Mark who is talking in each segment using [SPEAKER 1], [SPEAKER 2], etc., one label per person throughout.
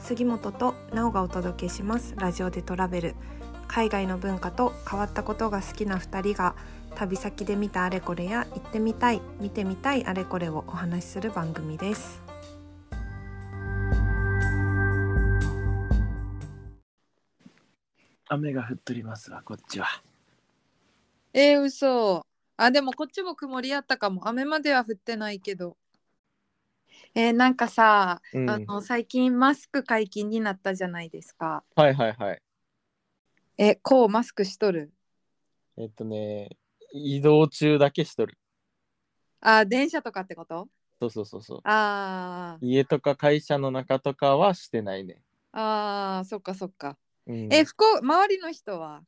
[SPEAKER 1] 杉本となおがお届けしますラジオでトラベル海外の文化と変わったことが好きな2人が旅先で見たあれこれや行ってみたい見てみたいあれこれをお話しする番組です
[SPEAKER 2] 雨が降っておりますわこっちは
[SPEAKER 3] えー、嘘。あ、でもこっちも曇りやったかも。雨までは降ってないけど。えー、なんかさ、
[SPEAKER 2] うん
[SPEAKER 3] あの最近マスク解禁になったじゃないですか。
[SPEAKER 2] はいはいはい
[SPEAKER 3] え、こうマスクしとる。
[SPEAKER 2] えっとね移動中だけしとる
[SPEAKER 3] あ、電車とかってこと
[SPEAKER 2] そうそうそうそう
[SPEAKER 3] あー
[SPEAKER 2] 家とか会社の中とかはしてないね、
[SPEAKER 3] あー、そっかそっか。
[SPEAKER 2] うん、
[SPEAKER 3] え、不幸、周りの人は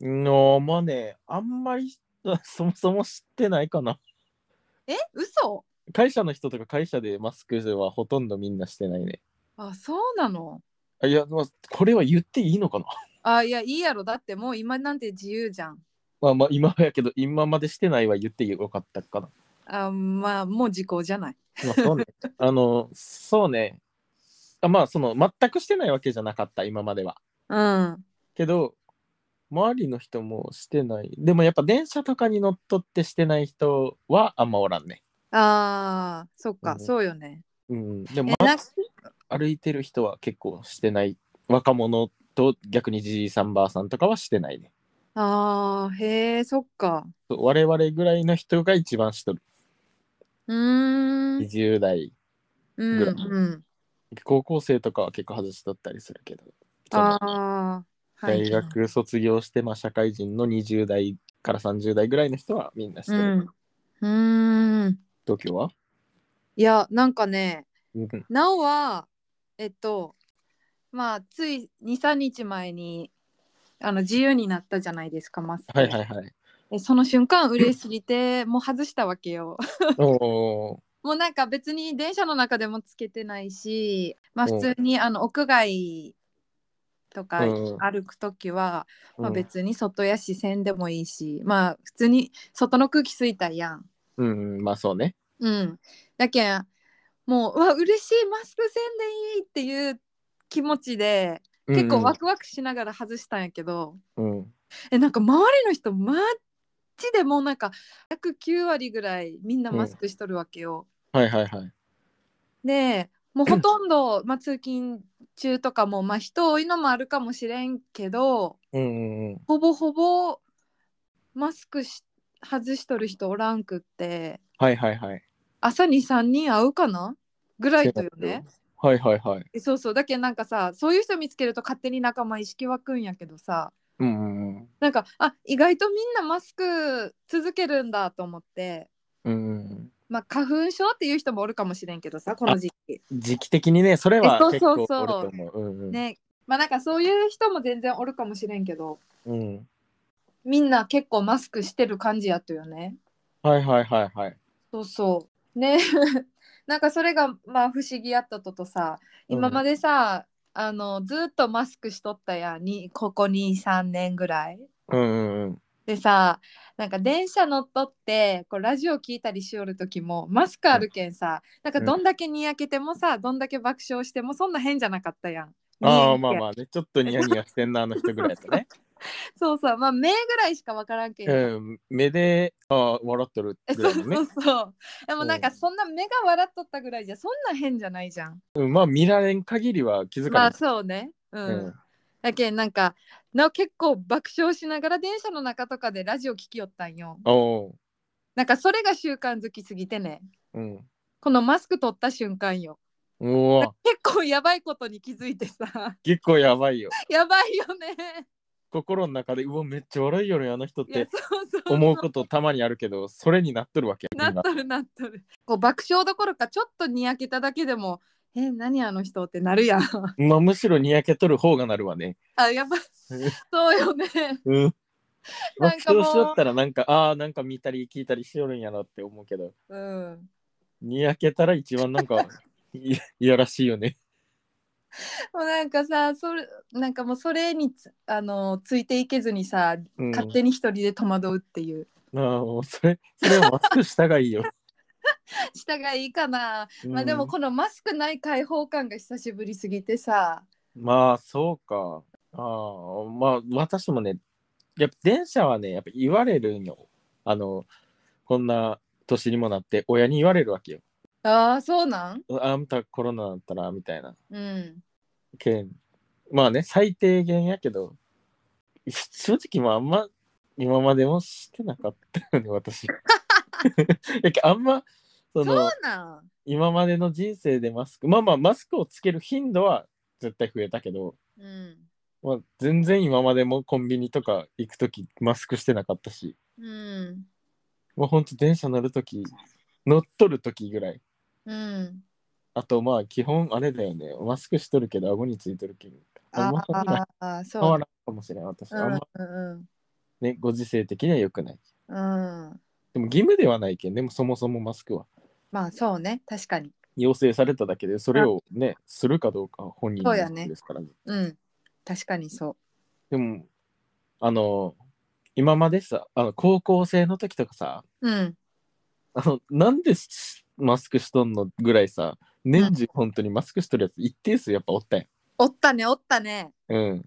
[SPEAKER 2] のまあねあんまり そもそも知ってないかな
[SPEAKER 3] え、嘘
[SPEAKER 2] 会社の人とか会社でマスクはほとんどみんなしてないね
[SPEAKER 3] あ、そうなの
[SPEAKER 2] あいや、まあ、これは言っていいのかな
[SPEAKER 3] あ、いや、いいやろ。だってもう今なんて自由じゃん。
[SPEAKER 2] まあまあ今はやけど今までしてないは言ってよかったかな
[SPEAKER 3] あまあ、もう時効じゃない。
[SPEAKER 2] まあ そうねあのそうねあまあその全くしてないわけじゃなかった今までは
[SPEAKER 3] うん。
[SPEAKER 2] けど周りの人もしてないでもやっぱ電車とかに乗っ取ってしてない人はあんまおらんね
[SPEAKER 3] あー、そっか、
[SPEAKER 2] うん
[SPEAKER 3] そうよね。
[SPEAKER 2] うんでも
[SPEAKER 3] えなんか
[SPEAKER 2] 街歩いてる人は結構してない若者と逆にじいさんばあさんとかはしてないね
[SPEAKER 3] あーへえそっか
[SPEAKER 2] そう我々ぐらいの人が一番しとる
[SPEAKER 3] うーん
[SPEAKER 2] 20代
[SPEAKER 3] うん
[SPEAKER 2] ぐらい
[SPEAKER 3] うん
[SPEAKER 2] 高校生とかは結構外しとったりするけどその
[SPEAKER 3] ああーはい
[SPEAKER 2] 大学卒業して、まあ、社会人の20代から30代ぐらいの人はみんなして
[SPEAKER 3] う
[SPEAKER 2] る、
[SPEAKER 3] んうーん
[SPEAKER 2] 東京はい
[SPEAKER 3] やなんかね
[SPEAKER 2] うん
[SPEAKER 3] なおはえっとまあつい23日前にあの自由になったじゃないですかマスク、
[SPEAKER 2] はいはいはい。
[SPEAKER 3] えその瞬間嬉しすぎてもう外したわけよ
[SPEAKER 2] おー
[SPEAKER 3] もうなんか別に電車の中でもつけてないしまあ
[SPEAKER 2] うん
[SPEAKER 3] 普通にあの屋外とか
[SPEAKER 2] うん
[SPEAKER 3] 歩く時は、まあ、
[SPEAKER 2] うん
[SPEAKER 3] 別に外や視線でもいいし、まあ普通に外の空気吸いたいやん。
[SPEAKER 2] うん、うん、まあそうね。
[SPEAKER 3] うん、だけんもううわ嬉しいマスクせんでいいっていう気持ちで結構ワクワクしながら外したんやけど、
[SPEAKER 2] うんうん、うん
[SPEAKER 3] えなんか周りの人マジでもうなんか約9割ぐらいみんなマスクしとるわけよ。
[SPEAKER 2] はいはいはい。
[SPEAKER 3] でもうほとんど、まあ、通勤中とかも、まあ、人多いのもあるかもしれんけど、
[SPEAKER 2] うんうんうん。
[SPEAKER 3] ほぼほぼマスクし外しとる人おらんくって
[SPEAKER 2] はいはいはい。
[SPEAKER 3] 朝23人会うかなぐらいとよね。
[SPEAKER 2] はいはいはい。
[SPEAKER 3] えそうそうだけどなんかさそういう人見つけると勝手に仲間意識湧くんやけどさ
[SPEAKER 2] うんうんうん。
[SPEAKER 3] なんかあ意外とみんなマスク続けるんだと思って、
[SPEAKER 2] うんうん
[SPEAKER 3] まあ、花粉症っていう人もおるかもしれんけどさこの時期。
[SPEAKER 2] うん、時期的にね、それは
[SPEAKER 3] えそう
[SPEAKER 2] 結
[SPEAKER 3] そう
[SPEAKER 2] 構
[SPEAKER 3] そう
[SPEAKER 2] おると思う。うんうん
[SPEAKER 3] ねまあなんかそういう人も全然おるかもしれんけど
[SPEAKER 2] うん、
[SPEAKER 3] みんな結構マスクしてる感じやったよね。
[SPEAKER 2] はいはいはいはい。
[SPEAKER 3] そうそう。ね なんかそれがまあ不思議やったととさ今までさ、あのずっとマスクしとったやんにここ23年ぐらい。
[SPEAKER 2] うんうんうん。
[SPEAKER 3] でさなんか電車乗っとってこうラジオ聞いたりしおる時もマスクあるけんさ、なんかどんだけにやけてもさ、どんだけ爆笑してもそんな変じゃなかったやん。
[SPEAKER 2] ああ
[SPEAKER 3] に
[SPEAKER 2] まあ
[SPEAKER 3] やけ
[SPEAKER 2] まあね、ちょっとニヤニヤしてんな、あの人ぐらいだったね。
[SPEAKER 3] そうそうまあ目ぐらいしかわからんけんさ
[SPEAKER 2] うん、目で、ああ、笑っとる
[SPEAKER 3] え
[SPEAKER 2] ぐ
[SPEAKER 3] そ
[SPEAKER 2] ら
[SPEAKER 3] う
[SPEAKER 2] いのね
[SPEAKER 3] そう。そうでもなん
[SPEAKER 2] う
[SPEAKER 3] か
[SPEAKER 2] ん
[SPEAKER 3] そんな目が笑っとったぐらいじゃそんな変じゃないじゃん
[SPEAKER 2] うん、まあ見られん限りは気づ
[SPEAKER 3] ま
[SPEAKER 2] か
[SPEAKER 3] あ
[SPEAKER 2] ない。
[SPEAKER 3] そうね
[SPEAKER 2] う
[SPEAKER 3] うんん、だけんなんかな結構爆笑しながら電車の中とかでラジオ聞きよったんよ
[SPEAKER 2] おー
[SPEAKER 3] なんかそれが習慣づきすぎてね
[SPEAKER 2] うん。
[SPEAKER 3] このマスク取った瞬間よ
[SPEAKER 2] うわ、
[SPEAKER 3] 結構やばいことに気づいてさ
[SPEAKER 2] 結構やばいよ。
[SPEAKER 3] やばいよね
[SPEAKER 2] 心の中で、うわ、めっちゃ笑いよね、あの人っ
[SPEAKER 3] いや
[SPEAKER 2] て
[SPEAKER 3] そうそうそう
[SPEAKER 2] 思うことたまにあるけど、それになっとるわけ。みん
[SPEAKER 3] なっとるなっとるこう爆笑どころかちょっとにやけただけでもえ何あの人ってなるやん
[SPEAKER 2] まあ、むしろにやけとる方がなるわね。
[SPEAKER 3] あ やばいそうよね
[SPEAKER 2] うん。
[SPEAKER 3] なん
[SPEAKER 2] 爆
[SPEAKER 3] かもう
[SPEAKER 2] 笑しよったらなんか、ああ、なんか見たり聞いたりしよるんやなって思うけど、
[SPEAKER 3] うん
[SPEAKER 2] にやけたら一番なん か、いいやらしいよね。
[SPEAKER 3] もうなんかさそれなんかもうそれにつあのついていけずにさ
[SPEAKER 2] うん。
[SPEAKER 3] 勝手に一人で戸惑うっていう、
[SPEAKER 2] ああ、もうそれ、それはマスクしたがいいよ。
[SPEAKER 3] したがいいかな、
[SPEAKER 2] うん
[SPEAKER 3] まあでもこのマスクない開放感が久しぶりすぎてさ
[SPEAKER 2] まあそうか。ああまあ私もね、やっぱ電車はね、やっぱ言われるんよ。あの、こんな年にもなって親に言われるわけよ。
[SPEAKER 3] ああそうなん
[SPEAKER 2] あんたコロナだったらみたいな。
[SPEAKER 3] うん
[SPEAKER 2] けんまあね、最低限やけど、正直まああんま今までもしてなかったよね、 私。やけあんま、そ
[SPEAKER 3] そう
[SPEAKER 2] の、
[SPEAKER 3] なん
[SPEAKER 2] 今までの人生でマスク、まあまあマスクをつける頻度は絶対増えたけど、
[SPEAKER 3] うん
[SPEAKER 2] まあ、全然今までもコンビニとか行く時マスクしてなかったし、
[SPEAKER 3] うん
[SPEAKER 2] まあ、ほんと電車乗る時乗っとる時ぐらい
[SPEAKER 3] うん
[SPEAKER 2] あとまあ基本あれだよねマスクしとるけど顎についてるけどあん
[SPEAKER 3] あ
[SPEAKER 2] ま変わらん
[SPEAKER 3] ああそう
[SPEAKER 2] 変わらんかもしれん私、あんま
[SPEAKER 3] うん
[SPEAKER 2] ねご時世的には良くない
[SPEAKER 3] うんうん
[SPEAKER 2] でも義務ではないけんでもそもそもマスクは
[SPEAKER 3] まあそうね確かに
[SPEAKER 2] 要請されただけでそれをねするかどうかは本人の
[SPEAKER 3] そうや
[SPEAKER 2] 話
[SPEAKER 3] ね
[SPEAKER 2] ですからね
[SPEAKER 3] うん確かにそ
[SPEAKER 2] でもあの今までさあの高校生の時とかさ
[SPEAKER 3] ううん
[SPEAKER 2] あの、なんでしマスクしとんのぐらいさ、年中本当にマスクしとるやつ一定数やっぱおったやん。
[SPEAKER 3] おったねおったね
[SPEAKER 2] うん。だ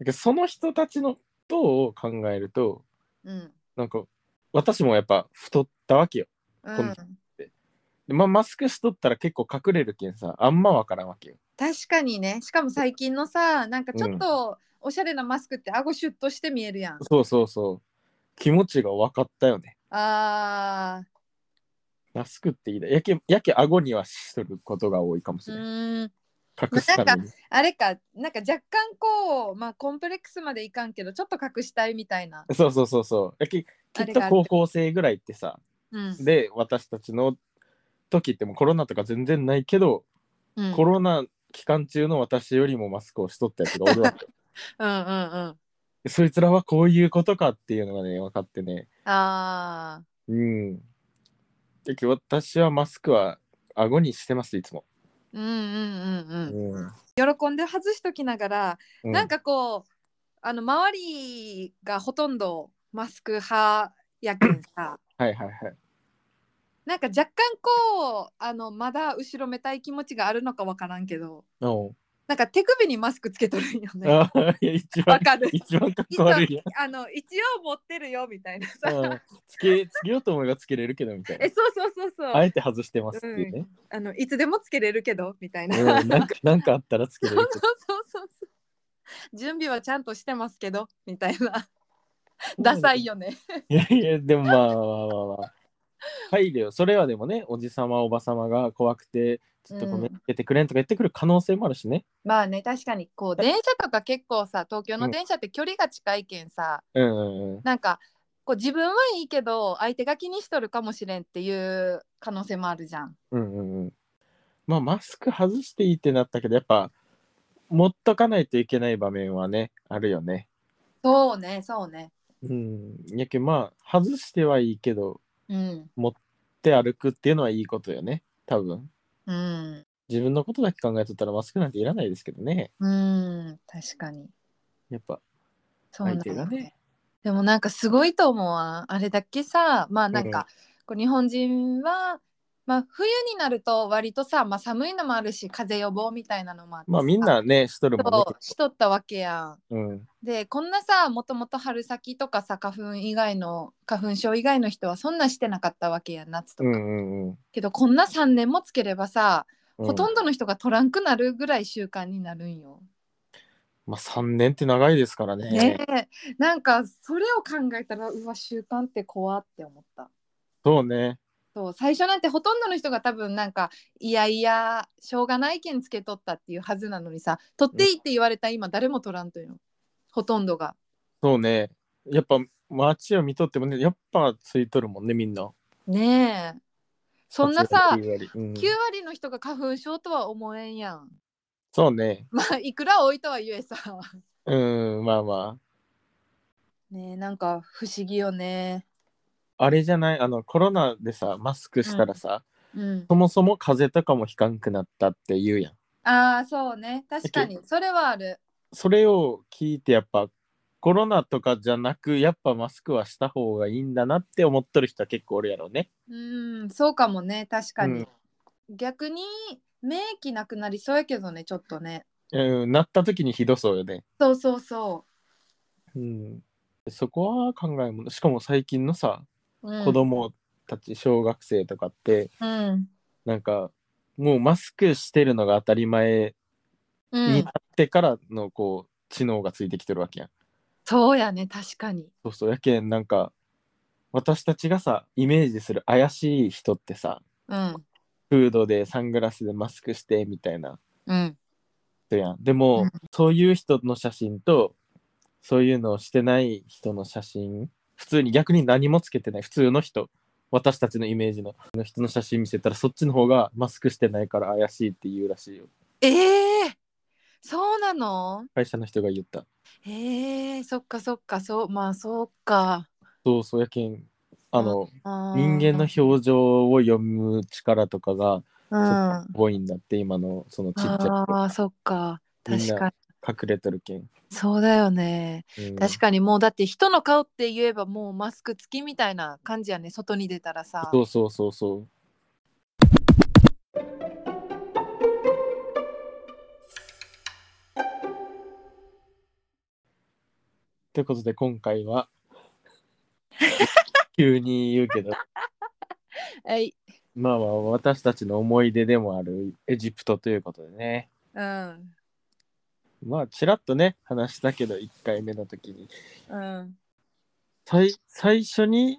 [SPEAKER 2] けどその人たちのことを考えると、
[SPEAKER 3] うん
[SPEAKER 2] なんか、私もやっぱ太ったわけよ。
[SPEAKER 3] う
[SPEAKER 2] こ
[SPEAKER 3] ん
[SPEAKER 2] のでまあ、マスクしとったら結構隠れるけんさ、あんまわからんわけよ。
[SPEAKER 3] 確かにねしかも最近のさなんかちょっとおしゃれなマスクって顎シュッとして見えるやん、
[SPEAKER 2] そうそうそう。気持ちが分かったよね。
[SPEAKER 3] あ
[SPEAKER 2] マスクっていいだ。やけ、やけ顎にはしとることが多いかもし
[SPEAKER 3] ーう
[SPEAKER 2] れない。
[SPEAKER 3] ーん
[SPEAKER 2] 隠すために。
[SPEAKER 3] あれかなんか若干こうまあコンプレックスまでいかんけどちょっと隠したいみたいな
[SPEAKER 2] そうそうそうそう。やけ、き
[SPEAKER 3] あ
[SPEAKER 2] っ
[SPEAKER 3] れ
[SPEAKER 2] と
[SPEAKER 3] があって
[SPEAKER 2] 高校生ぐらいってさ、
[SPEAKER 3] うん、
[SPEAKER 2] で私たちの時ってもうコロナとか全然ないけど、
[SPEAKER 3] うん、うん
[SPEAKER 2] コロナ期間中の私よりもマスクをしとったやつがおるわ け
[SPEAKER 3] うんうん
[SPEAKER 2] でそいつらはこういうことかっていうのがね分かってね
[SPEAKER 3] あ
[SPEAKER 2] うんで私はマスクは顎にしてますいつも、
[SPEAKER 3] ーうんうんうんうん
[SPEAKER 2] うん
[SPEAKER 3] 喜んで外しときながら、
[SPEAKER 2] う
[SPEAKER 3] なんかこうあの周りがほとんどマスク派やけんさ
[SPEAKER 2] はいはいはい
[SPEAKER 3] なんか若干こうあのまだ後ろめたい気持ちがあるのかわからんけど
[SPEAKER 2] おう
[SPEAKER 3] なんか手首にマスクつけとるんよね。
[SPEAKER 2] あ ーいや一
[SPEAKER 3] わ
[SPEAKER 2] 番
[SPEAKER 3] かる
[SPEAKER 2] 一番かっ
[SPEAKER 3] 一
[SPEAKER 2] こ
[SPEAKER 3] 応
[SPEAKER 2] 悪いや
[SPEAKER 3] あの一応持ってるよみたいなさ、
[SPEAKER 2] ん、うんつけつけようと思えばつけれるけどみたいな
[SPEAKER 3] えそうそうそうそう、
[SPEAKER 2] あえて外してますっていうね、
[SPEAKER 3] あのいつでもつけれるけどみたいな、
[SPEAKER 2] うん
[SPEAKER 3] そう
[SPEAKER 2] なんかなんかあったらつけれ
[SPEAKER 3] そう
[SPEAKER 2] る けど
[SPEAKER 3] そうそう準備はちゃんとしてますけどみたいなダサいよね
[SPEAKER 2] いやいや、でもまあまあまあまあ。配慮、それはでもね、おじさま、おばさまが怖くて、ちょっとごめん、
[SPEAKER 3] う
[SPEAKER 2] つけてくれんとか言ってくる可能性もあるしね。
[SPEAKER 3] まあね確かにこう電車とか結構さ東京の電車って距離が近いけんさ、
[SPEAKER 2] うんうんうん。
[SPEAKER 3] なんかこう自分はいいけど相手が気にしとるかもしれんっていう可能性もあるじゃん。
[SPEAKER 2] うんうんうん。まあ、マスク外していいってなったけど、やっぱ、持っとかないといけない場面はね、あるよね。
[SPEAKER 3] そうねそうね。
[SPEAKER 2] うん。やけんまあ、外してはいいけど、
[SPEAKER 3] うん。
[SPEAKER 2] って歩くっていうのはいいことよね、多分。
[SPEAKER 3] うん。
[SPEAKER 2] 自分のことだけ考えとったらマスクなんていらないですけどね。
[SPEAKER 3] うん確かに。
[SPEAKER 2] やっぱ、
[SPEAKER 3] そうなんだ
[SPEAKER 2] 相手がね
[SPEAKER 3] でもなんかすごいと思うわあれだけさまあなんか、こう日本人は、まあ、冬になると割とさ、まあ、寒いのもあるし風邪予防みたいなのもあってさ
[SPEAKER 2] まあみんなね、しとるもんね
[SPEAKER 3] そう。しとったわけやん。
[SPEAKER 2] うん。
[SPEAKER 3] でこんなさもともと春先とかさ花粉以外の花粉症以外の人はそんなしてなかったわけやん夏と
[SPEAKER 2] う
[SPEAKER 3] か、
[SPEAKER 2] んうんうん。
[SPEAKER 3] けどこんな3年もつければさ、
[SPEAKER 2] うん
[SPEAKER 3] ほとんどの人が取らんくなるぐらい習慣になるんよ。
[SPEAKER 2] まあ、3年って長いですからね。
[SPEAKER 3] ねえなんかそれを考えたらうわ習慣って怖って思った。
[SPEAKER 2] そうね。
[SPEAKER 3] そう最初なんてほとんどの人が多分なんかいやいやしょうがないけんつけとったっていうはずなのにさ取っていいって言われた今誰も取らんとよほとんどが。
[SPEAKER 2] そうね。やっぱ街を見とってもね、やっぱついとるもんね、みんな。
[SPEAKER 3] ねえそんなさ
[SPEAKER 2] 8割うん
[SPEAKER 3] 9割の人が花粉症とは思えんやん。
[SPEAKER 2] そうね。
[SPEAKER 3] まあいくら多いとはいえさ。
[SPEAKER 2] うん、まあま
[SPEAKER 3] ねえなんか不思議よね。
[SPEAKER 2] あ。あれじゃない、あの、コロナでさ、マスクしたらさ、
[SPEAKER 3] うん、
[SPEAKER 2] そもそも風邪とかもひかんくなったって言うやん。
[SPEAKER 3] ああそうね確かにそれはある。
[SPEAKER 2] それを聞いて、やっぱ、コロナとかじゃなくやっぱマスクはした方がいいんだなって思っとる人は結構おるやろうね。
[SPEAKER 3] うんそうかもね確かに、
[SPEAKER 2] うん
[SPEAKER 3] 逆に免疫なくなりそうやけどねちょっとね
[SPEAKER 2] うん、なった時にひどそうよね。
[SPEAKER 3] そうそうそ
[SPEAKER 2] うん、そこは考えものしかも最近のさ
[SPEAKER 3] う、うん、
[SPEAKER 2] 子供たち、小学生とかって
[SPEAKER 3] うん、
[SPEAKER 2] なんかもうマスクしてるのが当たり前
[SPEAKER 3] う
[SPEAKER 2] に
[SPEAKER 3] ん
[SPEAKER 2] な、ってからのこう知能がついてきてるわけやん。
[SPEAKER 3] そうやね確かに
[SPEAKER 2] そうそうやけんなんか私たちがさイメージする怪しい人ってさ
[SPEAKER 3] うん
[SPEAKER 2] フードでサングラスでマスクしてみたいな
[SPEAKER 3] うん
[SPEAKER 2] 人やんでも、
[SPEAKER 3] うん
[SPEAKER 2] そういう人の写真とそういうのをしてない人の写真普通に逆に何もつけてない普通の人私たちのイメージのの人の写真見せたらそっちの方がマスクしてないから怪しいって言うらしいよ
[SPEAKER 3] ええそうなの
[SPEAKER 2] 会社の人が言った
[SPEAKER 3] ええそっかそっかそうまあそうか
[SPEAKER 2] そうそうやけんあの
[SPEAKER 3] あー
[SPEAKER 2] 人間の表情を読む力とかが
[SPEAKER 3] う
[SPEAKER 2] ち
[SPEAKER 3] ん
[SPEAKER 2] ょ
[SPEAKER 3] あ
[SPEAKER 2] っと多いんだって、今のそのちっちゃい子
[SPEAKER 3] ーそっか
[SPEAKER 2] みん
[SPEAKER 3] 確
[SPEAKER 2] な
[SPEAKER 3] かに
[SPEAKER 2] 隠れとるけん、
[SPEAKER 3] そうだよね
[SPEAKER 2] うん
[SPEAKER 3] 確かにもうだって人の顔って言えばもうマスク付きみたいな感じやね外に出たらさ
[SPEAKER 2] そうそうそうそうということで今回は急に言うけど
[SPEAKER 3] はい
[SPEAKER 2] まあまあ私たちの思い出でもあるエジプトということでね
[SPEAKER 3] うん
[SPEAKER 2] まあちらっとね話したけど1回目の時に
[SPEAKER 3] うん
[SPEAKER 2] 最最初に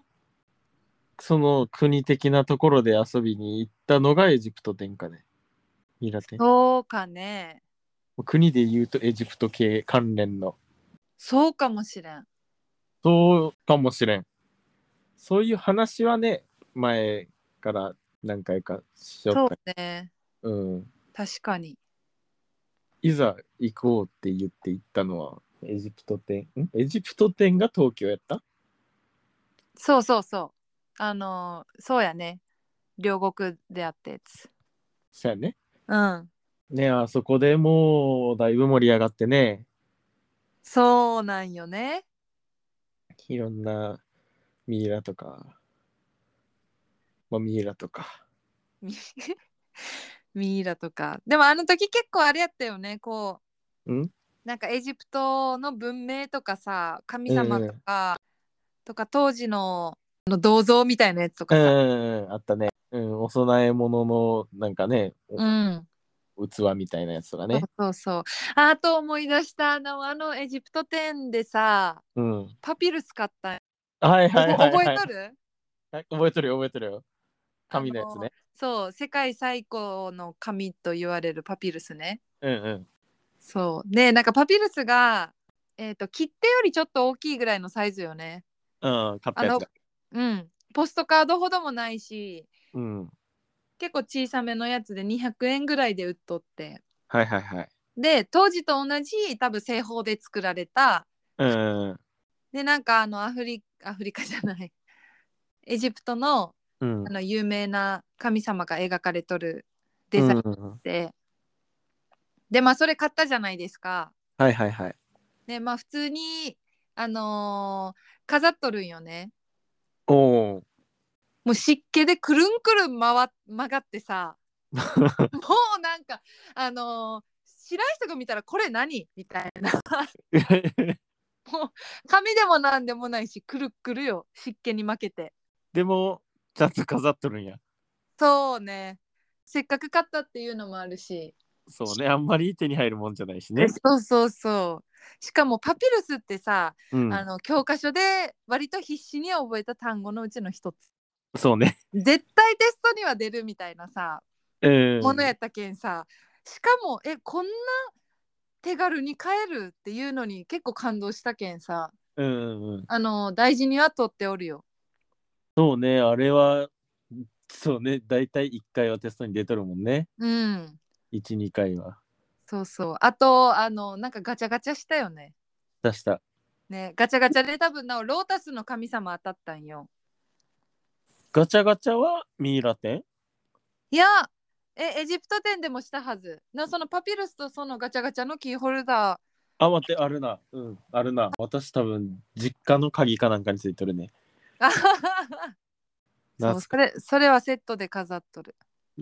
[SPEAKER 2] その国的なところで遊びに行ったのがエジプト殿下ね。ミラテン
[SPEAKER 3] そうかね
[SPEAKER 2] 国で言うとエジプト系関連の。
[SPEAKER 3] そうかもしれん
[SPEAKER 2] そうかもしれん。そういう話はね、前から何回かしよ
[SPEAKER 3] そう
[SPEAKER 2] うか。
[SPEAKER 3] ね
[SPEAKER 2] うん。
[SPEAKER 3] 確かに
[SPEAKER 2] いざ行こうって言って行ったのは、エジプト店。んエジプト店が東京やった
[SPEAKER 3] そうそうそうあのーそうやね両国であったやつ
[SPEAKER 2] そうやね。
[SPEAKER 3] うん
[SPEAKER 2] ねあそこでもうだいぶ盛り上がってね。
[SPEAKER 3] そうなんよね
[SPEAKER 2] いろんなミイラとか、まあ、ミイラとか。
[SPEAKER 3] ミ ミイラとかでもあの時結構あれやったよねこう
[SPEAKER 2] うん
[SPEAKER 3] なんかエジプトの文明とかさ神様とか、とか当時のあの銅像みたいなやつと
[SPEAKER 2] う
[SPEAKER 3] かさ、
[SPEAKER 2] ん、あったね。うん、お供え物のなんかね、
[SPEAKER 3] うん
[SPEAKER 2] 器みたいなやつとか
[SPEAKER 3] そう
[SPEAKER 2] ね。
[SPEAKER 3] そうそうああと思い出したあのあのエジプト店でさ
[SPEAKER 2] うん。
[SPEAKER 3] パピルス買った、
[SPEAKER 2] はいはいはい、はい。
[SPEAKER 3] 覚えとる
[SPEAKER 2] はい覚えとるよ、覚えとるよ。紙のやつね。
[SPEAKER 3] そう世界最高の神と言われるパピルスね
[SPEAKER 2] うんうん。
[SPEAKER 3] そうねなんかパピルスがえっ、と切手よりちょっと大きいぐらいのサイズよね
[SPEAKER 2] うん、買ったやつだ。
[SPEAKER 3] うんポストカードほどもないし
[SPEAKER 2] うん。
[SPEAKER 3] 結構小さめのやつで200円ぐらいで売っとって
[SPEAKER 2] はいはいはい。
[SPEAKER 3] で当時と同じ多分製法で作られた
[SPEAKER 2] うん。
[SPEAKER 3] でなんかあのアフリアフリカじゃないエジプトの
[SPEAKER 2] うん
[SPEAKER 3] あ。の有名な神様が描かれとるデ
[SPEAKER 2] う
[SPEAKER 3] ザイン
[SPEAKER 2] ん、
[SPEAKER 3] で、でまあそれ買ったじゃないですか
[SPEAKER 2] はいはいはい。
[SPEAKER 3] でまあ普通にあのー飾っとるんよね
[SPEAKER 2] おお。
[SPEAKER 3] もう湿気でくるんくるん回っ曲がってさもうなんかあのー知らん人が見たらこれ何みたいな髪でもなんでもないしくるくるよ湿気に負けて
[SPEAKER 2] でも、ちゃんと飾っとるんや。
[SPEAKER 3] そうねせっかく買ったっていうのもあるし、
[SPEAKER 2] そうね、あんまり手に入るもんじゃないしね。
[SPEAKER 3] そうそうそうしかもパピルスってさ、
[SPEAKER 2] うん。
[SPEAKER 3] あの教科書で割と必死に覚えた単語のうちの一つ
[SPEAKER 2] そうね。
[SPEAKER 3] 絶対テストには出るみたいなさ
[SPEAKER 2] うん。
[SPEAKER 3] ものやったけんさしかもえこんな手軽に買えるっていうのに結構感動したけんさ
[SPEAKER 2] うんうんうん。
[SPEAKER 3] あの大事にはとっておるよ
[SPEAKER 2] そうね、あれは、そうね、大体1回はテストに出とるもんね。
[SPEAKER 3] うん
[SPEAKER 2] 1、2回は。
[SPEAKER 3] そうそう。あと、あの、なんかガチャガチャしたよね。
[SPEAKER 2] 出した。
[SPEAKER 3] ね、ガチャガチャで多分な、ロータスの神様当たったんよ。
[SPEAKER 2] ガチャガチャはミイラ店
[SPEAKER 3] いや、え、エジプト店でもしたはず。な、そのパピルスとそのガチャガチャのキーホルダー
[SPEAKER 2] あ、待って、あるな。うん、あるな。私多分、実家の鍵かなんかについてるね。懐
[SPEAKER 3] そう
[SPEAKER 2] か
[SPEAKER 3] それそれはセットで飾っとる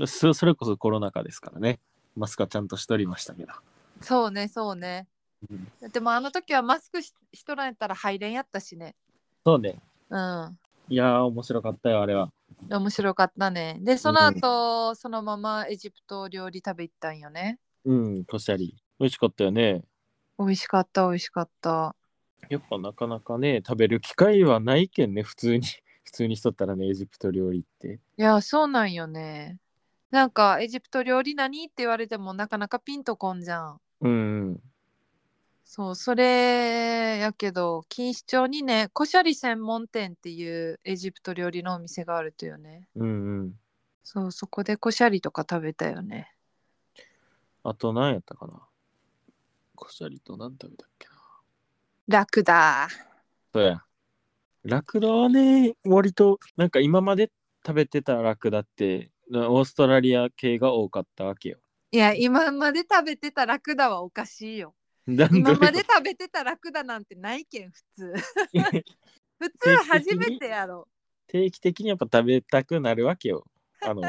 [SPEAKER 2] そそれこそコロナ禍ですからね。マスクはちゃんとしとりましたけど。
[SPEAKER 3] そうねそうね
[SPEAKER 2] うん
[SPEAKER 3] でもあの時はマスクししとらんやったら入れんやったしね
[SPEAKER 2] そうね。
[SPEAKER 3] うん
[SPEAKER 2] いやー、面白かったよ、あれは。
[SPEAKER 3] 面白かったねでその後、そのままエジプト料理食べ行ったんよね
[SPEAKER 2] うん、コシャリ。美味しかったよね。
[SPEAKER 3] 美味しかった美味しかった
[SPEAKER 2] やっぱなかなかね、食べる機会はないけんね、普通に。 普通にしとったらね、エジプト料理って。
[SPEAKER 3] いやそうなんよねなんかエジプト料理何って言われてもなかなかピンとこんじゃん
[SPEAKER 2] うん。
[SPEAKER 3] そうそれやけど錦糸町にねコシャリ専門店っていうエジプト料理のお店があるとよね
[SPEAKER 2] うんうん。
[SPEAKER 3] そうそこでコシャリとか食べたよね
[SPEAKER 2] あと何やったかなコシャリと何食べたっけな
[SPEAKER 3] ラクダ
[SPEAKER 2] そうや。ラクダはね、割と、なんか今まで食べてたラクダって、なオーストラリア系が多かったわけよ。
[SPEAKER 3] いや今まで食べてたラクダはおかしいよ
[SPEAKER 2] なん ど
[SPEAKER 3] 今
[SPEAKER 2] うい
[SPEAKER 3] ま
[SPEAKER 2] う
[SPEAKER 3] で
[SPEAKER 2] こ
[SPEAKER 3] 食べてたラクダなんてないけん普通
[SPEAKER 2] と
[SPEAKER 3] 普通初めてやろ
[SPEAKER 2] 定期的にやっぱ食べたくなるわけよ。あの、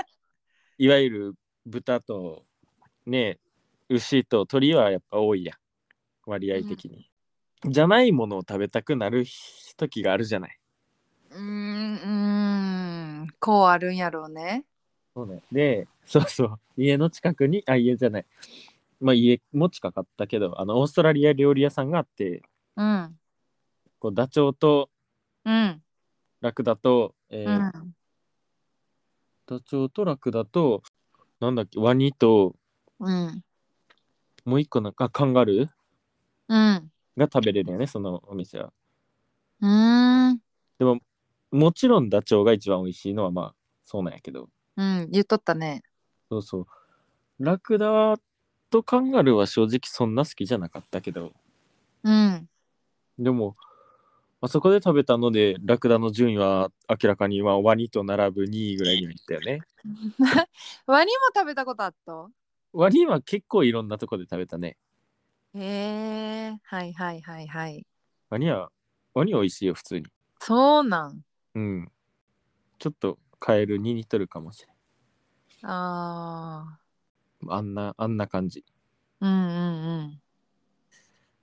[SPEAKER 2] いわゆる豚と、ね、牛と鳥はやっぱ多いやん。割合的に。じゃないものを食べたくなる時があるじゃない。
[SPEAKER 3] うーんうーんこうあるんやろうね
[SPEAKER 2] そうね。で、そうそう、家の近くに、あ、家じゃない。まあ家も近かったけど、あの、オーストラリア料理屋さんがあって、
[SPEAKER 3] うん
[SPEAKER 2] こうダチョウと
[SPEAKER 3] うん
[SPEAKER 2] ラクダと、え
[SPEAKER 3] う
[SPEAKER 2] ー
[SPEAKER 3] ん
[SPEAKER 2] ダチョウとラクダと、なんだっけ、ワニと、
[SPEAKER 3] うん
[SPEAKER 2] もう一個なんかカンガルー
[SPEAKER 3] うん
[SPEAKER 2] が食べれるよね、そのお店は。
[SPEAKER 3] うーん
[SPEAKER 2] もちろんダチョウが一番美味しいのはまあ、そうなんやけど。
[SPEAKER 3] うん言っとったね
[SPEAKER 2] そうそう。ラクダとカンガルーは正直そんな好きじゃなかったけど、
[SPEAKER 3] うん
[SPEAKER 2] でも、あそこで食べたので、ラクダの順位は明らかにまあワニと並ぶ2位ぐらいにはいったよね。
[SPEAKER 3] ワニも食べたことあった
[SPEAKER 2] ワニは結構いろんなとこで食べたね。
[SPEAKER 3] へえはいはいはいはい
[SPEAKER 2] ワニは、ワニ美味しいよ、普通に。
[SPEAKER 3] そうなん
[SPEAKER 2] うん。ちょっとカエルに似とるかもしれ
[SPEAKER 3] あ
[SPEAKER 2] ん。あんな、あんな感じ。
[SPEAKER 3] ーうんうんうん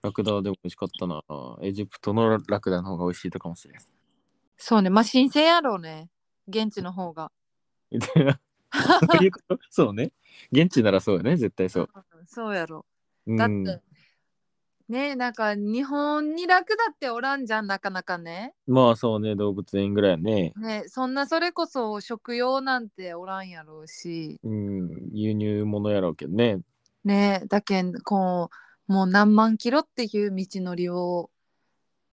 [SPEAKER 2] ラクダでも美味しかったな。エジプトのラクダの方が美味しいとかもしれん。
[SPEAKER 3] そうねまあ新鮮やろうね現地の方が
[SPEAKER 2] みたい な。そういうことそうね。現地ならそうよね、絶対そう。
[SPEAKER 3] うんそうやろ
[SPEAKER 2] うん、
[SPEAKER 3] だって、ねえなんか日本に楽だっておらんじゃんなかなかね
[SPEAKER 2] まあそうね、動物園ぐらいやね。
[SPEAKER 3] ねえそんなそれこそ食用なんておらんやろうし
[SPEAKER 2] うん、輸入物やろうけどね。
[SPEAKER 3] ねえだけんこうもう何万キロっていう道のりを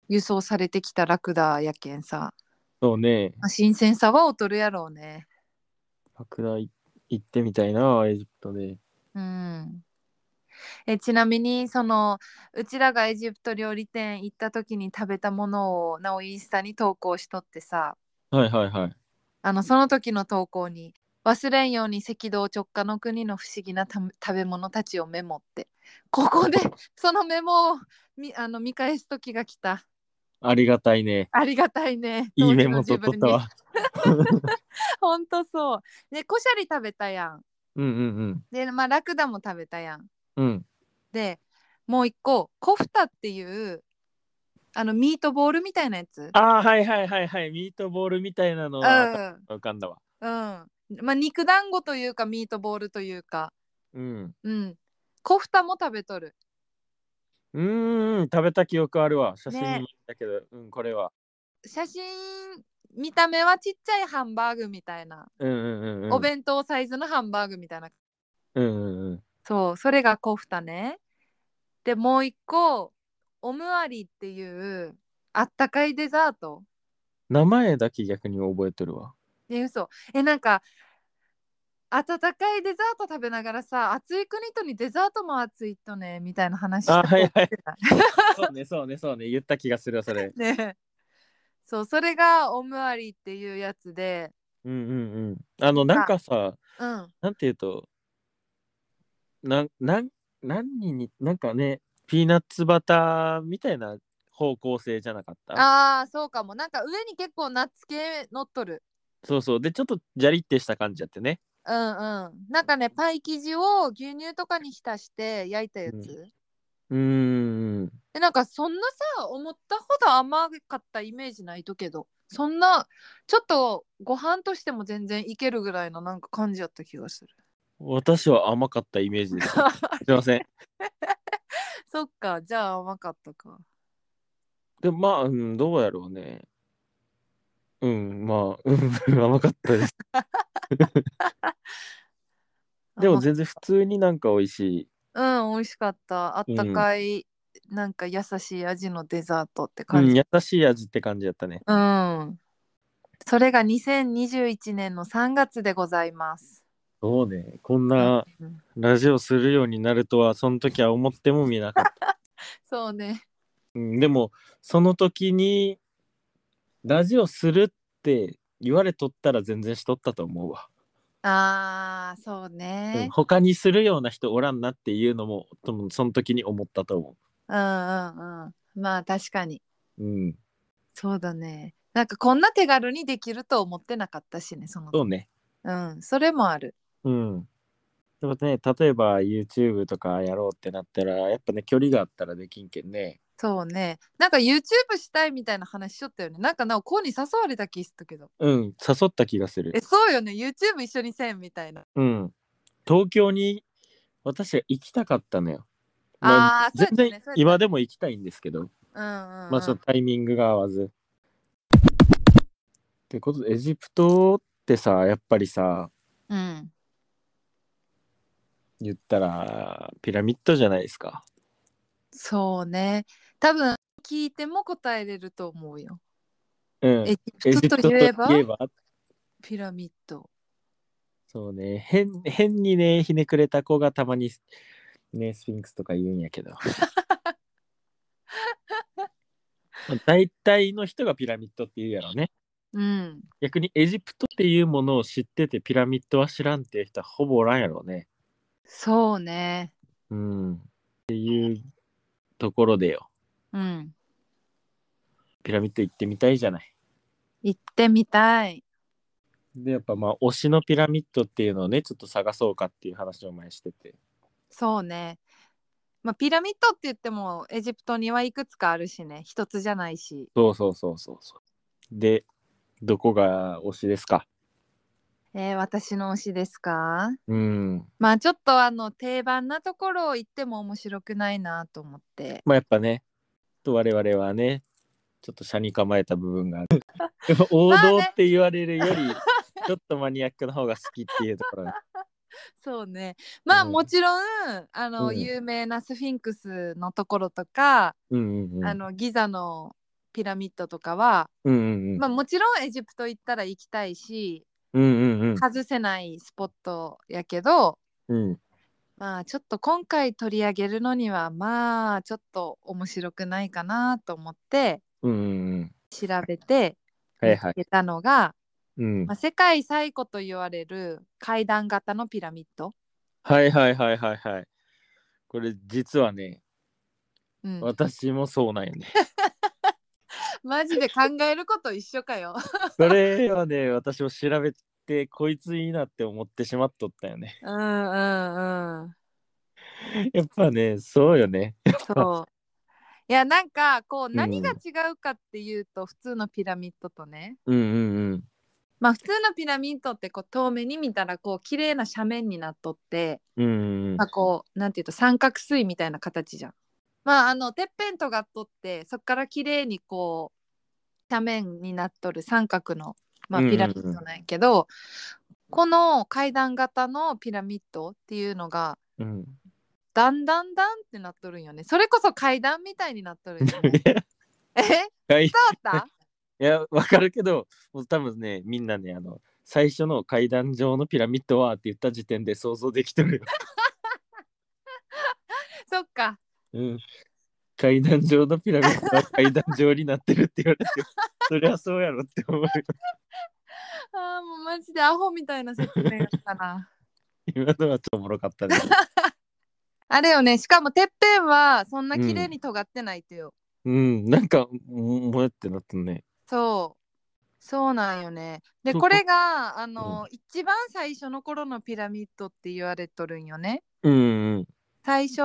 [SPEAKER 3] 輸送されてきたラクダやけんさ、
[SPEAKER 2] そうね。
[SPEAKER 3] まあ新鮮さは劣るやろうね
[SPEAKER 2] 拡大行ってみたいな、エジプトで。
[SPEAKER 3] うんえちなみにそのうちらがエジプト料理店行った時に食べたものをなおインスタに投稿しとってさ、
[SPEAKER 2] はいはいはい。
[SPEAKER 3] あのその時の投稿に「忘れんように赤道直下の国の不思議なた食べ物たちをメモ」って ここでそのメモをみあの見返す時が来た
[SPEAKER 2] ありがたいね。
[SPEAKER 3] ありがたいね
[SPEAKER 2] いいメモ取っと
[SPEAKER 3] 当
[SPEAKER 2] っ
[SPEAKER 3] 時
[SPEAKER 2] た
[SPEAKER 3] の自分
[SPEAKER 2] わ。
[SPEAKER 3] に ほんとそうでコシャリ食べたやん
[SPEAKER 2] うんうん
[SPEAKER 3] でまあラクダも食べたやん
[SPEAKER 2] うん。うん。
[SPEAKER 3] でもう一個コフタっていうあのミートボールみたいなやつ
[SPEAKER 2] ああ、はいはいはいはい。ミートボールみたいなの
[SPEAKER 3] う
[SPEAKER 2] は
[SPEAKER 3] ん
[SPEAKER 2] 浮かんだわ。
[SPEAKER 3] うんまあ肉団子というかミートボールというか
[SPEAKER 2] うん。
[SPEAKER 3] うんコフタも食べとる
[SPEAKER 2] うーん、食べた記憶あるわ。写真にも
[SPEAKER 3] ね
[SPEAKER 2] あったけど、うん、これは。
[SPEAKER 3] 写真見た目はちっちゃいハンバーグみたいな、
[SPEAKER 2] うんうんうんうん。
[SPEAKER 3] お弁当サイズのハンバーグみたいな
[SPEAKER 2] うんうんうん。
[SPEAKER 3] そうそれがコフタねでもう一個オムアリっていうあったかいデザート
[SPEAKER 2] 名前だけ逆に覚えとるわ。
[SPEAKER 3] え嘘えなんか温かいデザート食べながらさ暑い国とにデザートも暑いとねみたいな話した
[SPEAKER 2] あ はいはい
[SPEAKER 3] こと
[SPEAKER 2] そ
[SPEAKER 3] ない
[SPEAKER 2] うね、そうね、そうね。言った気がするわ、それ。
[SPEAKER 3] ねそうそれがオムアリっていうやつで
[SPEAKER 2] うんうんうん。あの、なんかさ、
[SPEAKER 3] うん
[SPEAKER 2] なんていうと、なん、なん、何人に、なんかね、ピーナッツバターみたいな方向性じゃなかった
[SPEAKER 3] ああそうかもなんか上に結構ナッツ系乗っとる
[SPEAKER 2] そうそうでちょっとジャリってした感じやってね
[SPEAKER 3] うんうんなんかねパイ生地を牛乳とかに浸して焼いたやつ、
[SPEAKER 2] ううーん
[SPEAKER 3] でなんかそんなさ思ったほど甘かったイメージないとけどそんなちょっとご飯としても全然いけるぐらいのなんか感じやった気が する
[SPEAKER 2] 私は甘かったイメー ジですすいません
[SPEAKER 3] そっかじゃあ甘かったか
[SPEAKER 2] でもまあ、うん、どうやろうねうんまあ うん甘かったですでも全然普通になんか美味しい
[SPEAKER 3] うん美味しかったあったかい、なんか優しい味のデザートって
[SPEAKER 2] う
[SPEAKER 3] 感
[SPEAKER 2] ん、
[SPEAKER 3] じ
[SPEAKER 2] 優しい味って感じやったね。
[SPEAKER 3] うん、それが2021年の3月でございます
[SPEAKER 2] そうね。こんな
[SPEAKER 3] うん
[SPEAKER 2] ラジオするようになるとは、その時は思ってもみなかった。
[SPEAKER 3] そうね
[SPEAKER 2] うん、でも、その時に、ラジオするって言われとったら全然しとったと思うわ。
[SPEAKER 3] あーそう
[SPEAKER 2] うん
[SPEAKER 3] ね、
[SPEAKER 2] 他にするような人おらんなっていうのも、ともその時に思ったと思
[SPEAKER 3] うんうんうんまあ確かに
[SPEAKER 2] う。うん。
[SPEAKER 3] そうだねなんかこんな手軽にできると思ってなかったしねその
[SPEAKER 2] そうね。
[SPEAKER 3] うんそれもある
[SPEAKER 2] うん。でもね、例えば YouTube とかやろうってなったら、やっぱね、距離があったらできんけんね。
[SPEAKER 3] そうねなんか YouTube したいみたいな話しちょったよねなんかなおこうに誘われた気すったけど
[SPEAKER 2] うん、誘った気がする
[SPEAKER 3] え。そうよね YouTube 一緒にせんみたいな
[SPEAKER 2] うん。東京に私は行きたかったのよ。
[SPEAKER 3] あーそう
[SPEAKER 2] 全
[SPEAKER 3] やった
[SPEAKER 2] 然
[SPEAKER 3] ねそうやったね
[SPEAKER 2] 今でも行きたいんですけど、
[SPEAKER 3] うんうん、うん、
[SPEAKER 2] まあちょっとタイミングが合わず。ってことでエジプトってさやっぱりさ
[SPEAKER 3] うん
[SPEAKER 2] 言ったらピラミッドじゃないですか。
[SPEAKER 3] そうね多分聞いても答えれると思うよ
[SPEAKER 2] うん。
[SPEAKER 3] エ
[SPEAKER 2] エ
[SPEAKER 3] ジプトとい
[SPEAKER 2] ジ
[SPEAKER 3] えば
[SPEAKER 2] プトといえば
[SPEAKER 3] ピラミッド
[SPEAKER 2] そうね変変にねひねくれた子がたまにねスフィンクスとか言うんや けど。まあ大体の人がピラミッドって言うやろね。
[SPEAKER 3] うん
[SPEAKER 2] 逆にエジプトっていうものを知っててピラミッドは知らんっていう人はほぼおらんやろうね。
[SPEAKER 3] そうね
[SPEAKER 2] うん。っていうところでよ。
[SPEAKER 3] うん
[SPEAKER 2] ピラミッド行ってみたいじゃない。
[SPEAKER 3] 行ってみたい
[SPEAKER 2] で、やっぱまあ推しのピラミッドっていうのをね、ちょっと探そうかっていう話を前してて。
[SPEAKER 3] そうね。まあ、ピラミッドって言ってもエジプトにはいくつかあるしね一つじゃないし
[SPEAKER 2] そうそうそうそうそう。で、どこが推しですか
[SPEAKER 3] えー私の推しですか
[SPEAKER 2] うん。
[SPEAKER 3] まあちょっとあの定番なところを言っても面白くないなと思って
[SPEAKER 2] まあやっぱね、ちょっと我々はね、ちょっと車に構えた部分 がある。でも王道って言われるより、ちょっとマニアックの方が好きっていうところが。
[SPEAKER 3] そうねまあ
[SPEAKER 2] うん
[SPEAKER 3] もちろんあの、
[SPEAKER 2] うん
[SPEAKER 3] 有名なスフィンクスのところとか、
[SPEAKER 2] うんうんうん。
[SPEAKER 3] あのギザのピラミッドとかは、
[SPEAKER 2] うんうんうん。
[SPEAKER 3] まあ、もちろんエジプト行ったら行きたいし
[SPEAKER 2] うんうん
[SPEAKER 3] 外せないスポットやけど、
[SPEAKER 2] うん。うん。
[SPEAKER 3] まあちょっと今回取り上げるのにはまあちょっと面白くないかなと思って
[SPEAKER 2] うんうんうん。
[SPEAKER 3] 調べて
[SPEAKER 2] はいはい。
[SPEAKER 3] 見つけたのが、
[SPEAKER 2] うん
[SPEAKER 3] まあ、。世界最古と言われる階段型のピラミッド、
[SPEAKER 2] はいはいはいはいはい。これ実はね、
[SPEAKER 3] うん、
[SPEAKER 2] 私もそうなんよね。
[SPEAKER 3] マジで考えること一緒か よ
[SPEAKER 2] それはね、私も調べて、こいついいなって思ってしまっとったよね。
[SPEAKER 3] うんうんうん
[SPEAKER 2] やっぱね、そうよね。
[SPEAKER 3] そういやなんかこう
[SPEAKER 2] うん
[SPEAKER 3] 何が違うかっていうと、普通のピラミッドとね
[SPEAKER 2] うんうんうん。
[SPEAKER 3] まあ普通のピラミッドってこう遠目に見たらこう綺麗な斜面になっとって、
[SPEAKER 2] うんうんうん
[SPEAKER 3] まあ、こうなんていうと三角錐みたいな形じゃん。まああのてっぺんとがっとってそこから綺麗にこう斜面になっとる三角の、まあ、
[SPEAKER 2] うんうんう
[SPEAKER 3] ピ
[SPEAKER 2] ん
[SPEAKER 3] ラミッドなんやけど、この階段型のピラミッドっていうのが
[SPEAKER 2] うん。。
[SPEAKER 3] だんだんだんってなっとるんよね。それこそ階段みたいになっとるんよね
[SPEAKER 2] い
[SPEAKER 3] え伝
[SPEAKER 2] やい
[SPEAKER 3] わった
[SPEAKER 2] や、わかるけど、もう多分ね、みんなね、あの、最初の階段上のピラミッドはって言った時点で想像できてる よ。
[SPEAKER 3] そっか
[SPEAKER 2] うん。階段上のピラミッドは階段上になってるって言われて、そりゃそうやろって思うよ。
[SPEAKER 3] あーもうマジでアホみたいな説明だったな。
[SPEAKER 2] 今のはちょっとおもろかったね。
[SPEAKER 3] あれよねしかもてっぺんはそんな綺麗に尖ってないってよ、
[SPEAKER 2] うん、なんか、ももやってなったね。
[SPEAKER 3] そうそうなんよねで
[SPEAKER 2] そう
[SPEAKER 3] これがあの、一番最初の頃のピラミッドって言われとるんよね
[SPEAKER 2] うん、うん。
[SPEAKER 3] 最初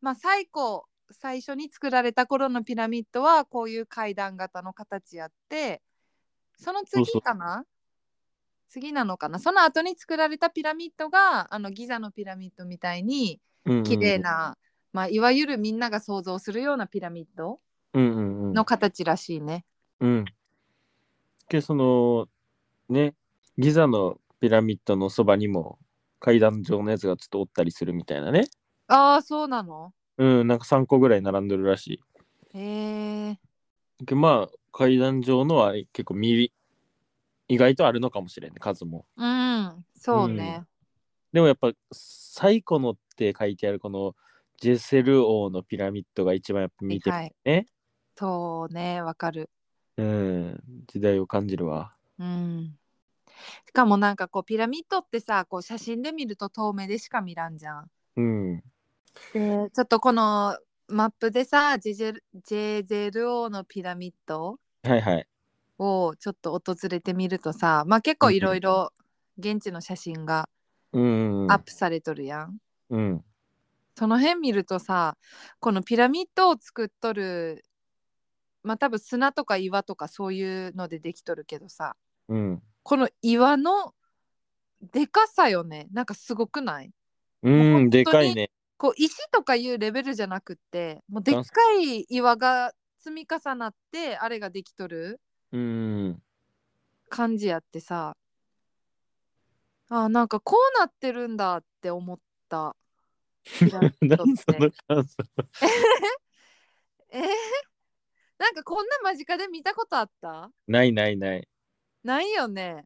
[SPEAKER 3] まあ最古最初に作られた頃のピラミッドはこういう階段型の形やってその次
[SPEAKER 2] そうそう
[SPEAKER 3] かな次なのかなその後に作られたピラミッドがあのギザのピラミッドみたいに
[SPEAKER 2] うんうん
[SPEAKER 3] 綺麗。な、まあ、いわゆるみんなが想像するようなピラミッド
[SPEAKER 2] うんうんうん。
[SPEAKER 3] の形らしいね。
[SPEAKER 2] うん。けそのねギザのピラミッドのそばにも階段状のやつがちょっとおったりするみたいなね。
[SPEAKER 3] ああそうなの
[SPEAKER 2] うんなんか3個ぐらい並んでるらし
[SPEAKER 3] へえ
[SPEAKER 2] い。けまあ階段状のは結構右意外とあるのかもしれんね数も。
[SPEAKER 3] うん、そうね。
[SPEAKER 2] でもやっぱ最古のって書いてあるこのジェセル王のピラミッドが一番やっぱ見てる、
[SPEAKER 3] はい。
[SPEAKER 2] ね
[SPEAKER 3] そうね、わかる。
[SPEAKER 2] うん時代を感じるわ。
[SPEAKER 3] うん。しかもなんかこうピラミッドってさ、こう写真で見ると遠目でしか見らんじゃん。
[SPEAKER 2] うん
[SPEAKER 3] で、ちょっとこのマップでさ、ジェゼルジェゼル王のピラミッド
[SPEAKER 2] はいはい。
[SPEAKER 3] をちょっと訪れてみるとさ、まあ結構いろいろ現地の写真が
[SPEAKER 2] うん
[SPEAKER 3] アップされとるやん。
[SPEAKER 2] うん
[SPEAKER 3] その辺見るとさ、このピラミッドを作っとる。まあ多分砂とか岩とかそういうのでできとるけどさ
[SPEAKER 2] うん
[SPEAKER 3] この岩のでかさよねなんかすごくない
[SPEAKER 2] うんでかいね。
[SPEAKER 3] こう石とかいうレベルじゃなくってもうでっかい岩が積み重なってあれができとる
[SPEAKER 2] うん
[SPEAKER 3] 感じやってさあなんかこうなってるんだって思った。ピラミッドっ
[SPEAKER 2] 何その
[SPEAKER 3] て
[SPEAKER 2] 感想
[SPEAKER 3] えー、 なんかこんな間近で見たことあった
[SPEAKER 2] ないないない。
[SPEAKER 3] ないよね。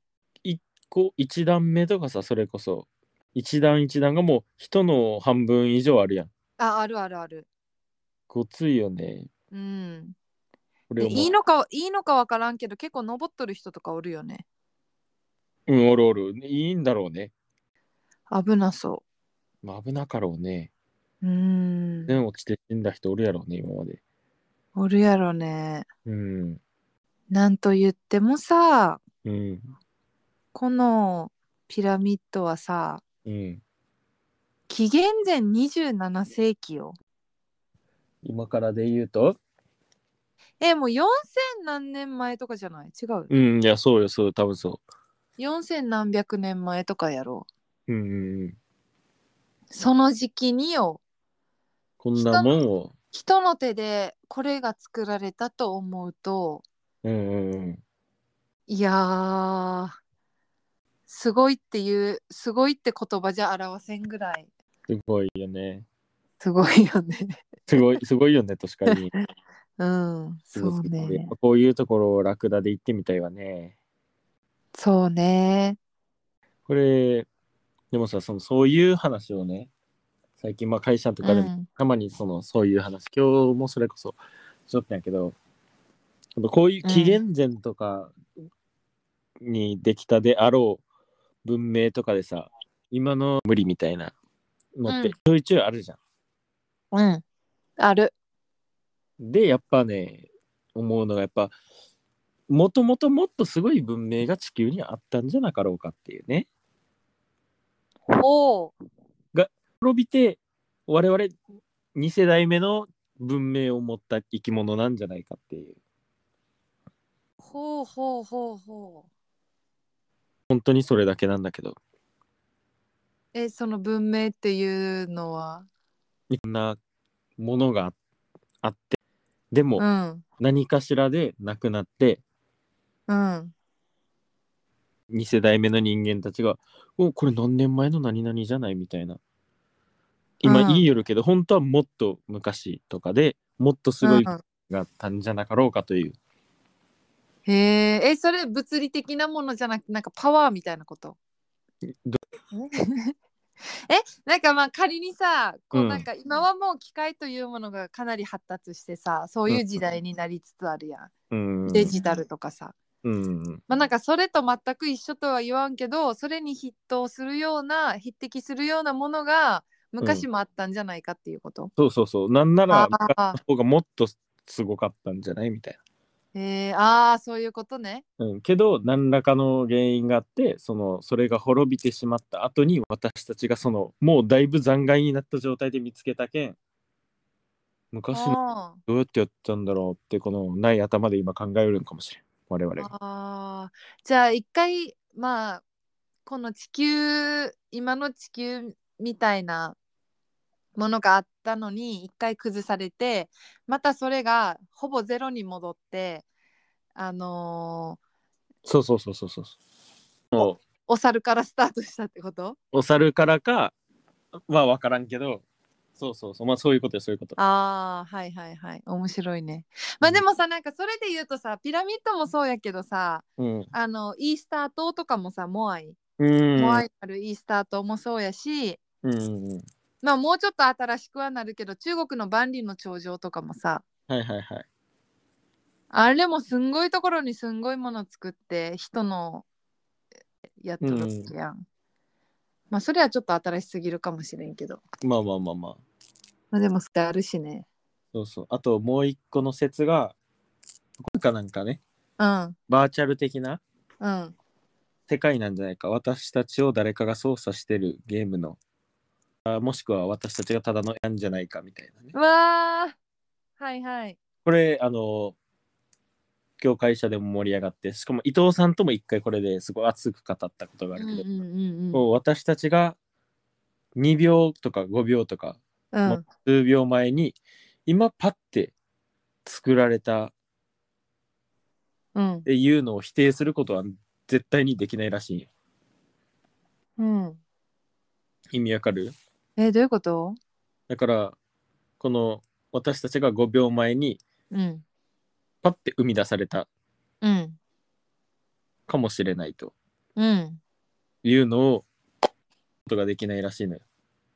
[SPEAKER 2] こう1段目とかさそれこそ1段1段がもう人の半分以上あるやん。
[SPEAKER 3] ああるあるある。
[SPEAKER 2] ごついよね。
[SPEAKER 3] うん、
[SPEAKER 2] こ
[SPEAKER 3] で
[SPEAKER 2] れをもう
[SPEAKER 3] いいのかいいのかわからんけど結構登っとる人とかおるよね。
[SPEAKER 2] うんおるおる。いいんだろうね。
[SPEAKER 3] 危なそ
[SPEAKER 2] まあ、危なかろうね。
[SPEAKER 3] う。うーん。
[SPEAKER 2] でも落ちて死んだ人おるやろうね今まで。
[SPEAKER 3] おるやろね。
[SPEAKER 2] うん
[SPEAKER 3] なんと言ってもさ、
[SPEAKER 2] うん
[SPEAKER 3] このピラミッドはさ、
[SPEAKER 2] うん。
[SPEAKER 3] 紀元前27世紀よ。
[SPEAKER 2] 今からで言うと
[SPEAKER 3] え、もう4000何年前とかじゃない違う。
[SPEAKER 2] うんいやそうよそうよ多分そ
[SPEAKER 3] 4000何百年前とかやろ
[SPEAKER 2] う。うんうんうん。
[SPEAKER 3] その時期によ、
[SPEAKER 2] こんなもんを。
[SPEAKER 3] 人の手でこれが作られたと思うと、
[SPEAKER 2] うんうんうん。
[SPEAKER 3] いやー、すごいっていう、すごいって言葉じゃ表せんぐらい、
[SPEAKER 2] すごいよね。
[SPEAKER 3] すごいよね。
[SPEAKER 2] すごいすごいよね確かに。
[SPEAKER 3] うん、 そう
[SPEAKER 2] やっ
[SPEAKER 3] ね。
[SPEAKER 2] ぱこういうところをラクダで行ってみたいわね。
[SPEAKER 3] そうね。
[SPEAKER 2] これ、でもさ、そのそういう話をね、最近まあ会社とかでもたまにその、そういう話、今日もそれこそしとったんやけど、やっぱこういう紀元前とかにできたであろう文明とかでさ、今の無理みたいなのって
[SPEAKER 3] うん
[SPEAKER 2] ちょいちょいあるじゃん。
[SPEAKER 3] うん。うん。ある。
[SPEAKER 2] で、やっぱね、思うのがやっぱ、もともともっとすごい文明が地球にあったんじゃなかろうかっていうね。
[SPEAKER 3] おお。
[SPEAKER 2] 滅びて我々2世代目の文明を持った生き物なんじゃないかっていう
[SPEAKER 3] ほうほうほうほう。
[SPEAKER 2] 本当にそれだけなんだけど
[SPEAKER 3] え、その文明っていうのは。
[SPEAKER 2] いろんなものがあってで
[SPEAKER 3] う
[SPEAKER 2] も
[SPEAKER 3] ん。
[SPEAKER 2] 何かしらでなくなって
[SPEAKER 3] うん。
[SPEAKER 2] 2世代目の人間たちが「おこれ何年前の何々じゃない?」みたいな今
[SPEAKER 3] うん
[SPEAKER 2] 言いよるけど、本当はもっと昔とかでもっとすごい
[SPEAKER 3] うん
[SPEAKER 2] があったんじゃなかろうかという、
[SPEAKER 3] へえ、え、それ物理的なものじゃなくて、なんかパワーみたいなこと。え、なんかまあ仮にさ、こ
[SPEAKER 2] う
[SPEAKER 3] うんなんか今はもう機械というものがかなり発達してさ、そういう時代になりつつあるやん。
[SPEAKER 2] うん
[SPEAKER 3] デジタルとかさ。
[SPEAKER 2] うん
[SPEAKER 3] まあなんかそれと全く一緒とは言わんけどそれに筆頭するような匹敵するようなものが昔もあったんじゃないかっていうこと、
[SPEAKER 2] そうそうそう。なんなら、昔
[SPEAKER 3] あ
[SPEAKER 2] の方がもっとすごかったんじゃないみたい
[SPEAKER 3] ーえー、あーそういうことね
[SPEAKER 2] な。うん。けど、何らかの原因があって、その、それが滅びてしまった後に、私たちがその、もうだいぶ残骸になった状態で見つけたけん、昔の
[SPEAKER 3] あ
[SPEAKER 2] どうやってやったんだろうって、この、ない頭で今考えるんかもしれん。我々
[SPEAKER 3] ー
[SPEAKER 2] が。
[SPEAKER 3] あーじゃあ一回まあこの地球今の地球みたいなものがあったのに一回崩されてまたそれがほぼゼロに戻ってあの
[SPEAKER 2] そうそうそうそうそう。もう
[SPEAKER 3] ーお猿からスタートしたってこと
[SPEAKER 2] お猿からかは分からんけどそうそうそうまあそういうことよそういうこと
[SPEAKER 3] ああはいはいはい面白いねまあでもさなんかそれで言うとさピラミッドもそうやけどさ
[SPEAKER 2] うん
[SPEAKER 3] あのイースター島とかもさモアイ、
[SPEAKER 2] うん
[SPEAKER 3] モアイあるイースター島もそうやし
[SPEAKER 2] うんうんうん
[SPEAKER 3] まあもうちょっと新しくはなるけど中国の万里の長城とかもさ
[SPEAKER 2] はいはいはい
[SPEAKER 3] あれもすんごいところにすんごいもの作って人のやっとるわけやん、まあそれはちょっと新しすぎるかもしれんけど
[SPEAKER 2] まあまあまあまあ
[SPEAKER 3] まあでもそれあるしね
[SPEAKER 2] そうそうあともう一個の説が今かなんかね
[SPEAKER 3] うん
[SPEAKER 2] バーチャル的な
[SPEAKER 3] うん
[SPEAKER 2] 世界なんじゃないか私たちを誰かが操作してるゲームのあもしくは私たちがただのやんじゃないかみたいなね
[SPEAKER 3] うわーはいはい
[SPEAKER 2] これあの今日会社でも盛り上がってしかも伊藤さんとも一回これですごい熱く語ったことがあ
[SPEAKER 3] う
[SPEAKER 2] る
[SPEAKER 3] ん
[SPEAKER 2] け
[SPEAKER 3] う
[SPEAKER 2] ど、
[SPEAKER 3] んうんうん
[SPEAKER 2] もう私たちが2秒とか5秒とか
[SPEAKER 3] う
[SPEAKER 2] も
[SPEAKER 3] ん
[SPEAKER 2] う数秒前に今パッて作られたっ
[SPEAKER 3] うん
[SPEAKER 2] ていうのを否定することは絶対にできないらしいんよ
[SPEAKER 3] うん
[SPEAKER 2] 意味わかる
[SPEAKER 3] えどういうこと
[SPEAKER 2] だからこの私たちが5秒前に
[SPEAKER 3] うん
[SPEAKER 2] パッて生み出された
[SPEAKER 3] うん
[SPEAKER 2] かもしれないと
[SPEAKER 3] うん
[SPEAKER 2] いうのをことができないらしいのよ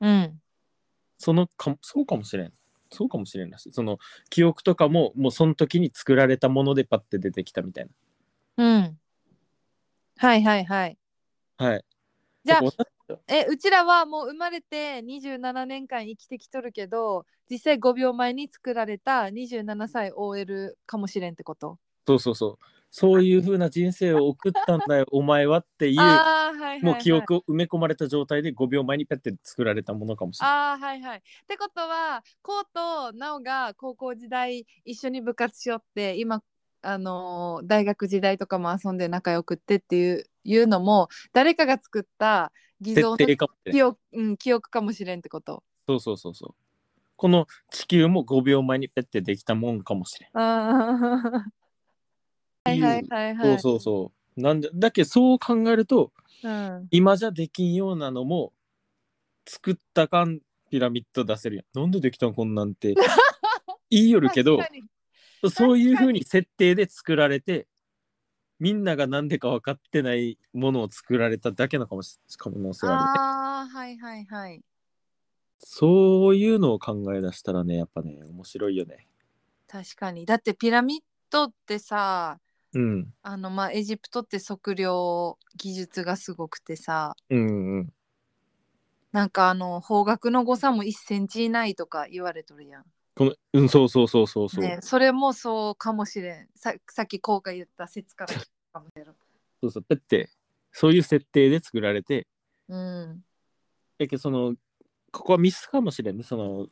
[SPEAKER 3] うん
[SPEAKER 2] そのかそうかもしれんそうかもしれんらしいその記憶とかももうその時に作られたものでパッて出てきたみたい
[SPEAKER 3] うんはいはいはい
[SPEAKER 2] なはい
[SPEAKER 3] じゃあ
[SPEAKER 2] だから私
[SPEAKER 3] えうちらはもう生まれて27年間生きてきとるけど実際5秒前に作られた27歳 OL かもしれんってこと
[SPEAKER 2] そうそうそう。そういう風な人生を送ったんだよ、お前はっていう、
[SPEAKER 3] あーはいはいはい
[SPEAKER 2] もう記憶を埋め込まれた状態で5秒前にペッて作られたものかもしれない。
[SPEAKER 3] あーはいはいってことはこうとなおが高校時代一緒に部活しよって今あのー大学時代とかも遊んで仲良くってっていういうのも誰かが作った偽造の
[SPEAKER 2] 設定かもしれない。
[SPEAKER 3] 記憶,、うん、記憶かもしれんってこと
[SPEAKER 2] そうそうそうそう。この地球も5秒前にペッてできたもんかもしれ
[SPEAKER 3] あーはいはいはい
[SPEAKER 2] な。
[SPEAKER 3] はい
[SPEAKER 2] そう
[SPEAKER 3] い
[SPEAKER 2] そうそう。なんでだけどそう考えると
[SPEAKER 3] うん
[SPEAKER 2] 今じゃできんようなのも作ったかんピラミッド出せるやん。なんでできたんこんなん て言いよるけど
[SPEAKER 3] 確かに
[SPEAKER 2] そういうふ
[SPEAKER 3] 確
[SPEAKER 2] う
[SPEAKER 3] か
[SPEAKER 2] に設定で作られてみんなが何でか分かってないものを作られただけのかもし可能性あるね
[SPEAKER 3] ああはいはいはい
[SPEAKER 2] そういうのを考え出したらねやっぱね面白いよね
[SPEAKER 3] 確かにだってピラミッドってさ
[SPEAKER 2] うん
[SPEAKER 3] あのまあエジプトって測量技術がすごくてさ
[SPEAKER 2] うんうん
[SPEAKER 3] なんかあの方角の誤差も1センチ以内とか言われとるやん
[SPEAKER 2] このうんそうそうそうそう
[SPEAKER 3] そ,、
[SPEAKER 2] そう、
[SPEAKER 3] ね、それもそうかもしれんささっきこうが言った説から聞くかもしれん
[SPEAKER 2] そうそうだってそういう設定で作られて
[SPEAKER 3] うん
[SPEAKER 2] やけそのここはミスかもしれんねその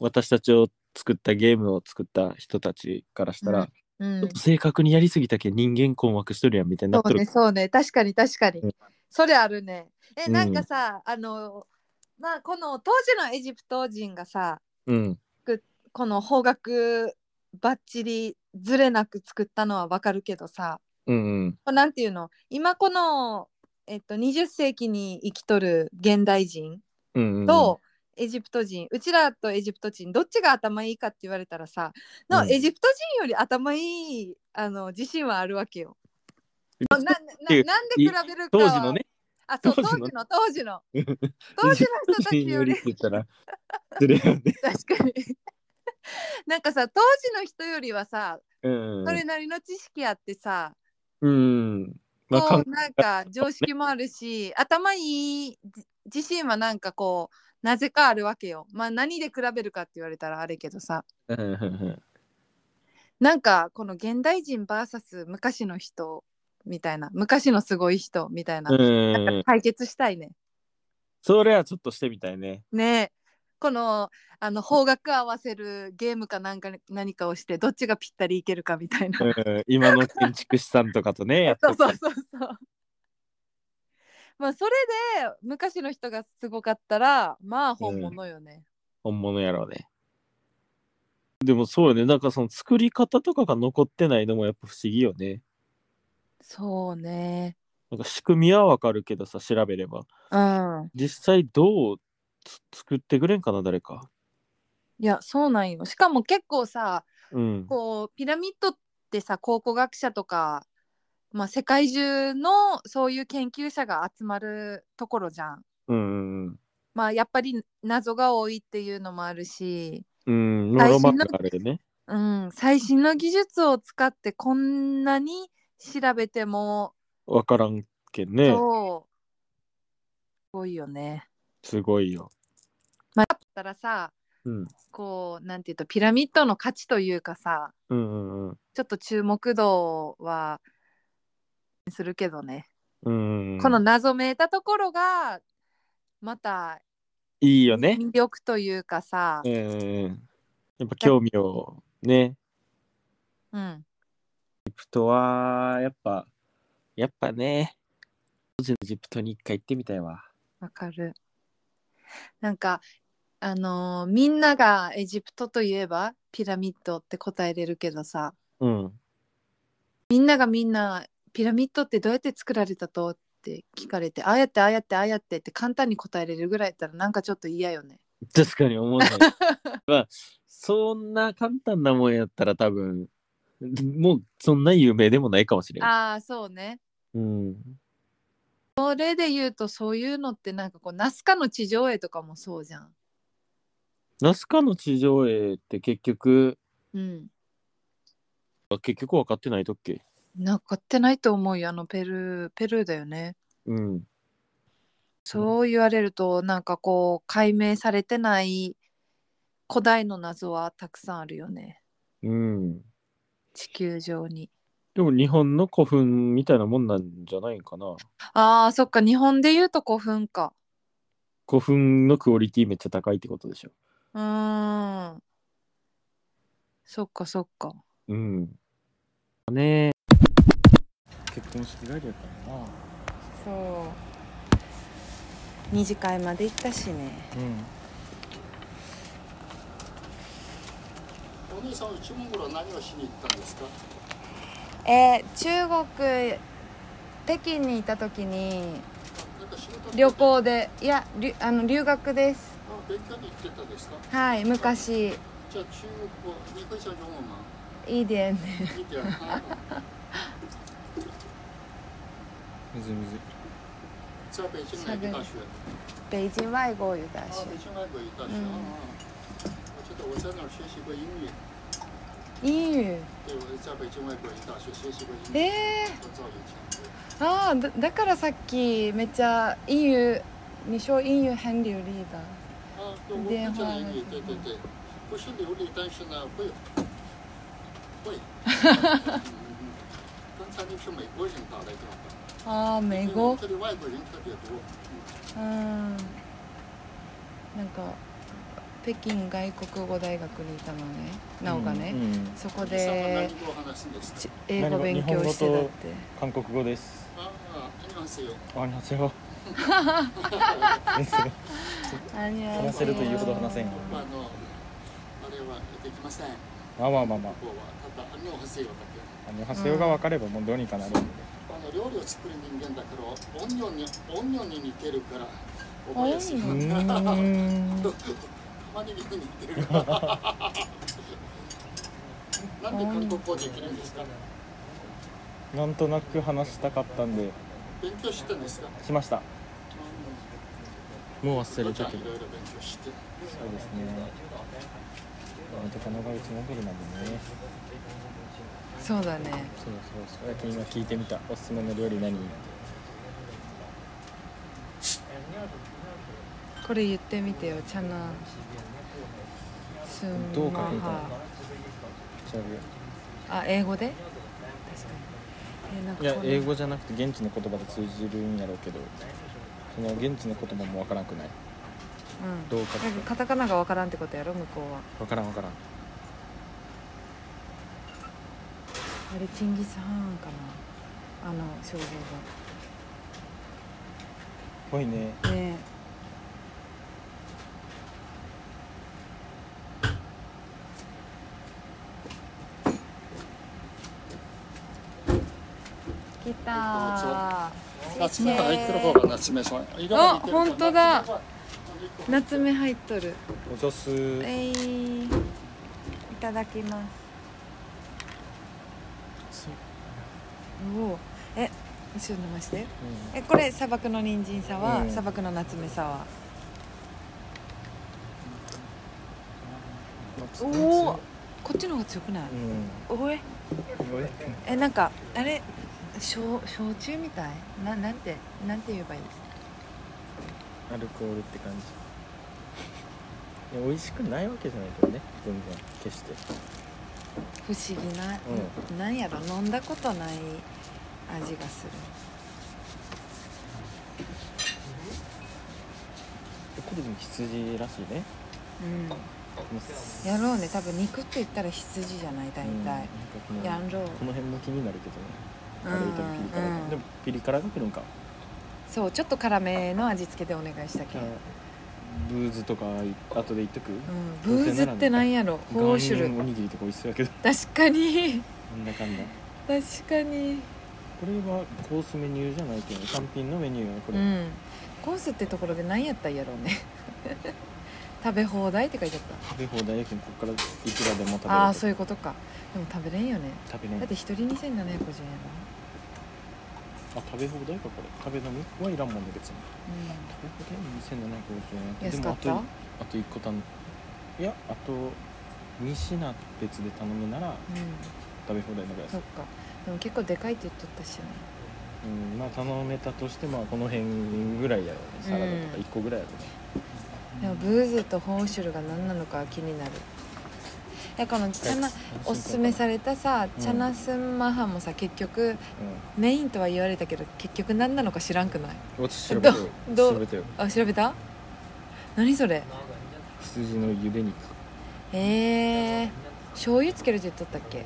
[SPEAKER 2] 私たちを作ったゲームを作った人たちからしたら、
[SPEAKER 3] うん
[SPEAKER 2] ちょっと正確にやりすぎたけん人間困惑しとるやんみたいになっ
[SPEAKER 3] そ
[SPEAKER 2] と
[SPEAKER 3] う
[SPEAKER 2] る
[SPEAKER 3] ねそうね確かに確かに、
[SPEAKER 2] うん
[SPEAKER 3] それあるねえ
[SPEAKER 2] うん
[SPEAKER 3] なんかさ、あのまあこの当時のエジプト人がさ、
[SPEAKER 2] うん
[SPEAKER 3] この方角ばっちりずれなく作ったのはわかるけどさ
[SPEAKER 2] うんうん
[SPEAKER 3] なんていうの今この、えっと、20世紀に生きとる現代人
[SPEAKER 2] うんうん
[SPEAKER 3] とエジプト人、うちらとエジプト人どっちが頭いいかって言われたらさの、
[SPEAKER 2] うん
[SPEAKER 3] エジプト人より頭いいあの自信はあるわけよ。なな
[SPEAKER 2] いう
[SPEAKER 3] なんで比べるか
[SPEAKER 2] 当
[SPEAKER 3] は
[SPEAKER 2] 時のね
[SPEAKER 3] あそう
[SPEAKER 2] 当
[SPEAKER 3] 当
[SPEAKER 2] 時
[SPEAKER 3] 時
[SPEAKER 2] の
[SPEAKER 3] の当時の当時の人た ちより
[SPEAKER 2] って言ったら、ずれよね。
[SPEAKER 3] 確かに なんかさ当時の人よりはさ
[SPEAKER 2] うん
[SPEAKER 3] そ。れなりの知識あってさ、
[SPEAKER 2] うん。まあ、
[SPEAKER 3] こ
[SPEAKER 2] か
[SPEAKER 3] うなんか常識もあるし、頭いいじ自身はなんかこなぜかあるわけよ。まあ何で比べるかって言われたらあれけどさ
[SPEAKER 2] うんうんうん
[SPEAKER 3] なんかこの現代人 VS 昔の人みたいな昔のすごい人みたいな,、
[SPEAKER 2] うん
[SPEAKER 3] なんか対決したいね。
[SPEAKER 2] それはちょっとしてみたいね。
[SPEAKER 3] ねえこのあの方角合わせるゲームかなんか何かをしてどっちがぴったりいけるかみたいな。
[SPEAKER 2] うん今の建築士さんとかとね、やって
[SPEAKER 3] そ
[SPEAKER 2] た
[SPEAKER 3] うそう
[SPEAKER 2] ら
[SPEAKER 3] そうそう。まあそれで昔の人がすごかったらまあ本物よね。
[SPEAKER 2] 本物やろうね。でもそうよね、なんかその作り方とかが残ってないのもやっぱ不思議よね。
[SPEAKER 3] そうね。
[SPEAKER 2] なんか仕組みはわかるけどさ、調べれば。
[SPEAKER 3] うん。
[SPEAKER 2] 実際どうつ作ってくれんかな、誰か。
[SPEAKER 3] いやそうなんよ。しかも結構さ
[SPEAKER 2] うん。
[SPEAKER 3] こうピラミッドってさ考古学者とか、まあ、世界中のそういう研究者が集まるところじゃん。
[SPEAKER 2] うんうん
[SPEAKER 3] まあやっぱり謎が多いっていうのもあるし、
[SPEAKER 2] うん。うん、
[SPEAKER 3] 最
[SPEAKER 2] ロマ
[SPEAKER 3] 新
[SPEAKER 2] ン
[SPEAKER 3] の
[SPEAKER 2] があるよね。
[SPEAKER 3] うん、最新の技術を使ってこんなに調べても
[SPEAKER 2] わからんけんね。
[SPEAKER 3] そう。すごいよね。
[SPEAKER 2] すごいよ。
[SPEAKER 3] まあ、だったらさ、
[SPEAKER 2] うん。
[SPEAKER 3] こう、なんていうと、ピラミッドの価値というかさ、
[SPEAKER 2] うんうんうん。
[SPEAKER 3] ちょっと注目度はするけどね、
[SPEAKER 2] うんうん、
[SPEAKER 3] この謎めいたところが、また
[SPEAKER 2] いいよね。
[SPEAKER 3] 魅力というかさ、
[SPEAKER 2] うんうんうん。やっぱ興味をね、
[SPEAKER 3] うん、
[SPEAKER 2] エジプトはやっぱやっぱねエジプトに一回行ってみたいわ
[SPEAKER 3] わかる。なんか、あのーみんながエジプトといえばピラミッドって答えれるけどさ、
[SPEAKER 2] うん
[SPEAKER 3] みんながみんなピラミッドってどうやって作られたとって聞かれてああやってああやってああやってって簡単に答えれるぐらいやったらなんかちょっと嫌よね。
[SPEAKER 2] 確かに思う ねまあそんな簡単なもんやったら多分もうそんな有名でもないかもしれん
[SPEAKER 3] ああそうね。
[SPEAKER 2] うん
[SPEAKER 3] それで言うとそういうのってなんかこうナスカの地上絵とかもそうじゃん。
[SPEAKER 2] ナスカの地上絵って結局
[SPEAKER 3] うん。
[SPEAKER 2] 結局分かってないとっけ
[SPEAKER 3] 残ってないと思うよあのペルーペルーだよね。
[SPEAKER 2] うん
[SPEAKER 3] そう言われるとなんかこう解明されてない古代の謎はたくさんあるよね
[SPEAKER 2] うん
[SPEAKER 3] 地球上に。
[SPEAKER 2] でも日本の古墳みたいなもんなんじゃないんかな
[SPEAKER 3] ああそっか日本で言うと古墳か。
[SPEAKER 2] 古墳のクオリティめっちゃ高いってことでしょ
[SPEAKER 3] うーん。そっかそっか。
[SPEAKER 2] うんね結婚式帰りやからな
[SPEAKER 1] そう二次会まで行ったしね
[SPEAKER 4] お兄さんは中国は何をしに行ったんですか
[SPEAKER 1] えー中国北京にいた時に
[SPEAKER 4] なんか仕事
[SPEAKER 1] 旅行でいやりゅあの留学です
[SPEAKER 4] あ勉強に行ってたんですか
[SPEAKER 1] はい昔
[SPEAKER 4] じゃあ中国は你会讲中文吗
[SPEAKER 1] いいで
[SPEAKER 4] 一点啊
[SPEAKER 2] むずむず
[SPEAKER 4] 在北京哪个大学啊
[SPEAKER 1] 北京外国语大学
[SPEAKER 4] 北京外国语大学
[SPEAKER 1] 嗯
[SPEAKER 4] 啊我记得我在那儿学习过英语
[SPEAKER 1] 英语
[SPEAKER 4] 对我在北京外国语大学学习过英语
[SPEAKER 1] えー、
[SPEAKER 4] 我造有
[SPEAKER 1] ああだだからさっきめっちゃ英语你说英语很流利的
[SPEAKER 4] 强啊对我会讲英语对对对不是流利但是呢会会嗯嗯刚才那是美国人打来电话
[SPEAKER 1] ああ美
[SPEAKER 4] 因为
[SPEAKER 1] 国
[SPEAKER 4] 这里外国人特别多嗯
[SPEAKER 1] うんなんか北京外国語大学にいたのねなおがね、そこ
[SPEAKER 4] おじさんは
[SPEAKER 1] で
[SPEAKER 4] 何語を話すんですか
[SPEAKER 1] ち英語勉強してたって
[SPEAKER 2] 韓国語です
[SPEAKER 4] ああ、ありますよ。
[SPEAKER 2] ありますよ話
[SPEAKER 4] せるというほ
[SPEAKER 2] ど話せんよ
[SPEAKER 4] まあ、あの、あれはできません。
[SPEAKER 5] まあまあまあまあ
[SPEAKER 4] こ、こは、ただ、あの、発声だけ。
[SPEAKER 5] あの発声が分かればもうどうにかなるんで、
[SPEAKER 4] あの、料理を作る人間だから、オニオンに、オニオンに似てるから。覚えやすい。
[SPEAKER 1] オ
[SPEAKER 4] 玉
[SPEAKER 1] ニ
[SPEAKER 5] う
[SPEAKER 4] ね
[SPEAKER 5] ーん
[SPEAKER 4] ぎに似てる。なんで韓国語できるんですか。
[SPEAKER 5] なんとなく話したかったんで
[SPEAKER 4] 勉強してんですか。
[SPEAKER 5] しました
[SPEAKER 2] もう忘れ
[SPEAKER 4] じ
[SPEAKER 2] た
[SPEAKER 4] ゃあ、
[SPEAKER 2] け
[SPEAKER 4] い
[SPEAKER 2] ど
[SPEAKER 4] ろいろ勉強して。
[SPEAKER 5] そうですね元カノがうちモグルなんでね
[SPEAKER 1] そうだね
[SPEAKER 5] そうそうそうやけん今聞いてみたおすすめの料理何
[SPEAKER 3] これ言ってみてよチャナスン
[SPEAKER 2] どう書
[SPEAKER 3] マ
[SPEAKER 2] くんだろ
[SPEAKER 3] ハ
[SPEAKER 2] 調べよ
[SPEAKER 3] あ英語で確か
[SPEAKER 2] うい
[SPEAKER 3] にえー
[SPEAKER 2] や
[SPEAKER 3] なんかこれ
[SPEAKER 2] 英語じゃなくて現地の言葉で通じるんやろうけどその現地の言葉もわからんくない
[SPEAKER 3] うん
[SPEAKER 2] どう書く
[SPEAKER 3] なんかカタカナがわからんってことやろ向こうは
[SPEAKER 2] わからんわからん
[SPEAKER 3] あれチンギスハーンかなあの肖像
[SPEAKER 2] ぽいね
[SPEAKER 3] 画ねえ来たー
[SPEAKER 4] 夏目が入ってる方が夏目さん。色が似てるから
[SPEAKER 3] あ本当だ。
[SPEAKER 4] 夏目が
[SPEAKER 3] 夏目入っとる
[SPEAKER 2] おじゃす
[SPEAKER 3] えいいただきますおおえ後ろ伸ばして
[SPEAKER 2] う
[SPEAKER 3] えこれ砂漠の人参サワー、
[SPEAKER 2] うん
[SPEAKER 3] 砂漠の夏目サワー
[SPEAKER 2] ん
[SPEAKER 3] おおこっちの方が強くない、
[SPEAKER 2] うん
[SPEAKER 3] おえ
[SPEAKER 2] よい
[SPEAKER 3] えなんかあれ焼焼酎みたいななんてなんて言えばいい
[SPEAKER 2] アルコールって感じいや美味しくないわけじゃないけどね全然決して
[SPEAKER 3] 不思議な、なんやろ飲んだことない味がする
[SPEAKER 2] これでも羊らしいね
[SPEAKER 3] うん
[SPEAKER 2] い
[SPEAKER 3] やろうね多分肉って言ったら羊じゃない大体、やんろう、
[SPEAKER 2] この辺も気になるけどね
[SPEAKER 3] う
[SPEAKER 2] 軽い
[SPEAKER 3] ん
[SPEAKER 2] とピリ辛
[SPEAKER 3] う
[SPEAKER 2] が
[SPEAKER 3] ん
[SPEAKER 2] でもピリ辛が来るんか
[SPEAKER 3] そうちょっと辛めの味付けでお願いしたけ
[SPEAKER 2] じゃ
[SPEAKER 3] ど、
[SPEAKER 2] あブーズとか後で行っとく
[SPEAKER 3] うん、ブーズってなんやろホーシュ
[SPEAKER 2] 岩
[SPEAKER 3] ル
[SPEAKER 2] 塩おにぎりとか美味しそうやけど
[SPEAKER 3] 確かに
[SPEAKER 2] なんだかんだ
[SPEAKER 3] 確かに
[SPEAKER 2] これはコースメニューじゃないけど単品のメニューやねこ
[SPEAKER 3] う
[SPEAKER 2] れ、
[SPEAKER 3] んコースってところで何やったんやろうね食べ放題って書いてあっ
[SPEAKER 2] 食べ放題やけどここからいくらでも食べれる
[SPEAKER 3] たああーそういうことかでも食べれんよね
[SPEAKER 2] 食べれん
[SPEAKER 3] だって一人2750円やろ、
[SPEAKER 2] あ食べ放題かこれ食べ飲みはいらんもんね別に食べ放題
[SPEAKER 3] うん、
[SPEAKER 2] 2750円
[SPEAKER 3] 安かっ
[SPEAKER 2] で
[SPEAKER 3] た
[SPEAKER 2] もあとあと1個頼むいやあと2品別で頼むなら
[SPEAKER 3] うん
[SPEAKER 2] 食べ放題のぐらい
[SPEAKER 3] そっかでも結構でかいって言っとったしね
[SPEAKER 2] うんまあ頼めたとしてまあこの辺ぐらいやろうねサラダとか
[SPEAKER 3] うん
[SPEAKER 2] 1個ぐらいやろうね、
[SPEAKER 3] でもブーズとホーシュルが何なのか気になるいやこのチャナおすすめさ
[SPEAKER 2] れ、
[SPEAKER 3] れたさ
[SPEAKER 2] うん
[SPEAKER 3] チャナスンマハンもさ結局メインとは言われたけど結局何なのか知らんくない
[SPEAKER 2] うん、私調べたよ
[SPEAKER 3] どう
[SPEAKER 2] 調べたよ
[SPEAKER 3] あ調べた何それ
[SPEAKER 2] 羊の茹で肉
[SPEAKER 3] えー、醤油つけるって言っとったっけ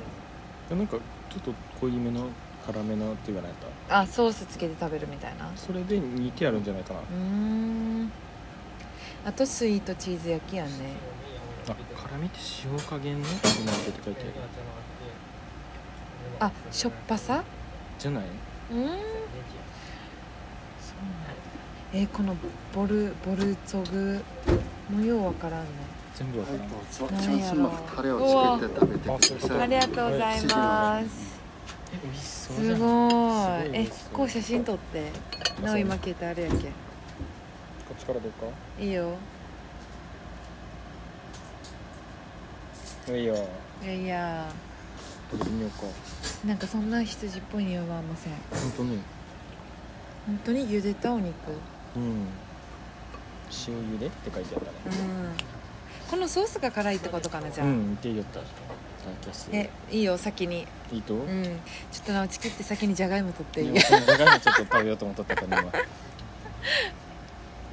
[SPEAKER 2] でなんかちょっと濃いめの辛めのって言わないと
[SPEAKER 3] あソースつけて食べるみたいなう
[SPEAKER 2] それで似てあるんじゃないかな、
[SPEAKER 3] ーんあとスイートチーズ焼きやんね
[SPEAKER 2] あ辛みって塩加減のってなんてって書いてある
[SPEAKER 3] あしょっぱさ
[SPEAKER 2] じゃないう
[SPEAKER 3] ーんそうなんだえーこのボルボルツォグもようわからんね
[SPEAKER 2] 全部わからん
[SPEAKER 4] はいチャンスマンタレをつけて食べてください。
[SPEAKER 3] ありがとうございます
[SPEAKER 2] え美味しそうじ
[SPEAKER 3] す
[SPEAKER 2] ゃん
[SPEAKER 3] ごい
[SPEAKER 2] すごい
[SPEAKER 3] え
[SPEAKER 2] 美味しそう
[SPEAKER 3] こう写真撮ってなお今携帯あるやんけ
[SPEAKER 2] こっちからどうか
[SPEAKER 3] いいよ
[SPEAKER 2] いいよ
[SPEAKER 3] いやいや
[SPEAKER 2] 取りにようか
[SPEAKER 3] なんかそんな羊っぽい匂いはありません
[SPEAKER 2] 本当に
[SPEAKER 3] 本当に茹でたお肉うん
[SPEAKER 2] うん塩茹でって書いてあったね
[SPEAKER 3] このソースが辛いってことかなじゃあ、
[SPEAKER 2] うん、って言った。キャス。
[SPEAKER 3] えいいよ先に
[SPEAKER 2] いいと。
[SPEAKER 3] うんちょっとなおち切って先にじゃがいも取っていい
[SPEAKER 2] いや私もじゃがいもちょっと食べようと思っとった から今。い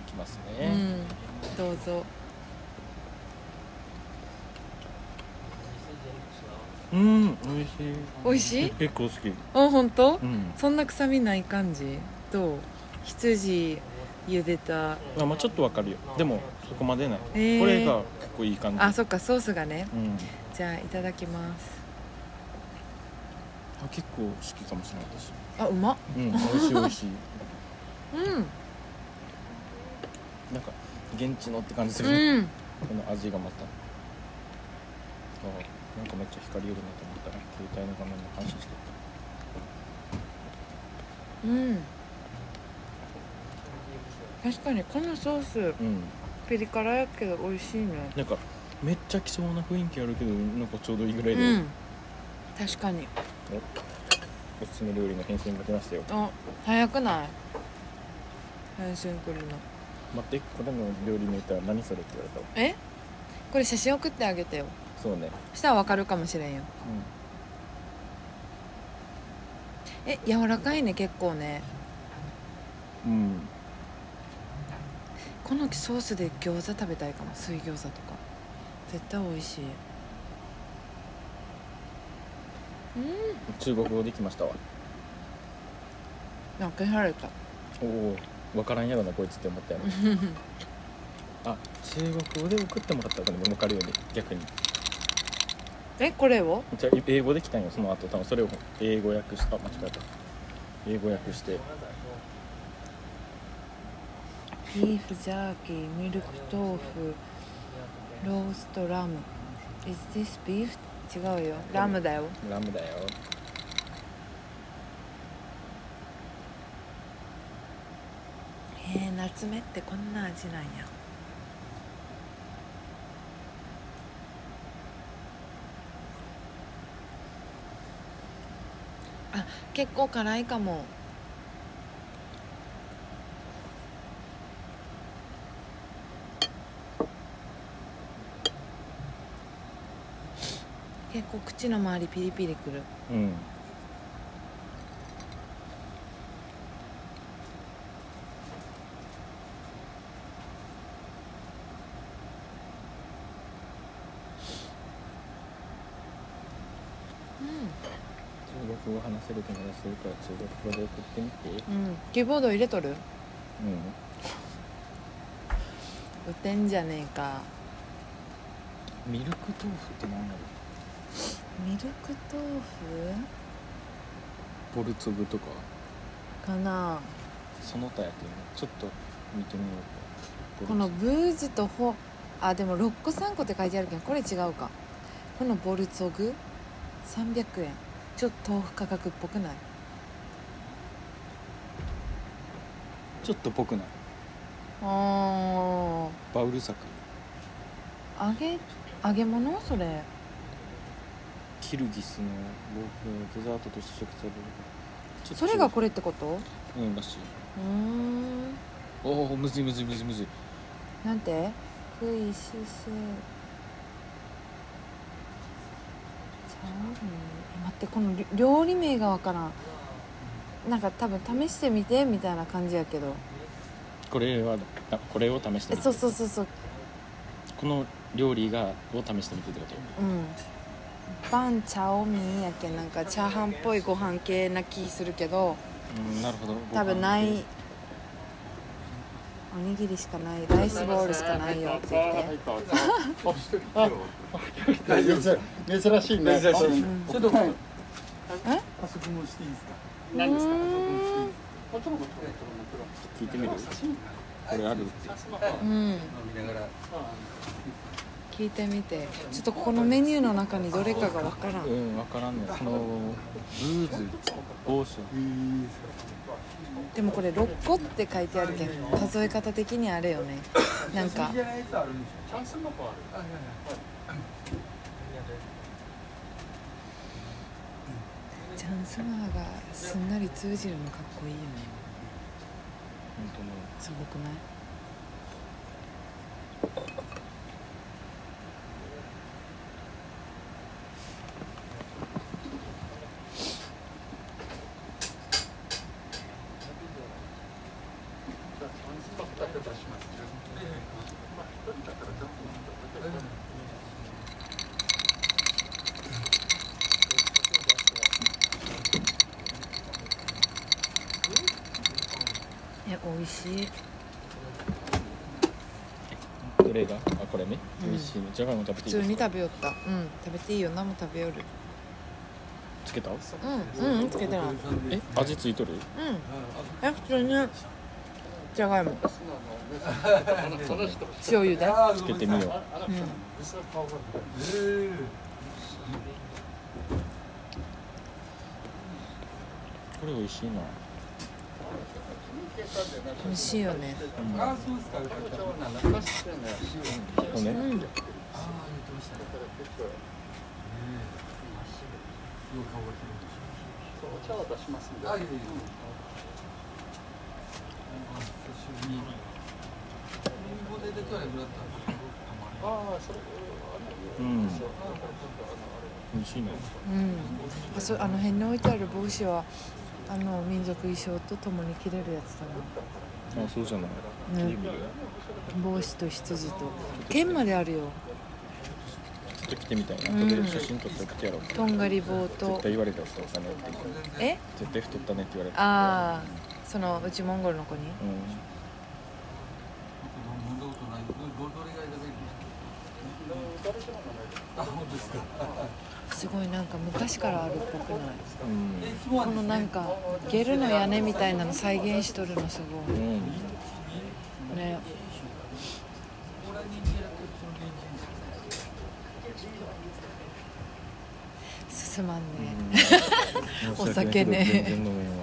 [SPEAKER 2] きます
[SPEAKER 3] う
[SPEAKER 2] ね。
[SPEAKER 3] んどうぞ
[SPEAKER 2] うん、美味しい。
[SPEAKER 3] 美味しい
[SPEAKER 2] 結構好き。
[SPEAKER 3] あ本当
[SPEAKER 2] うん。
[SPEAKER 3] そんな臭みない感じどう羊茹でた
[SPEAKER 2] あ、まあちょっとわかるよ。でもそこまでない。
[SPEAKER 3] えー
[SPEAKER 2] これが結構いい感じ。
[SPEAKER 3] あそっかソースがね
[SPEAKER 2] うん。
[SPEAKER 3] じゃあいただきます
[SPEAKER 2] あ、結構好きかもしれない私。
[SPEAKER 3] あうまっ
[SPEAKER 2] うん、美味しい美味しい。
[SPEAKER 3] うん
[SPEAKER 2] なんか現地のって感じするね。
[SPEAKER 3] うん
[SPEAKER 2] この味がまた。あ、なんかめっちゃ光るなと思ったら携帯の画面の反射してた。
[SPEAKER 3] うん確かにこのソース
[SPEAKER 2] うん。
[SPEAKER 3] ピリ辛やけど美味しいね
[SPEAKER 2] なんかめっちゃ貴重な雰囲気あるけどなんかちょうどいいぐら
[SPEAKER 3] う
[SPEAKER 2] いで、
[SPEAKER 3] ん確かに
[SPEAKER 2] おすすめ料理の返信が来ましたよ
[SPEAKER 3] あ早くない変身来るの
[SPEAKER 2] 待ってこれの料理名いたら何それって言われたわ
[SPEAKER 3] えこれ写真送ってあげてよ
[SPEAKER 2] そうね
[SPEAKER 3] したらわかるかもしれんよえ柔らかいね結構ね
[SPEAKER 2] うん、うん、
[SPEAKER 3] このソースで餃子食べたいかも水餃子とか絶対美味しいうん
[SPEAKER 2] 中国語できましたわ
[SPEAKER 3] なんかやられた
[SPEAKER 2] おお分からんやろなこいつって思 ったやろあ中国語で送ってもらったらこれ儲かるよね逆に
[SPEAKER 3] えこれを
[SPEAKER 2] じゃあ英語できたんよその後多分それを英語訳した間違えた英語訳して
[SPEAKER 3] ビーフジャーキーミルク豆腐ローストラム Is this beef? 違うよラムだよ
[SPEAKER 2] ラムだよ
[SPEAKER 3] えー、夏目ってこんな味なんやあ結構辛いかも結構口の周りピリピリくる
[SPEAKER 2] うん中国語話せる友達いるから中国語で送ってみて
[SPEAKER 3] うん、うん、キーボード入れとる
[SPEAKER 2] うん
[SPEAKER 3] 打てんじゃねえか
[SPEAKER 2] ミルク豆腐って何だろう
[SPEAKER 3] ミルク豆
[SPEAKER 2] ボルツブとか
[SPEAKER 3] 腐かな
[SPEAKER 2] その他やってみようちょっと見てみようか
[SPEAKER 3] このブーズとホあでも6個3個って書いてあるけどこれ違うかこのボルツォグ300円ちょっと豆腐価格っぽくない
[SPEAKER 2] ちょっと僕な
[SPEAKER 3] あ
[SPEAKER 2] バウル作
[SPEAKER 3] あ揚げ揚げ物それ
[SPEAKER 2] キルギスの僕デザートと試食されるちょっと
[SPEAKER 3] それがこれってこと
[SPEAKER 2] うんらしいう
[SPEAKER 3] ーん
[SPEAKER 2] おおむずいむずいむずいむずい
[SPEAKER 3] なんてクイシシチャオミーえ待ってこのり料理名がわからんなんか多分試してみてみたいな感じやけど
[SPEAKER 2] これはあこれを試して
[SPEAKER 3] え
[SPEAKER 2] みて
[SPEAKER 3] そうそうそうそう
[SPEAKER 2] この料理がを試してみてってこと
[SPEAKER 3] うんバンチャオミーやけんなんかチャーハンっぽいご飯系な気するけど
[SPEAKER 2] うんなるほど
[SPEAKER 3] 多分ないおにぎりしかないライスボールしかないよって言って
[SPEAKER 4] 大丈夫です珍しいね
[SPEAKER 6] 珍しい
[SPEAKER 3] うん
[SPEAKER 6] ちょっと待って
[SPEAKER 7] あそこもしていいですか
[SPEAKER 4] 何ですか
[SPEAKER 3] うーん
[SPEAKER 4] もちろんもちろんもちろんもちろん
[SPEAKER 2] 聞いてみるこれあるって
[SPEAKER 3] うん
[SPEAKER 7] 飲みながら
[SPEAKER 3] 聞いてみてちょっとここのメニューの中にどれかがわからん
[SPEAKER 2] うん分からんねこのブーズオーシャン
[SPEAKER 7] いいです
[SPEAKER 3] でもこれ6個って書いてあるけん数え方的にあれよねなん
[SPEAKER 7] か
[SPEAKER 3] か
[SPEAKER 7] 好きじゃないやつあるんでし
[SPEAKER 4] チャンスの方ある
[SPEAKER 7] ょはいはいはい
[SPEAKER 3] チャンスマーがすんなり通じるのかっこいいよね
[SPEAKER 2] 本当ね
[SPEAKER 3] すごくない
[SPEAKER 4] じゃあチャンスの方だけ出しますまあ一人だから全部飲んだだけで
[SPEAKER 3] え美味しい
[SPEAKER 2] どれがあこれね、
[SPEAKER 3] うん
[SPEAKER 2] 美味しいねじゃがいも食べ
[SPEAKER 3] 普
[SPEAKER 2] ていい
[SPEAKER 3] 通に
[SPEAKER 2] ですか
[SPEAKER 3] 食べよったうん食べていいよ何も食べよる
[SPEAKER 2] つけた
[SPEAKER 3] うんうんつけてないうん
[SPEAKER 2] え味ついとる
[SPEAKER 3] え普通にじゃがいも
[SPEAKER 4] 素直なお姉さん話してほしい
[SPEAKER 3] 塩ゆで
[SPEAKER 7] あー
[SPEAKER 2] つけてみよう
[SPEAKER 4] ああら
[SPEAKER 3] うん
[SPEAKER 4] 嘘顔が
[SPEAKER 7] え
[SPEAKER 2] これ美味しいな
[SPEAKER 3] 美味しいよね
[SPEAKER 7] えあーそうですかよかったあ
[SPEAKER 2] これね
[SPEAKER 3] うん
[SPEAKER 7] あ言ってましたねえよく覚
[SPEAKER 4] お茶を出しますんで
[SPEAKER 7] えてるんでしょあいいいいあ久しぶりに
[SPEAKER 8] 英語で出たらブラッドはすごくたまらない
[SPEAKER 4] ああ、それ、
[SPEAKER 2] うん
[SPEAKER 4] あれ、
[SPEAKER 2] 美味しいな
[SPEAKER 3] うん、あそあの辺に置いてある帽子はあの民族衣装とともに着れるやつだ
[SPEAKER 2] あそうじゃない
[SPEAKER 3] な、ね、
[SPEAKER 2] 見る
[SPEAKER 3] 帽子と羊と剣まであるよ
[SPEAKER 2] ちょっと来てみたいな
[SPEAKER 3] うん
[SPEAKER 2] 後で写真撮って送ってやろう
[SPEAKER 3] とんがり棒と
[SPEAKER 2] 絶対言われた太ったねって
[SPEAKER 3] え
[SPEAKER 2] 絶対太ったねって言われた
[SPEAKER 3] ああそのうちモンゴルの子に
[SPEAKER 2] うん
[SPEAKER 8] 飲んだことないどどどれがいただきますかあ本当ですか
[SPEAKER 3] すごいなんか昔からあるっぽくな
[SPEAKER 2] う
[SPEAKER 3] い
[SPEAKER 2] ん
[SPEAKER 8] えそうな
[SPEAKER 3] こ
[SPEAKER 8] んで
[SPEAKER 3] の
[SPEAKER 8] す
[SPEAKER 3] なん
[SPEAKER 8] ね
[SPEAKER 3] かゲルの屋根みたいなの再現しとるのすご
[SPEAKER 2] うん
[SPEAKER 3] いね進まんね
[SPEAKER 2] うん
[SPEAKER 3] お酒
[SPEAKER 2] 申し訳な
[SPEAKER 3] ね
[SPEAKER 2] いけど全然飲めんわ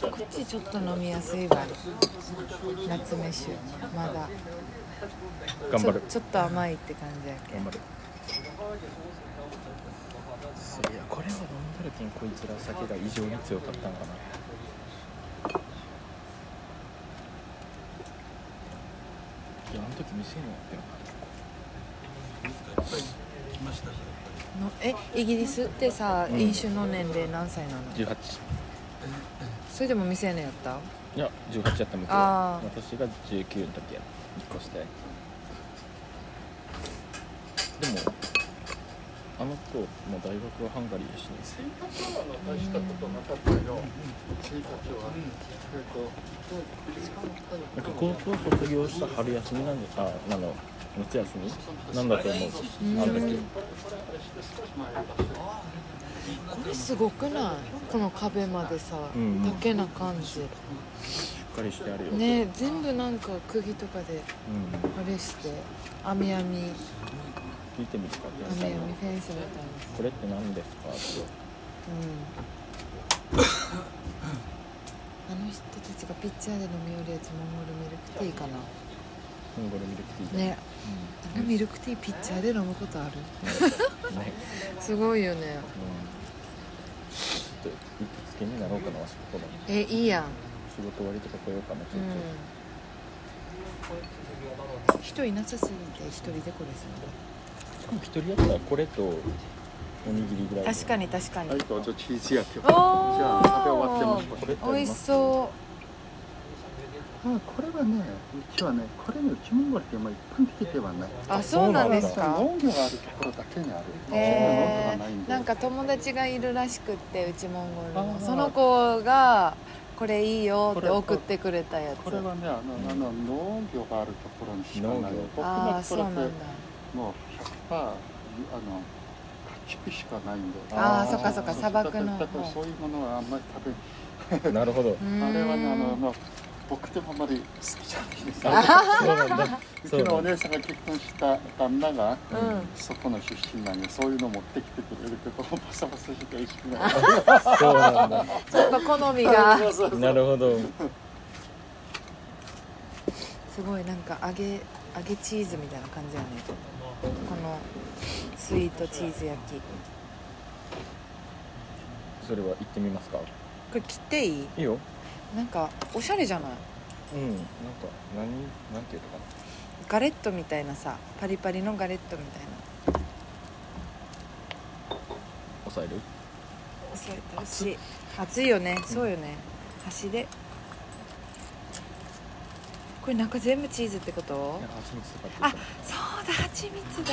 [SPEAKER 3] こっちちょっと飲みやすいわ夏飯まだ
[SPEAKER 2] 頑張る
[SPEAKER 3] ちょちょっと甘いって感じやけ
[SPEAKER 2] 頑張るそういやこれは飲んだ時にこいつら酒が異常に強かったのかないやあの時店にあったよ
[SPEAKER 3] のえイギリスってさ、
[SPEAKER 2] うん
[SPEAKER 3] 飲酒の年齢何歳なの
[SPEAKER 2] 18
[SPEAKER 3] それでも未成年やった
[SPEAKER 2] いや18やった向こう
[SPEAKER 3] あー
[SPEAKER 2] 私が19の時や1個してでもあの子も大学はハンガリーやしね
[SPEAKER 4] 生活は大したことなかったよ、生活は。えっと
[SPEAKER 2] なんか高校卒業した春休みなんでああの夏休みなんだと思う
[SPEAKER 3] うん
[SPEAKER 2] あの時
[SPEAKER 3] これすごくないこの壁までさ、
[SPEAKER 2] うんうん
[SPEAKER 3] 竹な感じ
[SPEAKER 2] しっかりしてあるよ、
[SPEAKER 3] ねえ全部なんか釘とかで
[SPEAKER 2] うん、
[SPEAKER 3] あれして網網網
[SPEAKER 2] 見てみるかって
[SPEAKER 3] 網
[SPEAKER 2] さん
[SPEAKER 3] フェンスみたいな
[SPEAKER 2] これって何ですかって
[SPEAKER 3] うんあの人たちがピッチャーで飲み寄るやつモンゴルミルクティーかな
[SPEAKER 2] モンゴルミルクティーで、
[SPEAKER 3] ねあのミルクティーピッチャーで飲むことある
[SPEAKER 2] うん、ね、
[SPEAKER 3] すごいよね
[SPEAKER 2] うん、ちょっと行きつけになろうかなわしここの
[SPEAKER 3] えいいやん
[SPEAKER 2] 仕事終わりとか来ようかなちょっと、
[SPEAKER 3] うん人いなさすぎて一人でこれす
[SPEAKER 2] しかも一人やったらこれとおにぎりぐらい
[SPEAKER 3] る確かに確かに
[SPEAKER 4] はい、どうぞチーズ焼きを。
[SPEAKER 3] お
[SPEAKER 4] じゃあ、食べ終わ
[SPEAKER 3] お
[SPEAKER 4] ってます。
[SPEAKER 2] これって
[SPEAKER 3] 美味しそう
[SPEAKER 4] うん、これはね、うちはね、これね、うちモンゴルってまあ一般的ではない。
[SPEAKER 3] あそうなんですか
[SPEAKER 4] 農業があるところだけにある。うちの農
[SPEAKER 3] へ
[SPEAKER 4] 業がないん
[SPEAKER 3] ー
[SPEAKER 4] で。
[SPEAKER 3] なんか友達がいるらしくってうちモンゴル
[SPEAKER 4] あ
[SPEAKER 3] の
[SPEAKER 4] ー
[SPEAKER 3] その子がこれいいよっ
[SPEAKER 4] こ
[SPEAKER 3] て
[SPEAKER 4] れ
[SPEAKER 3] 送ってくれたやつ
[SPEAKER 4] これはね、あの、あの農業があるところにしかない。
[SPEAKER 2] 農業
[SPEAKER 4] 僕
[SPEAKER 3] あ
[SPEAKER 4] の
[SPEAKER 3] あ
[SPEAKER 4] と
[SPEAKER 3] そう
[SPEAKER 4] こ
[SPEAKER 3] なんだ
[SPEAKER 4] ろってもう100%あの家畜しかないんで。
[SPEAKER 3] あ
[SPEAKER 2] あーそっかそっ
[SPEAKER 3] か砂漠の
[SPEAKER 4] だから
[SPEAKER 3] 方
[SPEAKER 4] そういうものはあんまり食べ
[SPEAKER 2] なるほど
[SPEAKER 3] うーん
[SPEAKER 4] あれはね、あの、まあ、僕でもあんまり好きじゃないです。
[SPEAKER 2] そうなんだ
[SPEAKER 4] う
[SPEAKER 2] そう
[SPEAKER 4] ち
[SPEAKER 2] な
[SPEAKER 4] のお
[SPEAKER 2] んだ
[SPEAKER 4] 姉さんが結婚した旦那が、
[SPEAKER 3] うん
[SPEAKER 4] そこの出身なんで、そういうの持ってきてくれるけど、パサパサして美味しくない。
[SPEAKER 2] そうなんだ
[SPEAKER 3] ちょっと好みが
[SPEAKER 4] そうそう
[SPEAKER 2] なるほど
[SPEAKER 3] すごいなんか揚げ揚げチーズみたいな感じやねこのスイートチーズ焼きこ
[SPEAKER 2] それは行ってみますか
[SPEAKER 3] れ切っていい
[SPEAKER 2] いいよ
[SPEAKER 3] なんかおしゃれじゃない
[SPEAKER 2] うんなんか何なんていうのかな
[SPEAKER 3] ガレットみたいなさパリパリのガレットみたいな
[SPEAKER 2] 抑える
[SPEAKER 3] 押さえてほしい熱いよねそうよね端でこれ中全部チーズってこと
[SPEAKER 2] なんか蜂蜜とかって
[SPEAKER 3] あそうだ蜂蜜だ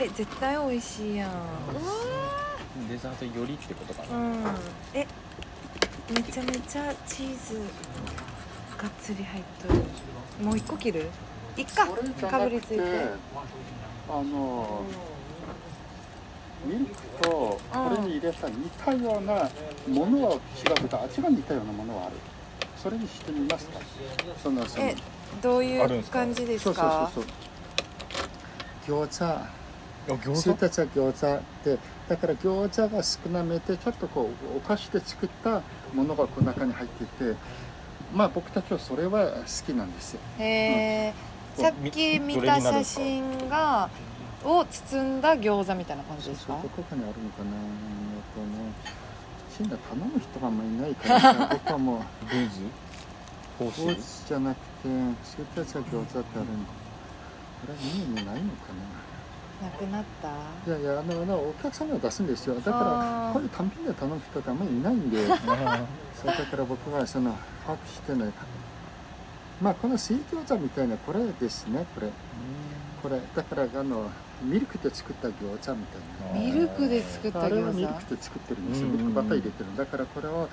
[SPEAKER 3] え絶対美味しいやん
[SPEAKER 2] デザートよりってことか
[SPEAKER 3] う
[SPEAKER 2] な、
[SPEAKER 3] んえめちゃめちゃチーズがっつり入っとるもう一個切るいっか
[SPEAKER 4] これじゃ
[SPEAKER 3] かぶ
[SPEAKER 4] な
[SPEAKER 3] り
[SPEAKER 4] く
[SPEAKER 3] つい
[SPEAKER 4] て
[SPEAKER 3] て、
[SPEAKER 4] あの、ミルクと、これに入れた似たようなものは違うけど、味が似たようなものはある。それにしてみますか。その、その
[SPEAKER 3] え。どう
[SPEAKER 2] あ
[SPEAKER 3] い
[SPEAKER 2] るん
[SPEAKER 3] う
[SPEAKER 2] すか
[SPEAKER 3] 感じです
[SPEAKER 4] そうそう
[SPEAKER 3] か
[SPEAKER 4] そうそう。餃子。
[SPEAKER 2] あ餃
[SPEAKER 4] 1日は餃子でだから餃子が少なめでちょっとこうお菓子で作ったものがこの中に入っててまあ僕たちはそれは好きなんですよ
[SPEAKER 3] へえ
[SPEAKER 2] うん
[SPEAKER 3] さっき見た写真がを包んだ餃子みたいな感じです
[SPEAKER 4] そう
[SPEAKER 3] か
[SPEAKER 4] どこかにあるのかなえっとねしいんだ頼む人があんまりいないからさ僕はもう
[SPEAKER 5] ルーズコ
[SPEAKER 4] コー
[SPEAKER 5] ース
[SPEAKER 4] チじゃなくてスープやつは餃子ってあるんだこれはメニューにないのか
[SPEAKER 7] なくなった
[SPEAKER 4] ないやいやあのあのお客様が出すんですよだから
[SPEAKER 7] あー
[SPEAKER 4] こういう単品で頼む人ってあんまりいないんでそうだから僕はその把握してないまあこの水餃子みたいなこれですねこれこれだからあのミルクで作った餃子みたいな
[SPEAKER 7] ミルクで作った
[SPEAKER 4] あれはミ
[SPEAKER 7] 餃
[SPEAKER 4] ル
[SPEAKER 7] 子
[SPEAKER 4] クで作ってるんですよ、
[SPEAKER 5] うん
[SPEAKER 4] ミルクバター入れてるのだからこれを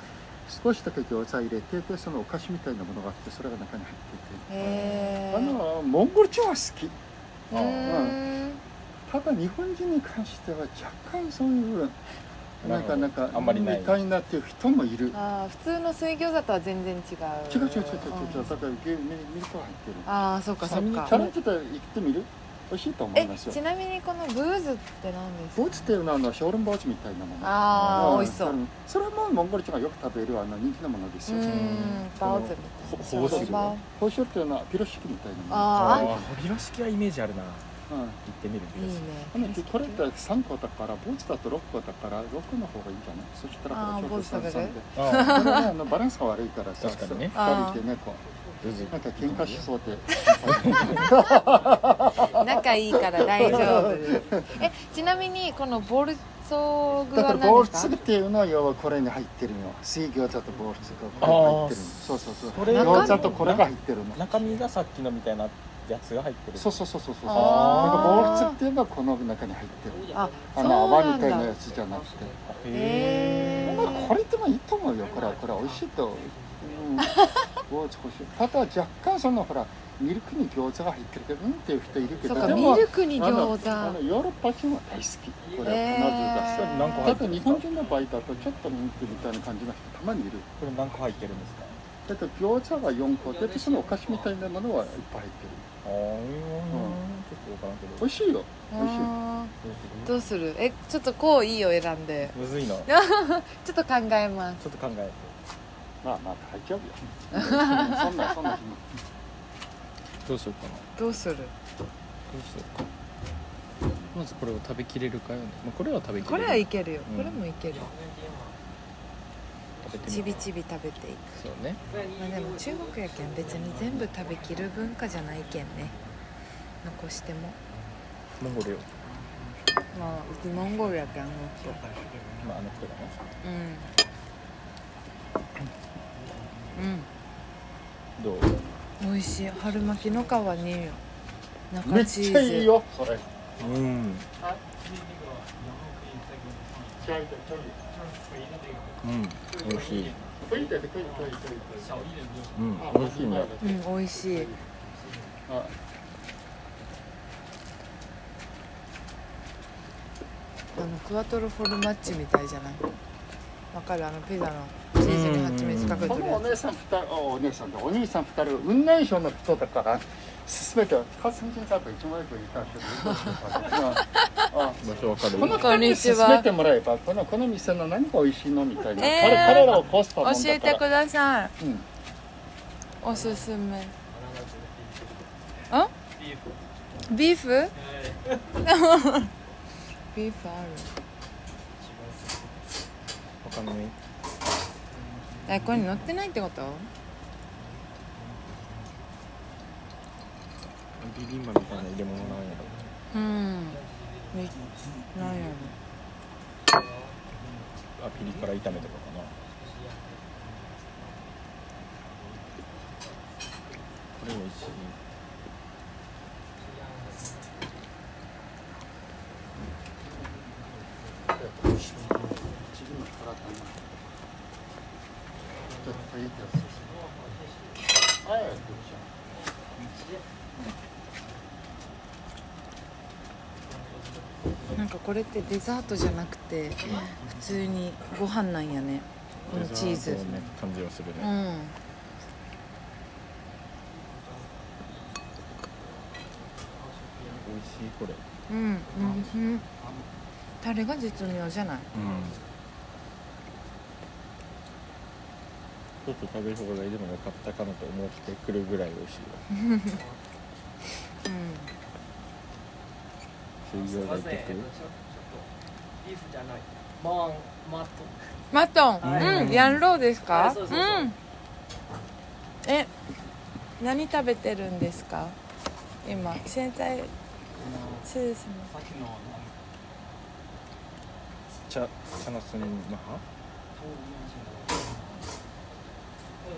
[SPEAKER 4] 少しだけ餃子入れてでそのお菓子みたいなものがあってそれが中に入っていて、
[SPEAKER 7] へえ
[SPEAKER 4] あのモンゴル茶は好き
[SPEAKER 7] うーん
[SPEAKER 4] ただ日本人に関しては若干そういうなんか
[SPEAKER 5] な
[SPEAKER 4] な
[SPEAKER 5] る
[SPEAKER 4] ん
[SPEAKER 5] ほど
[SPEAKER 4] か
[SPEAKER 5] あんまりない
[SPEAKER 4] みたいなっていう人もいる違う
[SPEAKER 7] あー普通の水餃子とは全然違う
[SPEAKER 4] 違う
[SPEAKER 7] う
[SPEAKER 4] 違う違う違う
[SPEAKER 7] ん
[SPEAKER 4] だから牛ミミルクが入ってる
[SPEAKER 7] ああそうかそう
[SPEAKER 4] チャレ
[SPEAKER 7] か
[SPEAKER 4] ンジで行ってみる美味しいと思い
[SPEAKER 7] え
[SPEAKER 4] ますよ
[SPEAKER 7] ちなみにこのブーズって何ですか
[SPEAKER 4] ボーチっていうのはあの小籠包チみたいなもの
[SPEAKER 7] あ
[SPEAKER 4] う
[SPEAKER 7] あ
[SPEAKER 4] ん
[SPEAKER 7] 美味しそうん
[SPEAKER 4] それもモンゴル人がよく食べるあの人気のものです
[SPEAKER 7] う
[SPEAKER 4] よ
[SPEAKER 7] んバオズみたいな
[SPEAKER 4] ほほうしる
[SPEAKER 7] バオ
[SPEAKER 4] 報酬っていうのはピロシキみたいなもの
[SPEAKER 7] あ
[SPEAKER 5] ああビロ式はイメージあるな行
[SPEAKER 4] うん
[SPEAKER 5] ってみる
[SPEAKER 7] い
[SPEAKER 5] ビ
[SPEAKER 7] い
[SPEAKER 5] ロ
[SPEAKER 7] ね
[SPEAKER 5] 式
[SPEAKER 4] なのでこれって3個だからボーチだと6個だから6の方がいいんじゃないそしたら
[SPEAKER 7] あー
[SPEAKER 4] ほらちょう
[SPEAKER 7] ボーチ食
[SPEAKER 4] ど
[SPEAKER 7] べる
[SPEAKER 4] 33で
[SPEAKER 5] あ
[SPEAKER 4] これはあのバランスが悪いからさ
[SPEAKER 5] 確かにね
[SPEAKER 4] 2人でねこ
[SPEAKER 5] ールーズ
[SPEAKER 4] うなんか喧嘩しそうで
[SPEAKER 7] 仲いいから大丈夫ですえちなみにこのボルソグ
[SPEAKER 4] だか
[SPEAKER 7] は
[SPEAKER 4] らボ
[SPEAKER 7] 何
[SPEAKER 4] ール
[SPEAKER 7] です
[SPEAKER 4] ツ
[SPEAKER 7] か
[SPEAKER 4] っていうのは要はこれに入ってるの水餃子とボールツがこれに入っ
[SPEAKER 5] あ
[SPEAKER 4] てるの
[SPEAKER 5] ー
[SPEAKER 4] そうそうそう
[SPEAKER 5] それ
[SPEAKER 4] 餃子とこれが入ってるの
[SPEAKER 5] 中身がさっきのみたいなやつが入ってる
[SPEAKER 4] そうそうそうそうそうなんかボールツ
[SPEAKER 7] あー
[SPEAKER 4] っていうのはこの中に入ってる
[SPEAKER 7] あ
[SPEAKER 4] あ
[SPEAKER 7] そ
[SPEAKER 4] の
[SPEAKER 7] うなんだ
[SPEAKER 4] 泡みたいなやつじゃなくて
[SPEAKER 7] へ
[SPEAKER 4] まあこれでもいいと思うよこれはこれは美味しいと、うん、ボーチ欲しいただ若干そのほらミルクに餃子が入ってるけどうんっていう人いるけ
[SPEAKER 7] そ
[SPEAKER 4] ど
[SPEAKER 7] うか
[SPEAKER 4] で
[SPEAKER 7] ミ
[SPEAKER 4] も
[SPEAKER 7] ルクに
[SPEAKER 4] あのあ
[SPEAKER 7] 餃
[SPEAKER 4] の
[SPEAKER 7] 子
[SPEAKER 4] ヨーロッパ人は大好きこれは
[SPEAKER 7] へー
[SPEAKER 4] 必ず出す
[SPEAKER 5] 何個入
[SPEAKER 4] た
[SPEAKER 5] って
[SPEAKER 4] だ
[SPEAKER 5] るんで
[SPEAKER 4] 日
[SPEAKER 5] すか
[SPEAKER 4] 本人の場合だとちょっとミルクみたいな感じの人たまにいる
[SPEAKER 5] これ何個入ってるんですか
[SPEAKER 4] だって餃子が4個ででそのお菓子みたいなものはいっぱい入ってる
[SPEAKER 5] ああうんちょっとわからんけど
[SPEAKER 4] 美味しいよ美味しい
[SPEAKER 7] あーどうするえちょっとこういいよ選んで
[SPEAKER 5] むずいなちょ
[SPEAKER 7] ちょっと考えます
[SPEAKER 5] っと考え
[SPEAKER 4] まあまあ大丈夫よそんなそん な
[SPEAKER 9] うどうしようかなど
[SPEAKER 7] どうする
[SPEAKER 9] うしようかまずこれを食べきれるかよね、まあ、これは食べきれる
[SPEAKER 7] これはいけるよ、
[SPEAKER 9] うん
[SPEAKER 7] これもいける
[SPEAKER 9] 食べて
[SPEAKER 7] ち
[SPEAKER 9] みる
[SPEAKER 7] びちび食べていく
[SPEAKER 9] そうね
[SPEAKER 7] まあでも中国やけん別に全部食べきる文化じゃないけんね残しても
[SPEAKER 5] モンゴルよ
[SPEAKER 7] まあうちモンゴルやけんも
[SPEAKER 5] まああの人だね
[SPEAKER 7] うん
[SPEAKER 5] どう
[SPEAKER 7] うん美味しい春巻きの皮に
[SPEAKER 4] め
[SPEAKER 7] 中
[SPEAKER 4] っ
[SPEAKER 7] チーズ
[SPEAKER 4] ちゃいいよそれ
[SPEAKER 5] うんうん美味しいうん美味しいね
[SPEAKER 7] うん美味しいあのクワトロフォルマッチみたいじゃないわかるあのピザのチーズに蜂蜜かけ
[SPEAKER 4] こ
[SPEAKER 7] てる
[SPEAKER 4] のお
[SPEAKER 7] や
[SPEAKER 4] 姉さん二人お姉さんとお兄さん二人雲南省の人だから全てカスミさんと一枚といたけど
[SPEAKER 5] 場所わかる
[SPEAKER 4] こ の
[SPEAKER 7] こん
[SPEAKER 4] 二
[SPEAKER 7] にち
[SPEAKER 4] 人に
[SPEAKER 7] は
[SPEAKER 4] 勧めてもらえばこのこの店の何が美味しいのみたいな、
[SPEAKER 7] えー
[SPEAKER 4] 彼彼らをコストもんだ
[SPEAKER 7] つ教えてく
[SPEAKER 4] から
[SPEAKER 7] ださい
[SPEAKER 4] うん
[SPEAKER 7] おすすめあビーフ ビーフある
[SPEAKER 5] 他のね
[SPEAKER 7] えこれに乗ってないってこと
[SPEAKER 5] ビビンバみたいな入れ物なんやろ
[SPEAKER 7] うんえなんやろ
[SPEAKER 5] あピリ辛炒めとかかなこれ美味しい
[SPEAKER 7] なんかこれってデザートじゃなくて普通にご飯なんやねこのチーズ
[SPEAKER 5] デザトのね感じがする
[SPEAKER 7] う
[SPEAKER 5] ね
[SPEAKER 7] ん
[SPEAKER 5] 美味しいこれ
[SPEAKER 7] うんうんタレが絶妙じゃな
[SPEAKER 5] う
[SPEAKER 7] い
[SPEAKER 5] んちょっと食べ放題でもよかったかなと思ってくるぐらい美味しい
[SPEAKER 7] うん
[SPEAKER 5] わ水餃子いってく
[SPEAKER 10] マンマット
[SPEAKER 7] マトン、
[SPEAKER 10] はい
[SPEAKER 7] うん、ヤンローです
[SPEAKER 10] は
[SPEAKER 7] か
[SPEAKER 10] いそうそうそうん
[SPEAKER 7] え何食べてるんですか今現在そうですね
[SPEAKER 10] さっきのなんか
[SPEAKER 5] 茶茶のすねの葉
[SPEAKER 10] そうで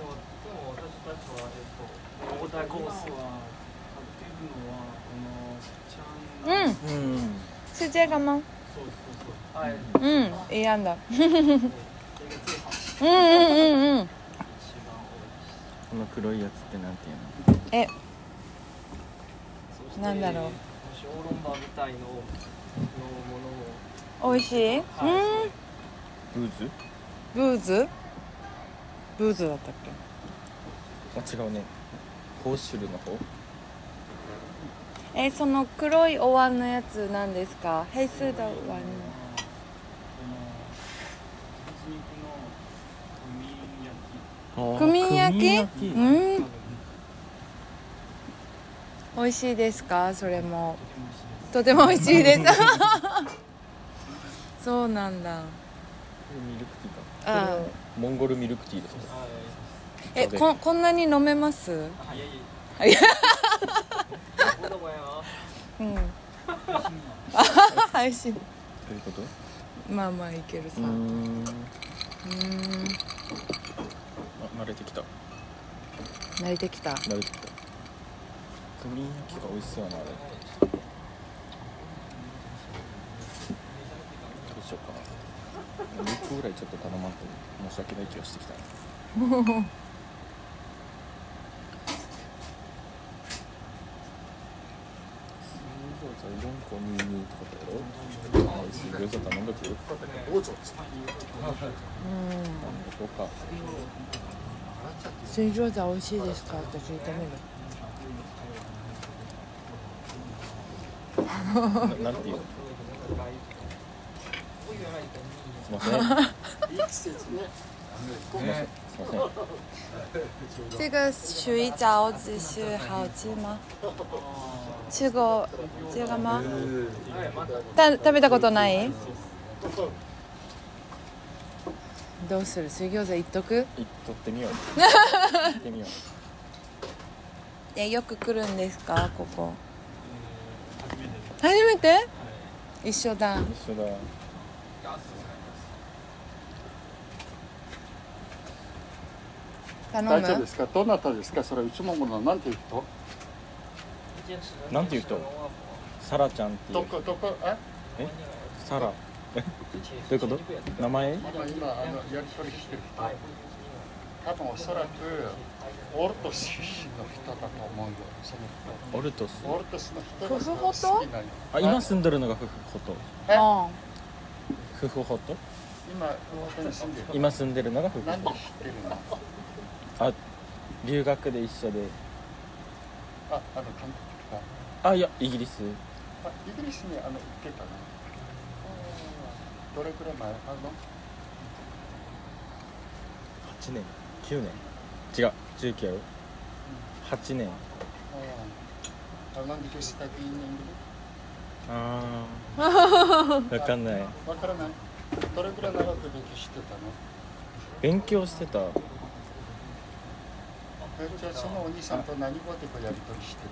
[SPEAKER 10] もでも私たちはえっとオーダーコースは買ってるのはこのちゃん
[SPEAKER 7] うん
[SPEAKER 5] うん
[SPEAKER 7] スジェガマン
[SPEAKER 10] そうそうそうはい
[SPEAKER 7] うんいいやんだ
[SPEAKER 10] それが通販
[SPEAKER 7] うんうんうんうん
[SPEAKER 10] 一番多
[SPEAKER 5] この黒いやつってなんていうの
[SPEAKER 10] いそして
[SPEAKER 7] なんだろう
[SPEAKER 10] 小籠包みたいののものも
[SPEAKER 7] 美味しい、うん
[SPEAKER 10] はい
[SPEAKER 5] ブーズ
[SPEAKER 7] ブーズブーズだったっ
[SPEAKER 5] あ違うねホーシュルの方
[SPEAKER 7] けえその黒いお椀のやつなんですかヘイスーダワンクミン焼きうん美味しいですかそれもとても美味しいです そうなんだ
[SPEAKER 5] ミルクティーか
[SPEAKER 7] あ
[SPEAKER 5] モンゴルミルクティーです
[SPEAKER 7] えここんなに飲めますうんあ 配信
[SPEAKER 5] どういうこと
[SPEAKER 7] まあまあいけるさ
[SPEAKER 5] うー
[SPEAKER 7] うん
[SPEAKER 5] ん
[SPEAKER 7] ん
[SPEAKER 5] あ慣れてきた
[SPEAKER 7] 慣れてきた
[SPEAKER 5] 慣れてきたクミン焼きが美味しそうやなあれどうしようかな3つぐらいちょっと頼まんと申し訳ない気がしてきた水餃子4個22ってことやろあ水餃子頼んだけど
[SPEAKER 7] うん
[SPEAKER 5] ここか
[SPEAKER 7] 水餃子美味しいですかって聞いてみる
[SPEAKER 5] ななんていうのすいませんすいません
[SPEAKER 7] 这个水饺子是好吃吗？吃过这个吗？但食べたことない？どうする？水餃子一徳？
[SPEAKER 5] 行っとってみよう行ってみよう
[SPEAKER 7] えよく来るんですかここ？初めて？一緒だ。
[SPEAKER 5] 一緒だ
[SPEAKER 7] 頼
[SPEAKER 4] 大丈夫で
[SPEAKER 7] む？
[SPEAKER 4] すかどなたですかそれうちもものなんていう人
[SPEAKER 5] なんていう人サラちゃんってい
[SPEAKER 4] ど
[SPEAKER 5] う
[SPEAKER 4] こどこえ
[SPEAKER 5] サラえどういうこと名前
[SPEAKER 4] 今今あのやり取りしてる人多分おそらくオルトス出身の人だと思うよその
[SPEAKER 5] オルトス
[SPEAKER 4] 人オルトスの人が
[SPEAKER 7] 夫婦ほと
[SPEAKER 4] 好きなの
[SPEAKER 5] あ今住んどるのがフフホト
[SPEAKER 7] あ
[SPEAKER 5] フフホト
[SPEAKER 4] 今ここに住んでる
[SPEAKER 5] 今住んでるのがフフ
[SPEAKER 4] なんで
[SPEAKER 5] ホ
[SPEAKER 4] 知ってるの
[SPEAKER 5] トあ留学で一緒で
[SPEAKER 4] ああの韓国か
[SPEAKER 5] あいやイギリス
[SPEAKER 4] あイギリスにあの行ってたのどれくらい前あの
[SPEAKER 5] 8年9年違う19やろ8年
[SPEAKER 4] あの何でしたっけ
[SPEAKER 5] ああ わかんない
[SPEAKER 4] わからないどれくらい長く勉強してたの
[SPEAKER 5] 勉強してた
[SPEAKER 4] えじゃあそのお兄さんと何語でこうやり取りして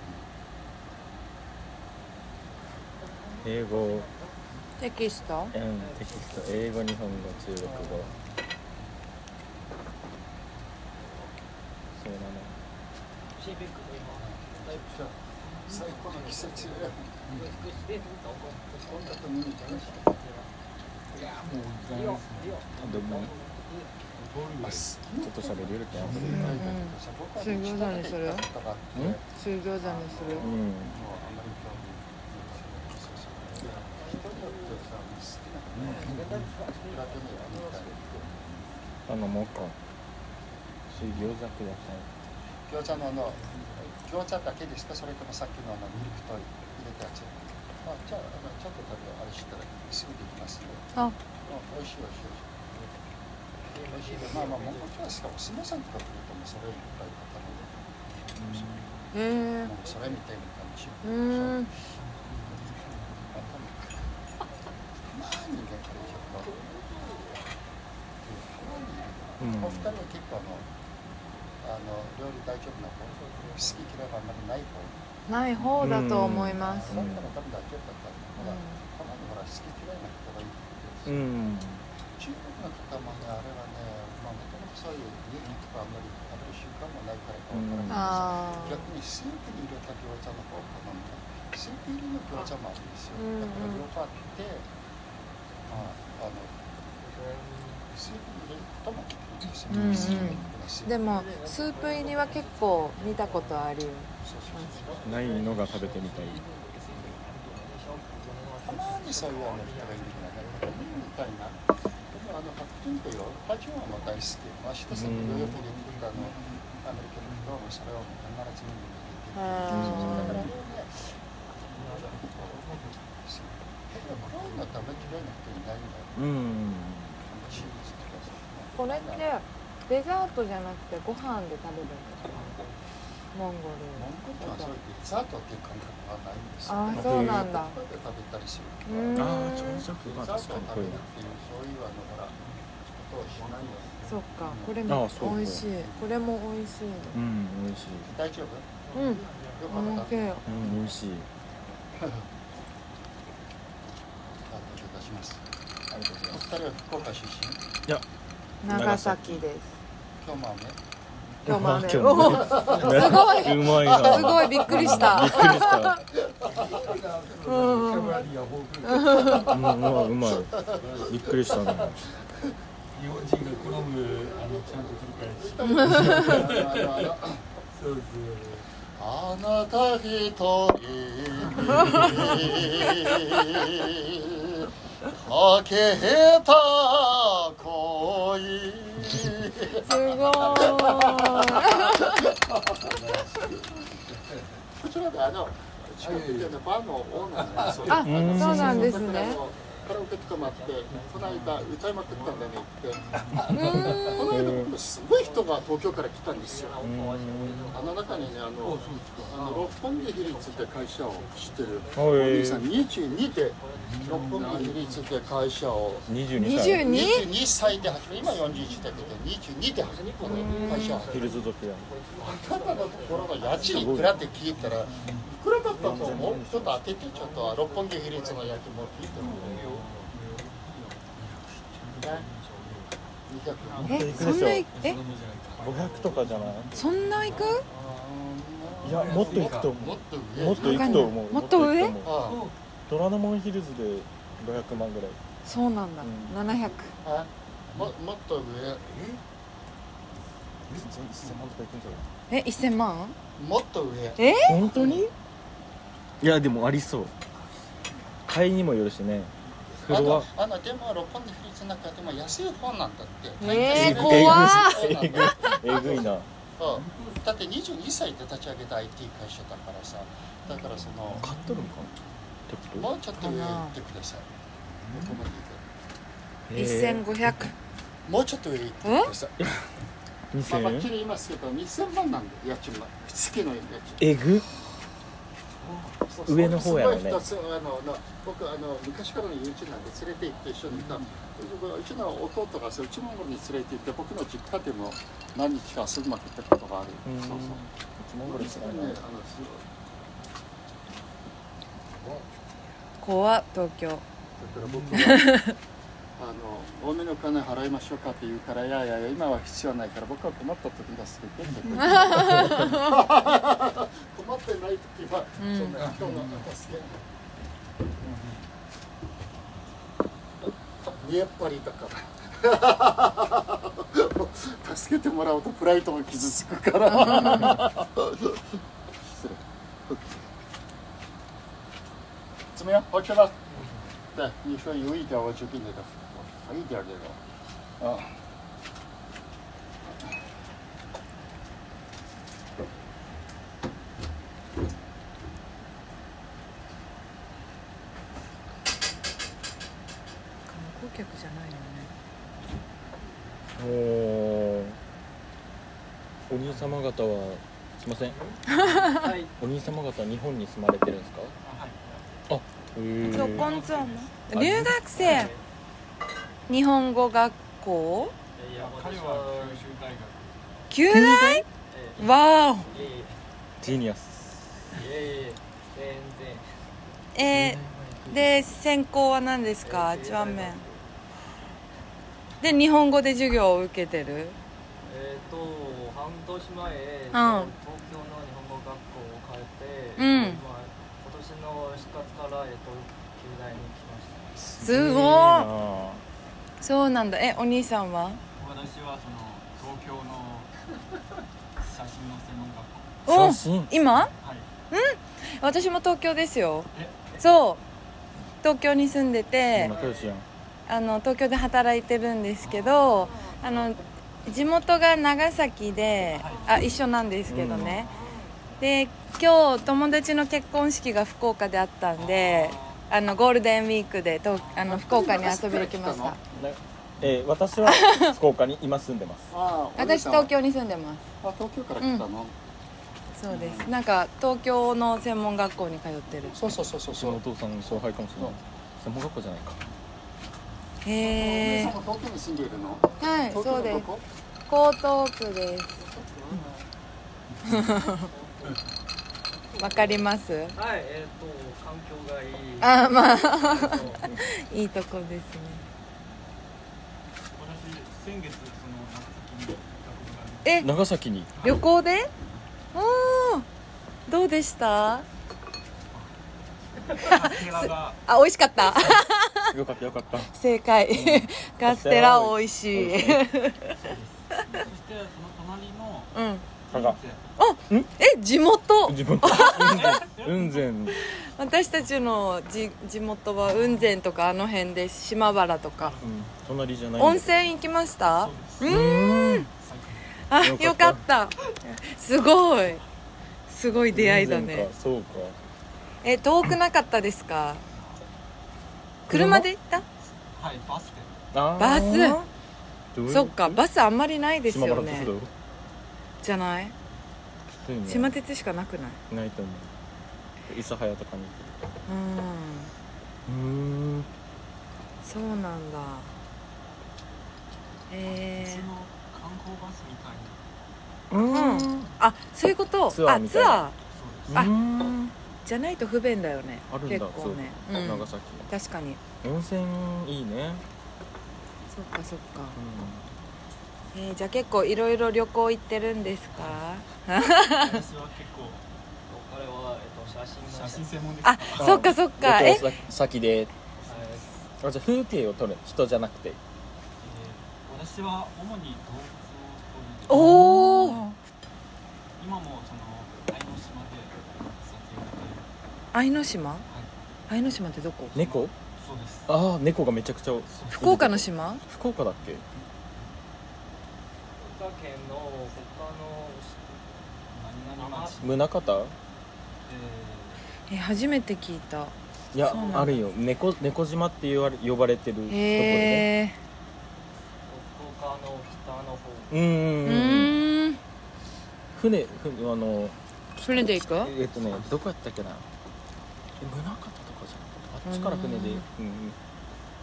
[SPEAKER 4] る
[SPEAKER 5] 英語うん
[SPEAKER 7] テキスト？
[SPEAKER 5] テキスト英語日本語中国語そうだな
[SPEAKER 4] のじゃあ最高の季節や音楽見に行きました
[SPEAKER 5] どんなちょっと喋れるってなってる
[SPEAKER 7] うん水餃子にする水餃子にする？
[SPEAKER 5] うんあのもうか水餃子ください
[SPEAKER 4] 餃子のあの餃子だけですかそれともさっきのあのミルクと入れたやつあじゃああのちょっとだけあれしたらすぐできますよ
[SPEAKER 7] あ
[SPEAKER 4] 美味しい美味しい美味しい美味しいまあまあもう今日はしかもすみませんとかって言うともうそれいっぱい買ったので
[SPEAKER 7] へえ。
[SPEAKER 4] もうそれみたいな感じ
[SPEAKER 7] うーん。
[SPEAKER 4] まあ人間から言うと
[SPEAKER 5] うん
[SPEAKER 4] お二人は結構あのあの料理大丈夫な方好き嫌いがあんまりない方
[SPEAKER 7] ない方だと思います。
[SPEAKER 4] そんなの多分大丈夫だった
[SPEAKER 7] う
[SPEAKER 4] ほ
[SPEAKER 7] ん
[SPEAKER 4] らたまにほら好き嫌いな人がいるっ
[SPEAKER 5] う
[SPEAKER 4] て言うんですよ
[SPEAKER 5] ん
[SPEAKER 4] 中国の方もねあれはねまあもともとそういう料理とかあんまり食べる習慣もないからかわからないんです
[SPEAKER 7] あ
[SPEAKER 4] けど逆にスープに入れた餃子の方かなみたいなスープ入りの餃子もあるんですよ
[SPEAKER 7] うんうん
[SPEAKER 4] だから両方あってまああのスープに入れることもできるんですよ、
[SPEAKER 7] うんうん
[SPEAKER 4] スープに入れ
[SPEAKER 7] あ。で
[SPEAKER 4] ます
[SPEAKER 7] もスープ入りは結構見たことあるよ。
[SPEAKER 4] そうそうそう
[SPEAKER 5] ないのが食べてみたい
[SPEAKER 4] たまにそういうあの人がいるんだねみたいなでもあの白金というパチョンは大好きまあ人さんとよく入れてたあのアメリカの人もそれを必ず見に入れてるだからあれはね結構黒いの食べきれなくていないんだよ
[SPEAKER 5] うん
[SPEAKER 4] チーズとかさ
[SPEAKER 7] これってデザートじゃなくてご飯で食べるんですか？モンゴ
[SPEAKER 4] モンゴルはそういうデザートっていう感覚はないんですよ
[SPEAKER 7] あーそうなんだ
[SPEAKER 4] 食べたりするけ
[SPEAKER 7] ル。う
[SPEAKER 4] ど
[SPEAKER 7] ーん
[SPEAKER 5] ああ朝食
[SPEAKER 4] デ
[SPEAKER 5] が
[SPEAKER 4] ザー
[SPEAKER 5] 確
[SPEAKER 4] ト
[SPEAKER 5] かに
[SPEAKER 4] を食
[SPEAKER 5] 濃いな
[SPEAKER 4] べるっていうそういうあのほらことをしないよ
[SPEAKER 7] そっか。これ
[SPEAKER 5] あ
[SPEAKER 7] も
[SPEAKER 5] そうそう
[SPEAKER 7] 美味しい。これも美味しい。
[SPEAKER 5] うん美味しい
[SPEAKER 4] 大丈夫
[SPEAKER 7] うん。オ
[SPEAKER 4] よかっ
[SPEAKER 7] ッ
[SPEAKER 4] た
[SPEAKER 7] ケー。
[SPEAKER 5] うん美味しい
[SPEAKER 4] あの頂戴しますお二人は福岡出身
[SPEAKER 7] 長崎です。
[SPEAKER 4] 今日も雨
[SPEAKER 7] 今日も雨。
[SPEAKER 5] 今日も
[SPEAKER 7] お
[SPEAKER 5] ね
[SPEAKER 7] ー すごい。
[SPEAKER 5] うまいな
[SPEAKER 7] すごいびっくりした
[SPEAKER 5] びっ。くりした
[SPEAKER 7] うん。
[SPEAKER 5] うんうまいうまいびっくりしたね
[SPEAKER 11] 日本人が好むあのちゃんと理解しそうです
[SPEAKER 4] あなた一人にかけた恋
[SPEAKER 7] すご
[SPEAKER 4] こちらであの中国でのバーのオーナーなんですよ
[SPEAKER 7] あそうなんですね
[SPEAKER 4] だからあのカラオケとかもあってこの間歌いまくったんだねって
[SPEAKER 7] い。うーん。
[SPEAKER 4] この間僕すごい人が東京から来たんですよ
[SPEAKER 5] うん
[SPEAKER 4] あの中にねあのあの六本木ヒルズって会社を知ってる
[SPEAKER 5] お
[SPEAKER 4] お兄
[SPEAKER 5] い
[SPEAKER 4] さん22で六本木ヒルズで会社を
[SPEAKER 5] 22歳
[SPEAKER 7] 22?
[SPEAKER 4] 22歳で始め今41だけど22で始めこの会社
[SPEAKER 5] ヒルズ族や
[SPEAKER 4] あなたのところの家賃いくらって聞いたらいくらだったと思うちょっと当ててちょっと六本木比率の家賃も聞いてもらおうね
[SPEAKER 7] え、そんな行くえ、
[SPEAKER 5] 500とかじゃない
[SPEAKER 7] そんな行く？
[SPEAKER 5] いやもっといくと思
[SPEAKER 4] もっ
[SPEAKER 5] う
[SPEAKER 4] と
[SPEAKER 5] も
[SPEAKER 4] 上
[SPEAKER 5] っといくと思う
[SPEAKER 7] もっと
[SPEAKER 5] も
[SPEAKER 7] 上
[SPEAKER 5] っと行くと思う
[SPEAKER 4] あ
[SPEAKER 5] ドラノモンヒルズで500万ぐらい
[SPEAKER 7] そうなんだ。700
[SPEAKER 4] あももっと上
[SPEAKER 5] 1000万とかいくんじゃない
[SPEAKER 7] え、1000万？
[SPEAKER 4] もっと上
[SPEAKER 5] 本当にいやでもありそう買いにもよるしねフ
[SPEAKER 4] あ
[SPEAKER 5] ロ
[SPEAKER 4] の
[SPEAKER 5] ア
[SPEAKER 4] あのでも六本木比率の中でも安い方なんだって
[SPEAKER 7] えー
[SPEAKER 4] 大
[SPEAKER 7] 怖
[SPEAKER 4] 体
[SPEAKER 7] い
[SPEAKER 4] そうなんだ
[SPEAKER 5] えぐえぐいな
[SPEAKER 4] うんだって22歳で立ち上げた IT 会社だからさだからその
[SPEAKER 5] 買っとるんかなってこ
[SPEAKER 4] もうちょっと上行ってください六本木で
[SPEAKER 5] と
[SPEAKER 7] 1500。
[SPEAKER 4] もうちょっと上行ってくださいまあ、はっき
[SPEAKER 5] 2000
[SPEAKER 4] り言いますけど、2000万なんで、家賃は。月の家賃。
[SPEAKER 5] えぐ
[SPEAKER 4] そうそう
[SPEAKER 5] 上の方やろね
[SPEAKER 4] すごい一つあのな僕あの、昔からの友人なんで連れて行って一緒にいた。うちの弟がそううちのもに連れて行って、僕の実家でも何日か住まくったことがある。
[SPEAKER 5] うん
[SPEAKER 4] そうそう。
[SPEAKER 5] モンゴルですか
[SPEAKER 4] ね
[SPEAKER 5] ら
[SPEAKER 4] あ
[SPEAKER 5] ね
[SPEAKER 4] のすごい
[SPEAKER 7] 怖っ東京。
[SPEAKER 4] だから僕はあの多めの金払いましょうかって言うからいやいやいや今は必要ないから僕は困った時だすって言ってんだけど困ってない時は
[SPEAKER 7] うん
[SPEAKER 4] そんな人の助けない、見えっ張りだから 助けてもらうとプライドが傷つくから失礼怎么样？好吃吧？对，你说有一点我就给你的，我少一点这个。啊。
[SPEAKER 7] 観光客じゃないよね。
[SPEAKER 5] おおお兄様方はすいません
[SPEAKER 10] はい
[SPEAKER 5] お兄様方日本に住まれてるんですか
[SPEAKER 10] あ
[SPEAKER 5] へー
[SPEAKER 7] 留学生。日本語学校？
[SPEAKER 10] えいや彼は九州大学
[SPEAKER 7] 旧大わ
[SPEAKER 10] いやいや
[SPEAKER 5] ジーニアス
[SPEAKER 10] いやいや全然
[SPEAKER 7] おえー、で専攻は何ですか一番面で日本語で授業を受けてる
[SPEAKER 10] えっと半年前、東京の日本語学校を変えて、
[SPEAKER 7] うん
[SPEAKER 10] 今年の4月から、えっと九大に来ました
[SPEAKER 7] すごい
[SPEAKER 5] な
[SPEAKER 7] そうなんだえお兄さんは
[SPEAKER 10] 私はその東京の 写真の専門学校
[SPEAKER 7] お
[SPEAKER 5] 写真
[SPEAKER 7] 今
[SPEAKER 10] はい
[SPEAKER 7] 私も東京ですよ
[SPEAKER 10] え
[SPEAKER 7] そう東京に住んでて
[SPEAKER 5] 仲良しやん
[SPEAKER 7] あの東京で働いてるんですけどあの地元が長崎であ一緒なんですけどね、で今日友達の結婚式が福岡であったんであのゴールデンウィークでとあの福岡に遊びに来ました
[SPEAKER 5] なえー私は福岡に今住んでます
[SPEAKER 4] ああ
[SPEAKER 7] 私
[SPEAKER 4] お姉さんは
[SPEAKER 7] 東京に住んでま
[SPEAKER 4] あ東京から来たの、
[SPEAKER 7] すそうですなんか東京の専門学校に通ってる
[SPEAKER 4] そうそうそうそう
[SPEAKER 5] うち
[SPEAKER 4] そう
[SPEAKER 5] のお父さんの後輩かもしれない専門学校じゃないか
[SPEAKER 7] へ
[SPEAKER 4] お姉
[SPEAKER 7] え
[SPEAKER 4] さんも東京に住んでいるの
[SPEAKER 7] はい
[SPEAKER 4] 東京
[SPEAKER 7] そう
[SPEAKER 4] の
[SPEAKER 7] で
[SPEAKER 4] ど
[SPEAKER 7] す
[SPEAKER 4] こ
[SPEAKER 7] 江東区ですわかります
[SPEAKER 10] はいえっ、と環境がいい
[SPEAKER 7] あまあ
[SPEAKER 10] えっと
[SPEAKER 7] いいとこですね
[SPEAKER 10] 私先月その長崎に
[SPEAKER 5] 長崎
[SPEAKER 7] え
[SPEAKER 10] 学部が出て
[SPEAKER 5] に
[SPEAKER 7] 旅行でおーどうでした
[SPEAKER 10] カステラが
[SPEAKER 7] あ美味しかった
[SPEAKER 5] よかったよかった
[SPEAKER 7] 正解カステラ美味しい
[SPEAKER 10] そしてその隣の
[SPEAKER 7] うん
[SPEAKER 5] 加賀
[SPEAKER 7] え地元
[SPEAKER 5] 自分 雲仙
[SPEAKER 7] 私たちのじ地元は雲仙とかあの辺です島原とか
[SPEAKER 5] うん隣じゃない
[SPEAKER 7] 温泉行きましたうーんあよ
[SPEAKER 5] よか
[SPEAKER 7] かっ
[SPEAKER 5] った
[SPEAKER 7] すごいすごい出会いだ
[SPEAKER 5] 雲仙
[SPEAKER 7] ね
[SPEAKER 5] かそうか
[SPEAKER 7] え遠くなかったですか車で行った
[SPEAKER 10] はいバスで
[SPEAKER 5] あー
[SPEAKER 7] バス
[SPEAKER 5] どういう
[SPEAKER 7] そっかバスあんまりないです
[SPEAKER 5] 島
[SPEAKER 7] よ
[SPEAKER 5] 原鉄
[SPEAKER 7] ね
[SPEAKER 5] 道
[SPEAKER 7] じゃない
[SPEAKER 5] きついね
[SPEAKER 7] 島鉄しかなくない
[SPEAKER 5] ないと思う諫早とかに
[SPEAKER 7] うん
[SPEAKER 5] うん
[SPEAKER 7] そうなんだえ
[SPEAKER 10] 普通の観光バスみたいな
[SPEAKER 7] ー、うんあそういうこと
[SPEAKER 5] ツアー
[SPEAKER 7] あ
[SPEAKER 5] みたい
[SPEAKER 7] ツ
[SPEAKER 5] な
[SPEAKER 7] アー
[SPEAKER 10] そう
[SPEAKER 7] あ
[SPEAKER 10] です
[SPEAKER 5] うん
[SPEAKER 7] じゃないと不便だよね
[SPEAKER 5] あるんだ
[SPEAKER 7] 結構ね
[SPEAKER 5] そう
[SPEAKER 7] うん
[SPEAKER 5] 長崎
[SPEAKER 7] 確かに
[SPEAKER 5] 温泉いいね
[SPEAKER 7] そっかそっか、
[SPEAKER 5] う
[SPEAKER 7] えーじゃあ結構いろいろ旅行行ってるんですか
[SPEAKER 10] 私は結構彼は、えっと、写真写真専門で
[SPEAKER 7] あ
[SPEAKER 5] あ
[SPEAKER 7] そっかそっ
[SPEAKER 5] ん
[SPEAKER 7] かえ
[SPEAKER 5] 旅行先であじゃあ風景を撮る人じゃなくて
[SPEAKER 10] 私は主に動物を撮る
[SPEAKER 7] おお
[SPEAKER 10] 今もその愛の島で撮影をしている
[SPEAKER 7] 愛の島愛の島ってどこ
[SPEAKER 5] 猫
[SPEAKER 10] そうです
[SPEAKER 5] ああ猫がめちゃくちゃ
[SPEAKER 7] 福岡の島
[SPEAKER 5] 福岡だっけ
[SPEAKER 10] 福岡県の他の何々町
[SPEAKER 5] 宗像
[SPEAKER 7] えー初めて聞いた
[SPEAKER 5] いや
[SPEAKER 7] そうなんだ
[SPEAKER 5] あるよ猫猫島って言われ呼ばれてるところで
[SPEAKER 7] へえ
[SPEAKER 10] 福岡の北の方
[SPEAKER 5] うんうん
[SPEAKER 7] う
[SPEAKER 5] うん
[SPEAKER 7] ーん
[SPEAKER 5] 船船あの
[SPEAKER 7] 船で行く
[SPEAKER 5] えっとねどこやったっけなえ宗像とかじゃなくてあっちから船でう
[SPEAKER 7] う
[SPEAKER 5] んんうん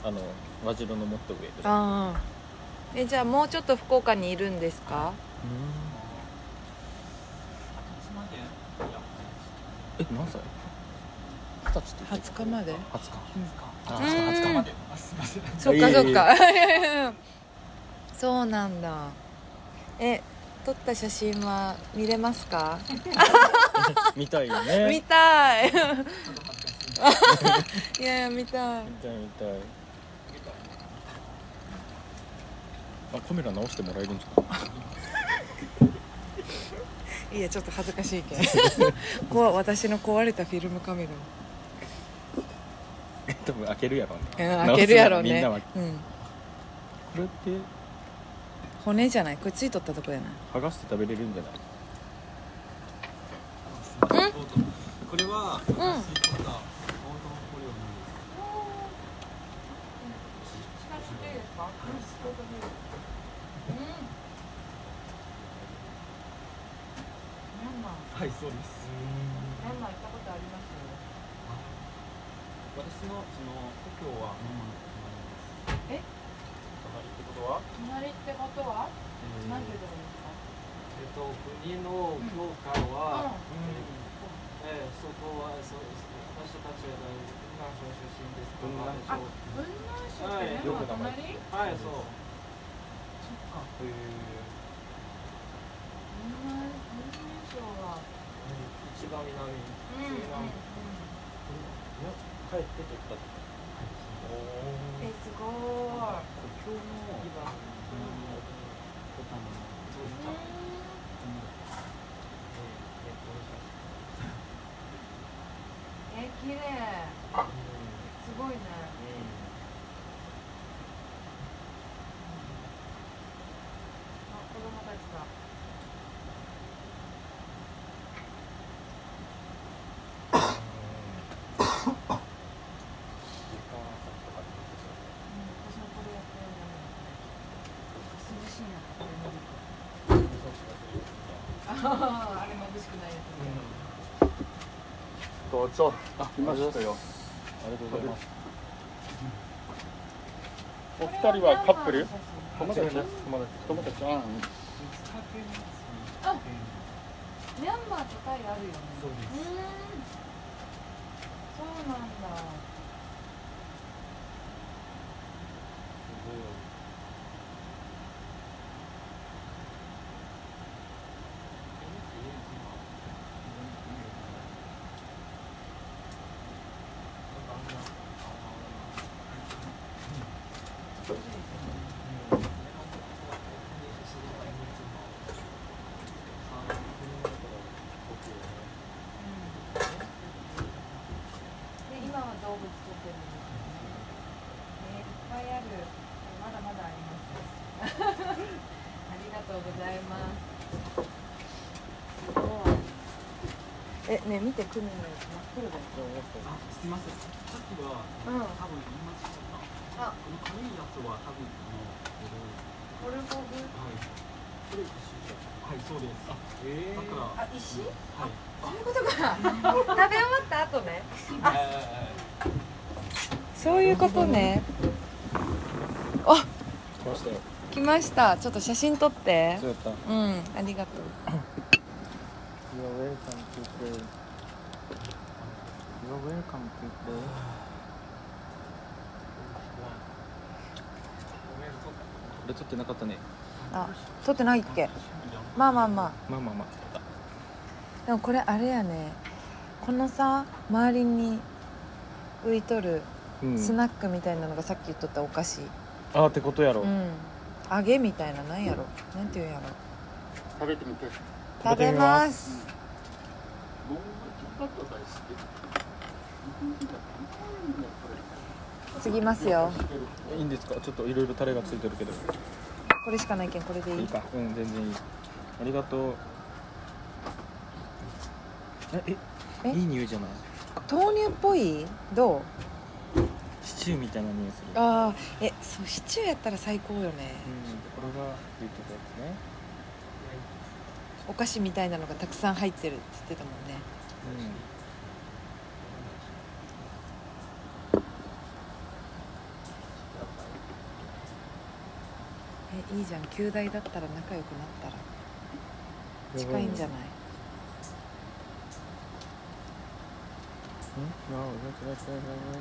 [SPEAKER 5] あの和白のもっと上で
[SPEAKER 7] ああえじゃあもうちょっと福岡にいるんですか
[SPEAKER 5] うん
[SPEAKER 10] 初までやって
[SPEAKER 5] え何歳二十歳って言って
[SPEAKER 7] 20日まで
[SPEAKER 5] 二十日
[SPEAKER 10] ま
[SPEAKER 5] あ
[SPEAKER 7] うん
[SPEAKER 5] ー20日まで
[SPEAKER 10] あすいません
[SPEAKER 7] そっか
[SPEAKER 5] い
[SPEAKER 7] そ
[SPEAKER 5] や
[SPEAKER 7] っ
[SPEAKER 5] い
[SPEAKER 7] か
[SPEAKER 5] や
[SPEAKER 7] そうなんだえ撮った写真は見れますか
[SPEAKER 5] 見たいよね
[SPEAKER 7] 見た いいやいや見たい
[SPEAKER 5] 見たい見たいあカメラ直してもらえるんじゃない
[SPEAKER 7] いやちょっと恥ずかしいけどこわ私の壊れたフィルムカメラ
[SPEAKER 5] え 多分開けるやろうね
[SPEAKER 7] うん開けるやろう
[SPEAKER 5] 直す
[SPEAKER 7] ね
[SPEAKER 5] やろみんなはこ
[SPEAKER 7] うん
[SPEAKER 5] れって
[SPEAKER 7] 骨じゃないこれついとったとこじゃない
[SPEAKER 5] 剥がして食べれるんじゃない
[SPEAKER 10] これは私
[SPEAKER 7] うん
[SPEAKER 10] 撮った報道捕虜のはい、そうです。ミャンマー行ったことあります。私のその故郷はミャンマーになります。え？だかってことは
[SPEAKER 7] 隣ってことは何て言うとこですか
[SPEAKER 10] えっと、国の教科は、ええ、そこは、そうですね。私たちは大南省出身ですから。
[SPEAKER 7] あ、雲南省ってメモの隣
[SPEAKER 10] はい、
[SPEAKER 7] そっ
[SPEAKER 10] そう。
[SPEAKER 7] か
[SPEAKER 10] え
[SPEAKER 7] 雲南雲南省は
[SPEAKER 10] 一番南。
[SPEAKER 7] うんうんうん
[SPEAKER 10] 帰ってとったって。
[SPEAKER 7] えすごい
[SPEAKER 10] 今日の今、
[SPEAKER 7] え綺麗すごいねあ子供たちだうん私もこれやってるの涼しいなこれ見るとあははあれ眩しくないやつね
[SPEAKER 4] どうぞ来ましたよ
[SPEAKER 5] ありがとうございます
[SPEAKER 4] お二人はカップル友達
[SPEAKER 5] 友達
[SPEAKER 4] 友達あうん
[SPEAKER 7] あミャンマーとタイあるよね
[SPEAKER 10] そうで
[SPEAKER 7] ーん
[SPEAKER 10] す
[SPEAKER 7] そうなんだで今は動物撮ってるんですよねねいっぱいあるまだまだありますありがとうございますすごい
[SPEAKER 3] えねえ見てクミのやつ真っ黒だ
[SPEAKER 12] あ、
[SPEAKER 3] よ
[SPEAKER 12] すみません。さっきは、
[SPEAKER 3] う
[SPEAKER 12] 多
[SPEAKER 3] ん
[SPEAKER 12] 分言い間違えた。
[SPEAKER 7] あ、
[SPEAKER 12] この黒いやつは多分あの、え
[SPEAKER 7] これもぐ
[SPEAKER 12] っとはい。これ石じゃん。はい、そうです。あ、えだから、は
[SPEAKER 7] あ石
[SPEAKER 12] い。
[SPEAKER 7] そういうことか食べ終わった後ね
[SPEAKER 12] あ、
[SPEAKER 3] そういうことね
[SPEAKER 5] 来ましたよ
[SPEAKER 3] 来ましたちょっと写真撮って
[SPEAKER 5] そうやった You
[SPEAKER 3] うんありがとう
[SPEAKER 5] are welcome to play You are welcome to play これ撮ってなかったね
[SPEAKER 3] 撮ってないっけまあまあま
[SPEAKER 5] まあまあまあ
[SPEAKER 3] あでもこれあれやねこのさ周りに浮いとる
[SPEAKER 5] うん
[SPEAKER 3] スナックみたいなのがさっき言っとったお菓子
[SPEAKER 5] あーってことやろ
[SPEAKER 3] うん揚げみたいななんやろなんていうんやろ
[SPEAKER 4] 食べてみて
[SPEAKER 3] 食べます
[SPEAKER 4] もうちょっと大好き日本人だったね
[SPEAKER 3] 次ますよ
[SPEAKER 5] いいんですかちょっといろいろタレがついてるけど
[SPEAKER 3] これしかないけんこれでいい
[SPEAKER 5] いいかうん全然いいありがとうえ
[SPEAKER 3] え
[SPEAKER 5] えいい匂いじゃない
[SPEAKER 3] 豆乳っぽいどう
[SPEAKER 5] シチューみたいな匂いするうんこ
[SPEAKER 3] ああえそうシチューやったら最高よね、
[SPEAKER 5] れが言ってたやつね
[SPEAKER 3] お菓子みたいなのがたくさん入ってるって言ってたもんねえいいじゃん旧大だったら仲良くなったら
[SPEAKER 5] うん
[SPEAKER 3] 近いんじゃない
[SPEAKER 5] んなあ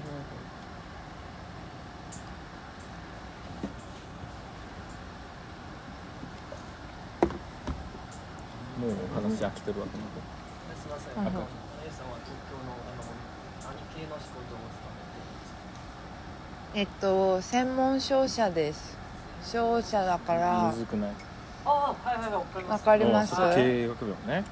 [SPEAKER 5] もう話飽きてるわけなんで
[SPEAKER 10] すみません。
[SPEAKER 3] はいはい
[SPEAKER 10] あのお姉さんは東京のあの何系の仕事をされて
[SPEAKER 3] え
[SPEAKER 10] るんですか。
[SPEAKER 3] っと専門商社です商社だか
[SPEAKER 5] む
[SPEAKER 3] ら
[SPEAKER 5] ずくない
[SPEAKER 10] ああ、はいはいはい、わかりま
[SPEAKER 3] わ
[SPEAKER 10] す。
[SPEAKER 3] かります
[SPEAKER 5] あそっか経営学部よね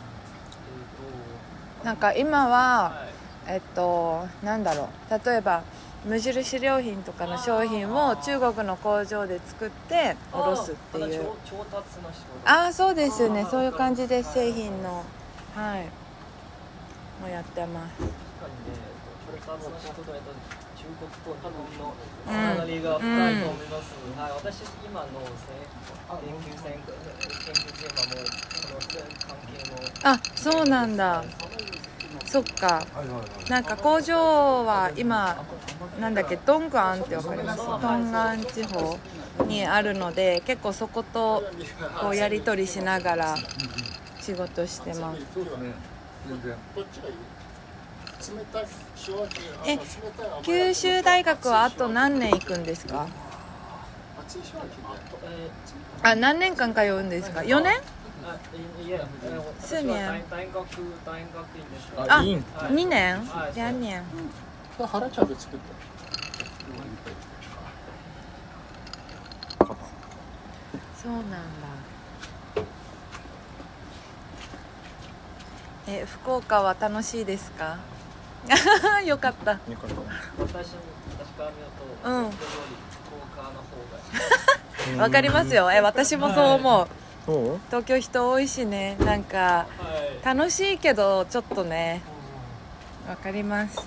[SPEAKER 3] なんか今は
[SPEAKER 10] はい。
[SPEAKER 3] えっとなんだろう例えば無印良品とかの商品を中国の工場で作って卸すっていう
[SPEAKER 10] あ調調達の仕事。
[SPEAKER 3] ああそうですね
[SPEAKER 10] あー
[SPEAKER 3] そういう感じで
[SPEAKER 10] はい
[SPEAKER 3] 製品のはいもうやってます
[SPEAKER 10] 確かにね、調達の仕事だと中国と日本のつながりが深いと思います。はい、私今の研究戦研究チームはもうこの関係の
[SPEAKER 3] あそうなんだそっかなんか工場は今なんだっけドングアンってわかりますドンガン地方
[SPEAKER 7] にあるので結構そことこうやり取りしながら仕事してます。え九州大学はあと何年行くんですかあ何年間通うんですか4年
[SPEAKER 10] あいいえ
[SPEAKER 7] 数年
[SPEAKER 10] 私は大大学大学院です
[SPEAKER 7] あ2年
[SPEAKER 10] はい
[SPEAKER 7] 2年
[SPEAKER 4] 原茶で作った
[SPEAKER 7] そうなんだえ福岡は楽しいですかよかった
[SPEAKER 5] よかった
[SPEAKER 10] 私私から見ると、
[SPEAKER 7] うん
[SPEAKER 10] より福岡の方が
[SPEAKER 7] わかりますよえ私もそう思う
[SPEAKER 5] そう
[SPEAKER 7] 東京人多いしねなんか楽しいけどちょっとねわかります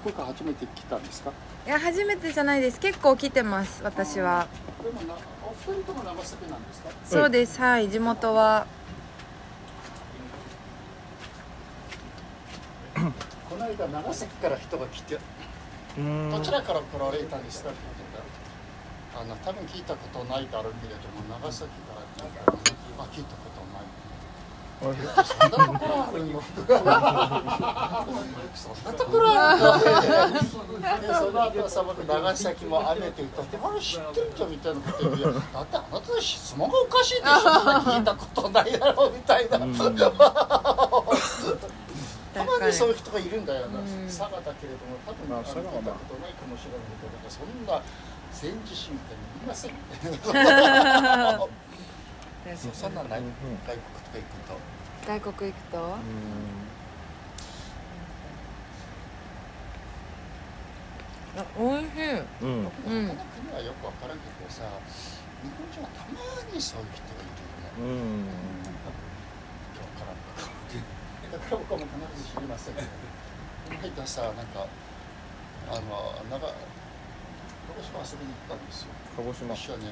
[SPEAKER 4] 福岡初めて来たんですか
[SPEAKER 7] いや初めてじゃないです結構来てます私は
[SPEAKER 4] でもなお二人とも長崎なんですか
[SPEAKER 7] そうですはい地元は
[SPEAKER 4] この間長崎から人が来てどちらから来られたりしたって言ってたあの多分聞いたことないだろうけれども長崎から来たまあ聞いたことないそんなところあるのそんなところあるので その後さ僕長崎も雨で歌って「あれ知ってるじゃん」みたいなこと言ういやだってあなたの質問がおかしいでしょそんな聞いたことないだろうみたいな、たまにそういう人がいるんだよな、佐賀だけれども多分
[SPEAKER 5] まあ
[SPEAKER 4] あの
[SPEAKER 5] 佐賀は
[SPEAKER 4] 聞いた
[SPEAKER 5] まあ
[SPEAKER 4] ことないかもしれないけどそんな戦時史みたいにいません そうそんなんない、外国とか行くと。
[SPEAKER 7] 外国行くとおい
[SPEAKER 5] うん
[SPEAKER 7] しい
[SPEAKER 4] 他の国はよくわからんけどさ日本人はたまにそういう人がいるよ
[SPEAKER 5] う
[SPEAKER 4] ね
[SPEAKER 5] ん
[SPEAKER 4] わからんだから僕はもう必ず知りませんけど入ったさなんかあの長鹿児島遊びに行ったんですよ
[SPEAKER 5] 鹿児島
[SPEAKER 4] 私はね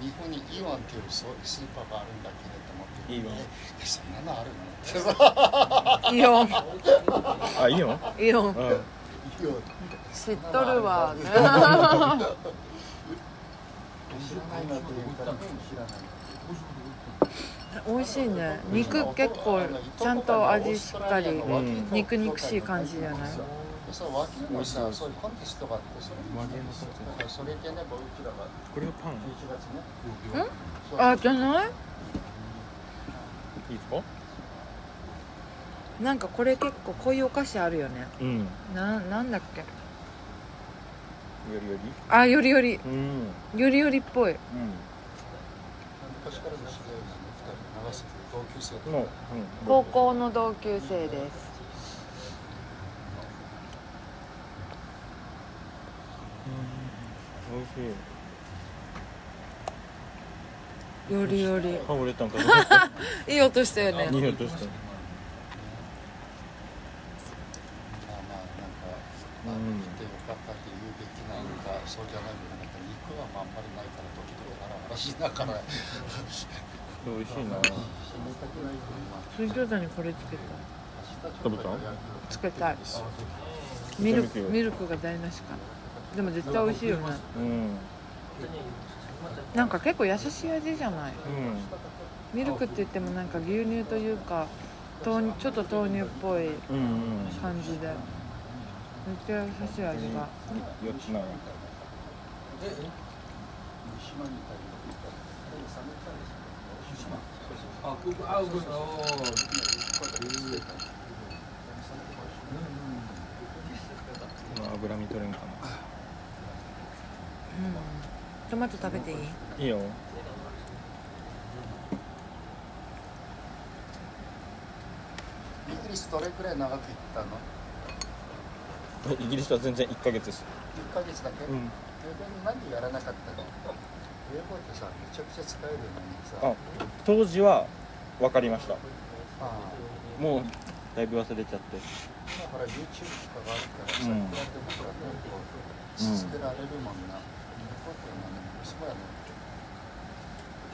[SPEAKER 4] 日本にイオンっていうそういうスーパーがあるんだけれどもって
[SPEAKER 5] イオン
[SPEAKER 4] ええそんなのあるのって
[SPEAKER 7] イオン
[SPEAKER 5] あいいの
[SPEAKER 7] イオン
[SPEAKER 5] うん
[SPEAKER 4] イオン
[SPEAKER 7] 知っとる わ
[SPEAKER 4] 知
[SPEAKER 7] ね
[SPEAKER 4] らないなって言うから知らない
[SPEAKER 7] 美味しいね肉結構ちゃんと味しっかり、
[SPEAKER 4] うん
[SPEAKER 7] 肉肉しい感じじゃない、
[SPEAKER 4] でさ、脇にもさ、そういうコンテストがあって、それもだからそれでね、僕うちらが
[SPEAKER 5] これはパン
[SPEAKER 4] 11月ね、
[SPEAKER 7] あじゃない
[SPEAKER 5] いいですか
[SPEAKER 7] なんかこれ結構こういうお菓子あるよね
[SPEAKER 5] うんよ
[SPEAKER 7] ななんだっけ
[SPEAKER 5] りよ
[SPEAKER 7] あよりより
[SPEAKER 5] りうん
[SPEAKER 7] よりよりっぽい
[SPEAKER 4] 昔からの知り合いなんで、二人、長崎で同級生
[SPEAKER 5] う
[SPEAKER 4] と
[SPEAKER 5] んもう
[SPEAKER 7] 高校の同級生です
[SPEAKER 5] うん美味しい
[SPEAKER 7] よりより
[SPEAKER 5] 歯折れたんかと思った
[SPEAKER 7] いい音したよね
[SPEAKER 5] 匂いとして
[SPEAKER 4] まあまあ、なんか、まあ、
[SPEAKER 5] うん
[SPEAKER 4] 来てよかったって言うべきなのか、そうじゃないのか、なんか肉はあんまりないから、時々あらあらしながら、
[SPEAKER 5] 美味しいな
[SPEAKER 4] 死にたくないけど、まあ、
[SPEAKER 7] 水餃子にこれつけた
[SPEAKER 5] 食べた
[SPEAKER 7] つけたいミルクミルクが台無しかでも絶対美味しいよね
[SPEAKER 5] うん
[SPEAKER 7] なんか結構優しい味じゃない
[SPEAKER 5] うん
[SPEAKER 7] ミルクって言ってもなんか牛乳というか豆乳ちょっと豆乳っぽ
[SPEAKER 5] う
[SPEAKER 7] い
[SPEAKER 5] んうん
[SPEAKER 7] 感じでめっちゃ優しい味が
[SPEAKER 5] 四つなのこの脂身取れんか
[SPEAKER 7] うんトマト食べていい
[SPEAKER 5] ないいよ
[SPEAKER 4] イギリスどれくらい長く行ったの
[SPEAKER 5] イギリスは全然一ヶ月です
[SPEAKER 4] 1ヶ月だけ、
[SPEAKER 5] うん
[SPEAKER 4] 英語に何やらなかったの英語ってさ、めちゃくちゃ使えるのにさ、
[SPEAKER 5] あ当時は分かりました
[SPEAKER 4] ああ
[SPEAKER 5] もうだいぶ忘れちゃって
[SPEAKER 4] だから YouTube とかがあるからさ、
[SPEAKER 5] うん
[SPEAKER 4] こうやって僕らね、こう、続けられるもんな。英語っていうのはね、すごいね、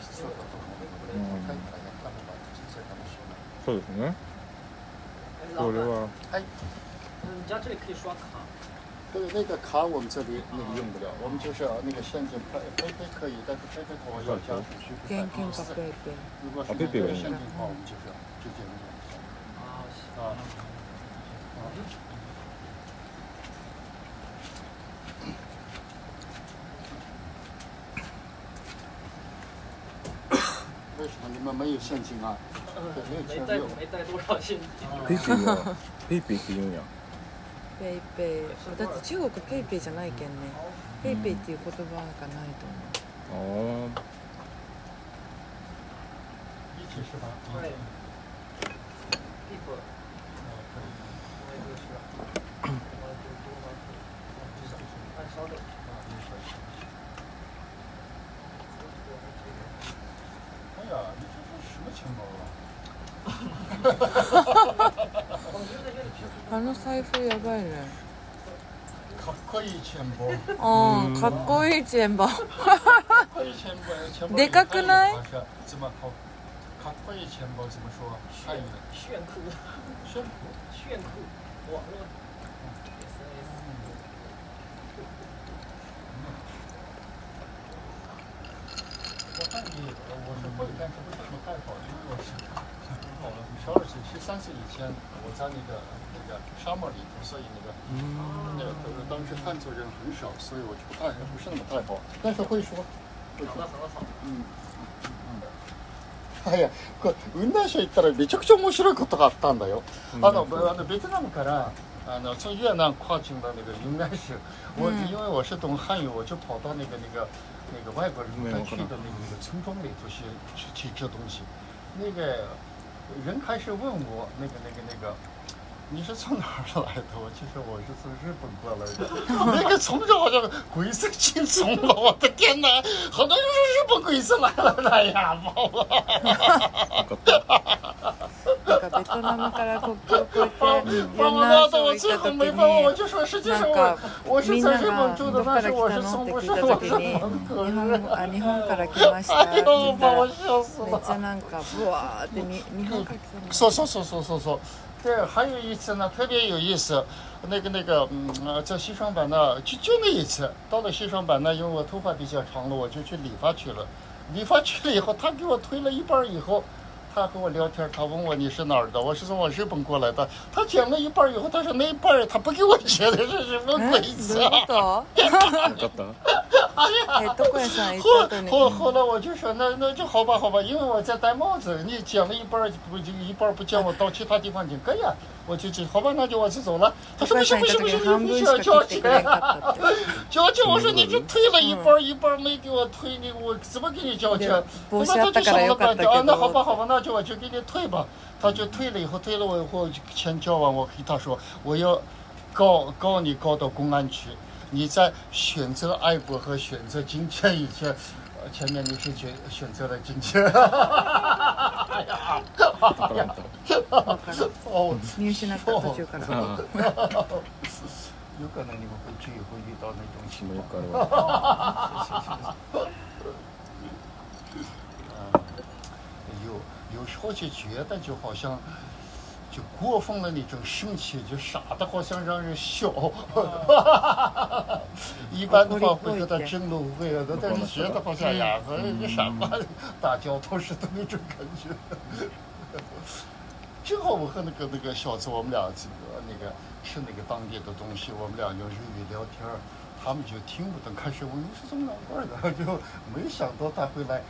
[SPEAKER 4] 必要だと思う
[SPEAKER 5] う
[SPEAKER 4] けど、
[SPEAKER 5] ん
[SPEAKER 4] 若いからやったのが人生かもしれない。
[SPEAKER 5] そうですね
[SPEAKER 10] え
[SPEAKER 5] これは
[SPEAKER 4] はい、
[SPEAKER 10] 嗯，你家这里可以刷卡，
[SPEAKER 4] 这个那个卡我们这里那个用不了，我们就是那个现金拍贝贝可以，但是贝贝我要交出去。
[SPEAKER 13] 現金かペイペイ
[SPEAKER 4] 如果是
[SPEAKER 5] 啊贝贝
[SPEAKER 4] 美国
[SPEAKER 5] 可
[SPEAKER 4] 的
[SPEAKER 5] 以
[SPEAKER 4] 现金的话，我们就是直接那个。啊，为什么你们没有现金啊？没有
[SPEAKER 10] 没
[SPEAKER 4] 钱
[SPEAKER 10] 带
[SPEAKER 4] 没有。
[SPEAKER 10] 没带多少现金。
[SPEAKER 5] ペイペイはペイペイって言うんや
[SPEAKER 13] ペイペイだって中国ペイペイじゃないけんねペイペイっていう言葉がないと思う
[SPEAKER 5] あー
[SPEAKER 4] 一起是吧？
[SPEAKER 10] 对。people。
[SPEAKER 4] 哎呀，你这是什么钱包啊？
[SPEAKER 13] あの財布やばいね
[SPEAKER 4] かっこいい钱包。
[SPEAKER 13] うんかっこいいチェンバ
[SPEAKER 4] かっこいい钱包，钱包。
[SPEAKER 13] でかくない？
[SPEAKER 4] 怎么好？かっこいい钱包怎么说？汉语的。
[SPEAKER 10] 炫酷，
[SPEAKER 4] 炫酷。
[SPEAKER 10] 炫酷，网络。
[SPEAKER 4] 我看你，我是会，但是不是那么太好，因为我是很好了。十二岁、十三岁以前，我在那个那个沙漠里头，所以那个那个当时汉族人很少，所以我就不太不是那么太好，但是会说。会
[SPEAKER 10] 好
[SPEAKER 4] 说
[SPEAKER 10] 了好了好了，
[SPEAKER 4] うんいやこれ雲南省行ったらめちゃくちゃ面白いことがあったんだよ。あのべあのベトナムからあの从越南跨境到那个云南省，我、因为我是懂汉语，我就跑到那个那个那个外国人该去的那个那个村庄里头去去去吃东西。那个人开始问我那个那个那个。你是从哪儿来的？我其实我是从日本过来的。那个从这好像鬼子进从了，我的天哪！好多就是日本鬼子来了的呀，妈妈！
[SPEAKER 5] よかっ
[SPEAKER 13] なん
[SPEAKER 5] た
[SPEAKER 13] かベトナムから国境を越えて
[SPEAKER 4] 把
[SPEAKER 13] 雲
[SPEAKER 4] 我闹
[SPEAKER 13] 南
[SPEAKER 4] 得
[SPEAKER 13] 省
[SPEAKER 4] 我
[SPEAKER 13] 行っ
[SPEAKER 4] 最
[SPEAKER 13] た時
[SPEAKER 4] 后没办法，我
[SPEAKER 13] に
[SPEAKER 4] 就说实际
[SPEAKER 13] な
[SPEAKER 4] 上
[SPEAKER 13] ん
[SPEAKER 4] 我
[SPEAKER 13] か
[SPEAKER 4] 我
[SPEAKER 13] み
[SPEAKER 4] 是
[SPEAKER 13] ん
[SPEAKER 4] 在
[SPEAKER 13] な
[SPEAKER 4] 日本
[SPEAKER 13] が
[SPEAKER 4] 住
[SPEAKER 13] どっ
[SPEAKER 4] 的，
[SPEAKER 13] から
[SPEAKER 4] 但是
[SPEAKER 13] 来
[SPEAKER 4] 我
[SPEAKER 13] た
[SPEAKER 4] 是
[SPEAKER 13] の
[SPEAKER 4] 从
[SPEAKER 13] って
[SPEAKER 4] 不
[SPEAKER 13] 聞
[SPEAKER 4] 是
[SPEAKER 13] いた
[SPEAKER 4] 我
[SPEAKER 13] 時に日本
[SPEAKER 4] 是本科人。
[SPEAKER 13] あ日本から来ましたって
[SPEAKER 4] 哎
[SPEAKER 13] 言
[SPEAKER 4] 呦
[SPEAKER 13] っ，
[SPEAKER 4] 把
[SPEAKER 13] た
[SPEAKER 4] 我
[SPEAKER 13] ら
[SPEAKER 4] 笑死
[SPEAKER 13] めっちゃ
[SPEAKER 4] 了！
[SPEAKER 13] なんかブワーってに日本から来たの
[SPEAKER 4] 说说说说说说，对，还有一次呢，特别有意思。那个那个，嗯，呃在西双版纳就就那一次，到了西双版纳，因为我头发比较长了，我就去理发去了。理发去了以后，他给我推了一半儿以后，他和我聊天，他问我你是哪儿的，我是从我日本过来的。他剪了一半儿以后，他说那一半儿他不给我剪的是什么
[SPEAKER 13] え
[SPEAKER 3] 哎
[SPEAKER 4] 鬼子
[SPEAKER 13] どういうこ
[SPEAKER 4] 啊？
[SPEAKER 13] と
[SPEAKER 5] よかった
[SPEAKER 13] え床屋さん
[SPEAKER 4] 后
[SPEAKER 13] 行った後に
[SPEAKER 4] 后后来我就说那那就好吧好吧，因为我在戴帽子，你剪了一半儿不就一半儿不剪，我到其他地方剪可以啊。我就去好吧，那就我就走了。他说
[SPEAKER 13] 床
[SPEAKER 4] 不
[SPEAKER 13] 屋さ
[SPEAKER 4] 行
[SPEAKER 13] ん
[SPEAKER 4] 不
[SPEAKER 13] 行った時
[SPEAKER 4] 行不行
[SPEAKER 13] に，
[SPEAKER 4] 你
[SPEAKER 13] 半分し
[SPEAKER 4] 必须
[SPEAKER 13] か切ってく。
[SPEAKER 4] 要交钱
[SPEAKER 13] れんかったっ
[SPEAKER 4] 交钱！我说你这推了一半儿一半儿没给我推，你我怎么给你交钱
[SPEAKER 13] で？帽
[SPEAKER 4] 那
[SPEAKER 13] 子あ
[SPEAKER 4] 他
[SPEAKER 13] った
[SPEAKER 4] 就
[SPEAKER 13] か
[SPEAKER 4] 想
[SPEAKER 13] ら
[SPEAKER 4] 了
[SPEAKER 13] よか
[SPEAKER 4] 半
[SPEAKER 13] ったけ
[SPEAKER 4] 天啊，那好吧
[SPEAKER 13] ど
[SPEAKER 4] 好吧，那就我就给你退吧。他就退了以后，退了我以后钱交完，我给他说我要告告你告到公安局，你在选择爱国和选择金钱以前。呃前面你是选选择了金钱，
[SPEAKER 5] わ
[SPEAKER 4] 哎
[SPEAKER 5] からんかっ
[SPEAKER 13] わからん
[SPEAKER 4] 哦，
[SPEAKER 13] 見失った途中から
[SPEAKER 5] たああ
[SPEAKER 4] 有可能你们回去以后遇到那种
[SPEAKER 5] 私
[SPEAKER 4] 情
[SPEAKER 5] も
[SPEAKER 4] 况
[SPEAKER 5] よ。くあるわ
[SPEAKER 4] 有有时候就觉得就好像就过分了那种生气，就傻的好像让人笑。 一般的话会和他争论会啊，但是觉得好像呀，反正你傻瓜打交道似的那种感觉。 正好我和那个那个小子，我们俩这个那个吃那个当地的东西，我们俩用日语聊天儿，他们就听不懂，开始我你是怎么两块的， 就没想到他会来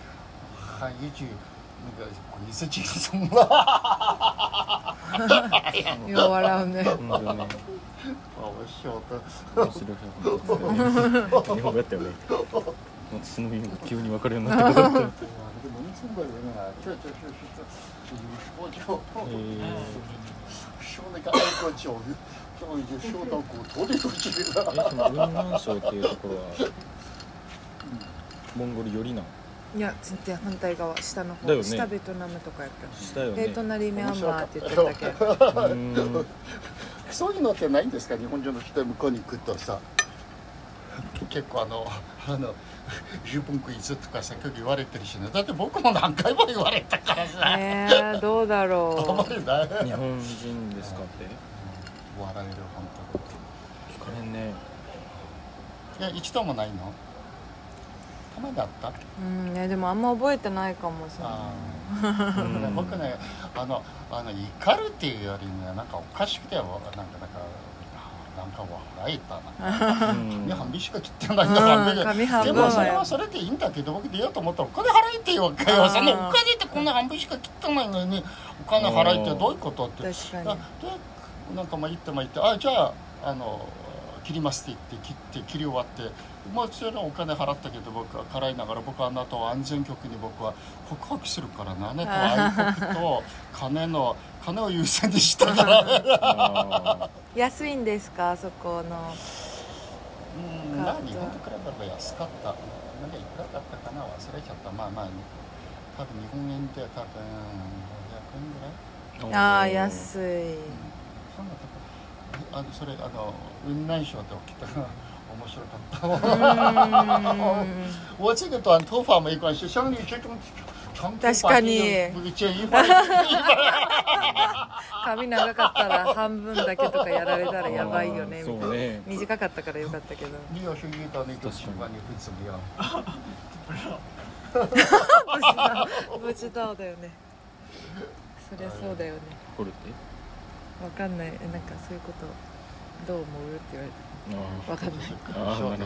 [SPEAKER 4] 喊一句那个鬼子进城了，
[SPEAKER 13] よう笑うね
[SPEAKER 5] 本当ね
[SPEAKER 4] 把我笑的。
[SPEAKER 5] 面白い本 当に日本語やったよね私の意味が急に分かるようになったけ ど
[SPEAKER 4] 对啊，这个农村的人啊，这就是是有时候就受那个爱国教育，这已经受到骨头里头去
[SPEAKER 5] え
[SPEAKER 4] 了。
[SPEAKER 5] その雲南省っていうところはモンゴル寄りなん
[SPEAKER 13] いや全然反対側下の方、
[SPEAKER 5] だよね
[SPEAKER 13] 下ベトナムとかやった
[SPEAKER 5] したよ
[SPEAKER 13] で
[SPEAKER 5] ね
[SPEAKER 13] 隣ミャンマーって言ってたけど
[SPEAKER 5] うーん
[SPEAKER 4] そういうのってないんですか日本人の人で向こうに行くとさ結構あのあの十分食いつとかさ結構言われてるしねだって僕も何回も言われたからさ
[SPEAKER 13] えー、どう だ
[SPEAKER 4] あんま
[SPEAKER 13] ろ
[SPEAKER 4] りない笑
[SPEAKER 5] 日本人ですかって
[SPEAKER 4] える本
[SPEAKER 5] 聞かれんね
[SPEAKER 4] 当いや一度もないのたまにあっ
[SPEAKER 7] う
[SPEAKER 4] た
[SPEAKER 7] んいやでもあんま覚えてないかもしれ
[SPEAKER 4] あ
[SPEAKER 7] な
[SPEAKER 4] ー
[SPEAKER 7] い
[SPEAKER 4] 僕ねあのあの怒るっていうよりねなんかおかしくてなんかなんかなんか笑えたな 髪半分しか切ってないんだから、
[SPEAKER 7] うん髪半
[SPEAKER 4] で
[SPEAKER 7] 分
[SPEAKER 4] も
[SPEAKER 7] は
[SPEAKER 4] それはそれでいいんだけど僕出ようと思ったらお金払えってよ会話そのお金ってこんな半分しか切ってないのにお金払えってどういうことって
[SPEAKER 7] 確かに
[SPEAKER 4] あでなんかまあ言ってまあ言ってあじゃああの切りますって言って切って切り終わってもちろんお金払ったけど僕は払いながら僕はあなたを安全局に僕は 告白するからなあなたは愛国と金の金を優先にしたから
[SPEAKER 7] 安いんですかあそこの
[SPEAKER 4] うんまあ日本と比べれば安かったなんかいくらだったかな忘れちゃったまあまあ多分日本円で多分500円ぐらい
[SPEAKER 7] ああ安い
[SPEAKER 4] そんなとこあのそれあの雲南省で起きた面白かった
[SPEAKER 7] う。
[SPEAKER 4] 我这个短头发没关系，像你这种长头
[SPEAKER 7] 確か
[SPEAKER 4] 发
[SPEAKER 7] に
[SPEAKER 4] 不建议。
[SPEAKER 7] 髪長かったら半分だけとかやられたらやばいよね
[SPEAKER 4] あ
[SPEAKER 7] みた
[SPEAKER 4] ーそう
[SPEAKER 7] い
[SPEAKER 4] ね
[SPEAKER 7] な短かったからよかったけど
[SPEAKER 4] 你要是遇到那种情况，你会怎么样？
[SPEAKER 7] 無事道だよねそりゃそうだよね
[SPEAKER 5] 怒るって
[SPEAKER 7] わかんないえなんかそういうことどう思うって言われ
[SPEAKER 5] あ
[SPEAKER 7] たわかんない
[SPEAKER 5] あーなるほどね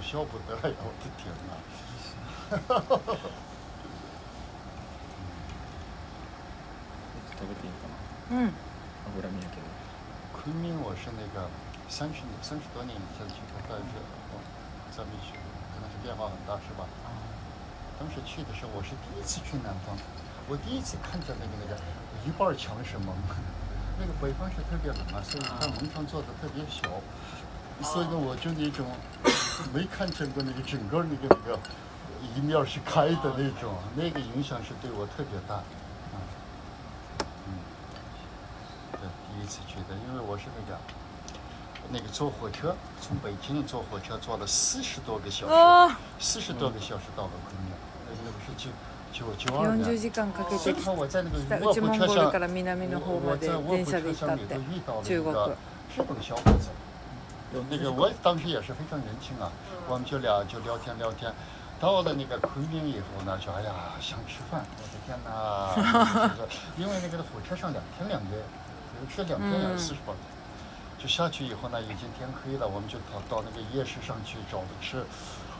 [SPEAKER 4] 苦笑不得了，我的天哪！
[SPEAKER 5] 食べていいか
[SPEAKER 7] なうん
[SPEAKER 5] 油身やけど
[SPEAKER 4] 昆明我是那个三十年三十多年以前去的，但是我咱们去，可能是变化很大，是吧？当时去的时候，我是第一次去南方，我第一次看见那个那个一半儿墙是蒙， 那个北方是特别冷啊，所以它蒙窗做的特别小，所以呢，我就那种 没看见过那个整个那个那个一面儿是开的那种，那个影响是对我特别大。嗯对，第一次去的，因为我是那个那个坐火车，从北京坐火车坐了四十多个小时，四十、多个小时到了昆明，那那个是九九九二年。
[SPEAKER 7] 40時間かけ
[SPEAKER 4] 所
[SPEAKER 7] て
[SPEAKER 4] 以看我在那个
[SPEAKER 7] 北
[SPEAKER 4] 卧
[SPEAKER 7] 内
[SPEAKER 4] 铺
[SPEAKER 7] モン
[SPEAKER 4] 车
[SPEAKER 7] ゴル
[SPEAKER 4] 上，
[SPEAKER 7] から南の方
[SPEAKER 4] 我
[SPEAKER 7] ま
[SPEAKER 4] 我
[SPEAKER 7] で
[SPEAKER 4] 在卧
[SPEAKER 7] 電
[SPEAKER 4] 铺
[SPEAKER 7] 車
[SPEAKER 4] 车
[SPEAKER 7] で行った
[SPEAKER 4] 上
[SPEAKER 7] っ
[SPEAKER 4] 面
[SPEAKER 7] て
[SPEAKER 4] 都遇到了
[SPEAKER 7] 中
[SPEAKER 4] 一
[SPEAKER 7] 国
[SPEAKER 4] 个日本小伙子。那个我当时也是非常年轻啊，我们就俩就聊天聊天，到了那个昆明以后呢，说哎呀想吃饭，我的天哪！就是因为那个火车上两天两夜，是两天两夜
[SPEAKER 5] 嗯
[SPEAKER 4] 四十八天。就下去以后呢，已经天黑了，我们就跑到那个夜市上去找着吃。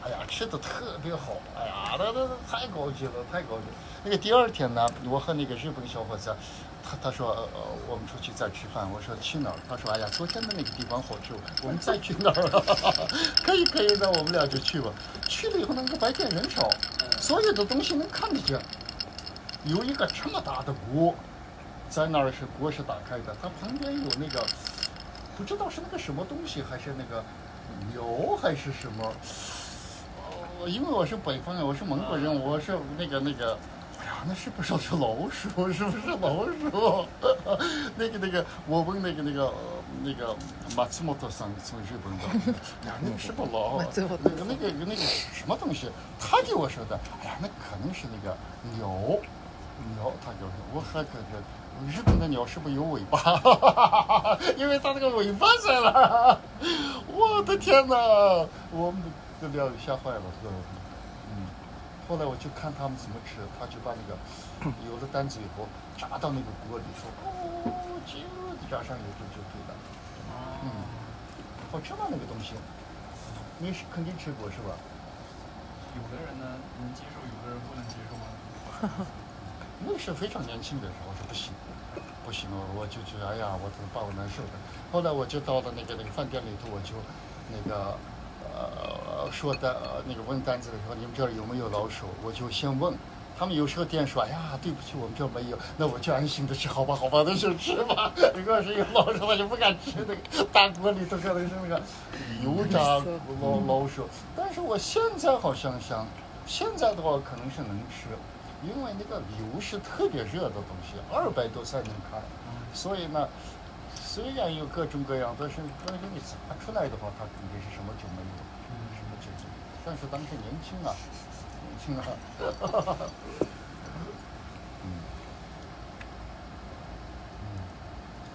[SPEAKER 4] 哎呀，吃的特别好，哎呀，那那那太高级了，太高级了。那个第二天呢，我和那个日本小伙子，啊他他说呃呃我们出去再吃饭，我说去哪儿？他说哎呀，昨天的那个地方好吃，我们再去那儿啊。 可以可以，那我们俩就去吧。去了以后，那个白天人少，所有的东西能看得见。有一个这么大的锅，在那儿是锅是打开的，它旁边有那个不知道是那个什么东西，还是那个牛还是什么。我因为我是北方人，我是蒙古人，我是那个那个，哎呀，那是不是是老鼠？是不是老鼠？ 那个那个，我问那个那个呃那个马兹莫特桑从日本的，哎呀，那个是不是老
[SPEAKER 5] 松
[SPEAKER 4] 那个那个那个什么东西？他给我说的，哎呀，那可能是那个牛。牛，他就是我还感觉日本的鸟是不是有尾巴？ 因为它那个尾巴在那儿。我的天哪！我们的料吓坏了，对。嗯。后来我就看他们怎么吃，他就把那个嗯有了单子以后炸到那个锅里头，哦，就加上油就就对了。嗯，好吃吗那个东西？你是肯定吃过是吧？
[SPEAKER 11] 有的人呢能接受，有的人不能接受啊。
[SPEAKER 4] 那是非常年轻的时候，我说不行，不行，我我就觉得哎呀，我怎么把我难受的。后来我就到了那个那个饭店里头，我就那个呃说的呃那个问单子的时候，你们这儿有没有老鼠？我就先问。他们有时候店说：“哎呀，对不起，我们这儿没有。”那我就安心的吃，好吧，好吧，那就吃吧。 如果是有老鼠，我就不敢吃那个大锅里头可能是那个油炸老老鼠。但是我现在好像想，现在的话可能是能吃，因为那个油是特别热的东西，二百多才能开。所以呢，虽然有各种各样，但是但是你查出来的话，它肯定是什么酒没有，什么酒没有。但是当时年轻啊，年轻啊。 嗯嗯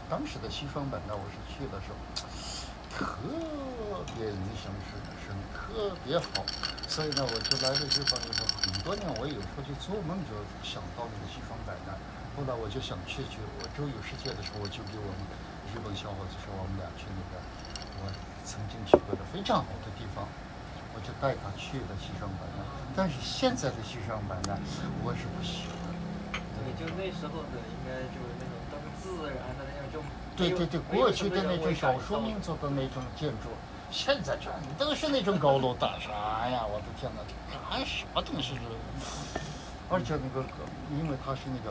[SPEAKER 4] 当时的西双版纳，我是去的时候，特别印象深刻，特别好。所以呢，我就来了日本以后，很多年我有时候就做梦就想到那个西方奶奶。后来我就想去去我周游世界的时候，我就给我们日本小伙子说，我们俩去那个我曾经去过的非常好的地方。我就带他去了西双版纳，但是现在的西双版纳我是不喜欢。
[SPEAKER 10] 也就那时候的，应该就是那种都是自然的那种，就
[SPEAKER 4] 对对对，过去的那种少数民族的那种建筑，现在全都是那种高楼大厦哎呀！我的天哪，干什么东西这？而且那个，因为它是那个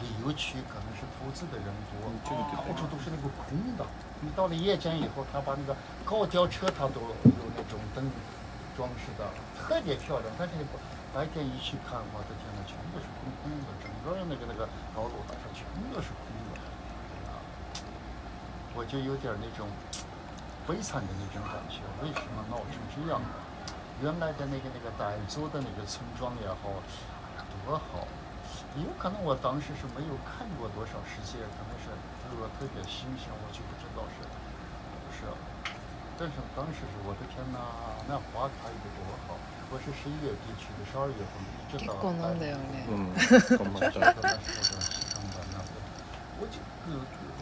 [SPEAKER 4] 旅游区，可能是投资的人多，到处都是那个空的。你到了夜间以后，他把那个高吊车，他都有那种灯装饰的，特别漂亮。但是那个白天一去看，我的天哪，全部是空空的，整个那个那个高楼大厦全都是空的。啊，我就有点那种悲惨的那种感觉，为什么闹成这样呢？原来的那个那个傣族的那个村庄也好，多好。有可能我当时是没有看过多少世界，可能是对我特别新鲜，我就不知道是是。但是当时是我的天哪，那花开的多好！我是十一月底去的，十二月份一直到。
[SPEAKER 7] 結構なんだよね
[SPEAKER 4] 嗯
[SPEAKER 7] こんばんは
[SPEAKER 4] 那时候的西双版纳的，我就呃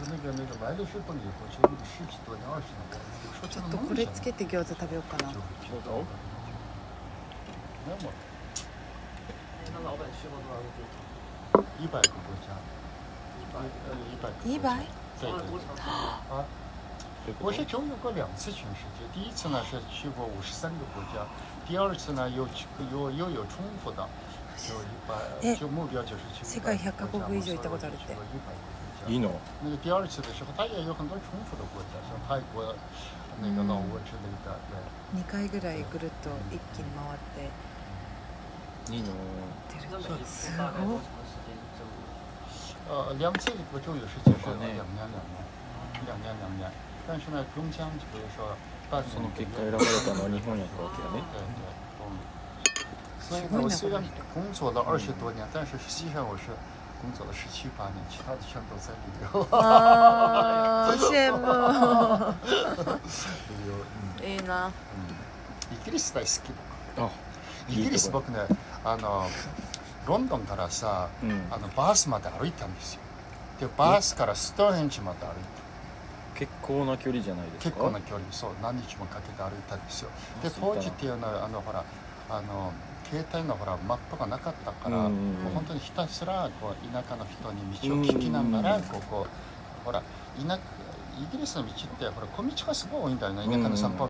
[SPEAKER 4] 那个那个来了日本以后，就那个十几多年、二十年，我有时候
[SPEAKER 7] ちょっ
[SPEAKER 4] 真的
[SPEAKER 7] とこ
[SPEAKER 4] 梦
[SPEAKER 7] れ
[SPEAKER 4] 想
[SPEAKER 7] つ。けて餃子食べようかな
[SPEAKER 4] どうぞ那么
[SPEAKER 10] 那老板去过多少个地方？
[SPEAKER 4] 一百个国家，呃一百个国家
[SPEAKER 7] 一百
[SPEAKER 4] 对对对啊。我是周游过两次全世界，第一次呢是去过五十三个国家，第二次呢又去又又有重复的，就一百，
[SPEAKER 7] え
[SPEAKER 4] 就目标就是去
[SPEAKER 7] 世界100カ国以上行ったことあるって
[SPEAKER 5] いいの
[SPEAKER 4] 那个第二次的时候，它也有很多重复的国家，像泰国、那个老挝之类的。对
[SPEAKER 7] 2回ぐらいぐるっと一気に回って
[SPEAKER 5] いいの
[SPEAKER 10] 那每一次大概多长时间一周？
[SPEAKER 4] 呃，两次我周游世界是两年两年，两年两年。但是呢，中间比如说半年
[SPEAKER 5] その結果
[SPEAKER 4] 一
[SPEAKER 5] 選
[SPEAKER 4] 个
[SPEAKER 5] ば
[SPEAKER 4] 月
[SPEAKER 5] れたのは日本やったわけやね
[SPEAKER 4] 对对，嗯。所以呢，我虽然工作了二十多年，但是实际上我是工作了十七八年，其他的全都在旅游。
[SPEAKER 7] あー羨慕
[SPEAKER 4] 旅游，嗯
[SPEAKER 7] いいな
[SPEAKER 4] 嗯。イギリス大好き
[SPEAKER 5] あ
[SPEAKER 4] イギリス僕ねあのロンドンからさ、
[SPEAKER 5] うん
[SPEAKER 4] あのバースまで歩いたんですよでバースからストーンヘンジまで歩い
[SPEAKER 5] 結構な距離じゃないで
[SPEAKER 4] て
[SPEAKER 5] す
[SPEAKER 4] 結
[SPEAKER 5] か
[SPEAKER 4] 構な距離そう何日もかけて歩いたんですよで
[SPEAKER 5] あそう
[SPEAKER 4] 当
[SPEAKER 5] だ
[SPEAKER 4] 時っていうのはあのほらあの携帯のほらマップがなかったから、
[SPEAKER 5] うんうんうん
[SPEAKER 4] もう本当にひたすらこう田舎の人に道を聞きながら、
[SPEAKER 5] うんうんうん
[SPEAKER 4] こうこうほら田舎イギリスの道ってほら小道がすごい多いんだよね田舎の散歩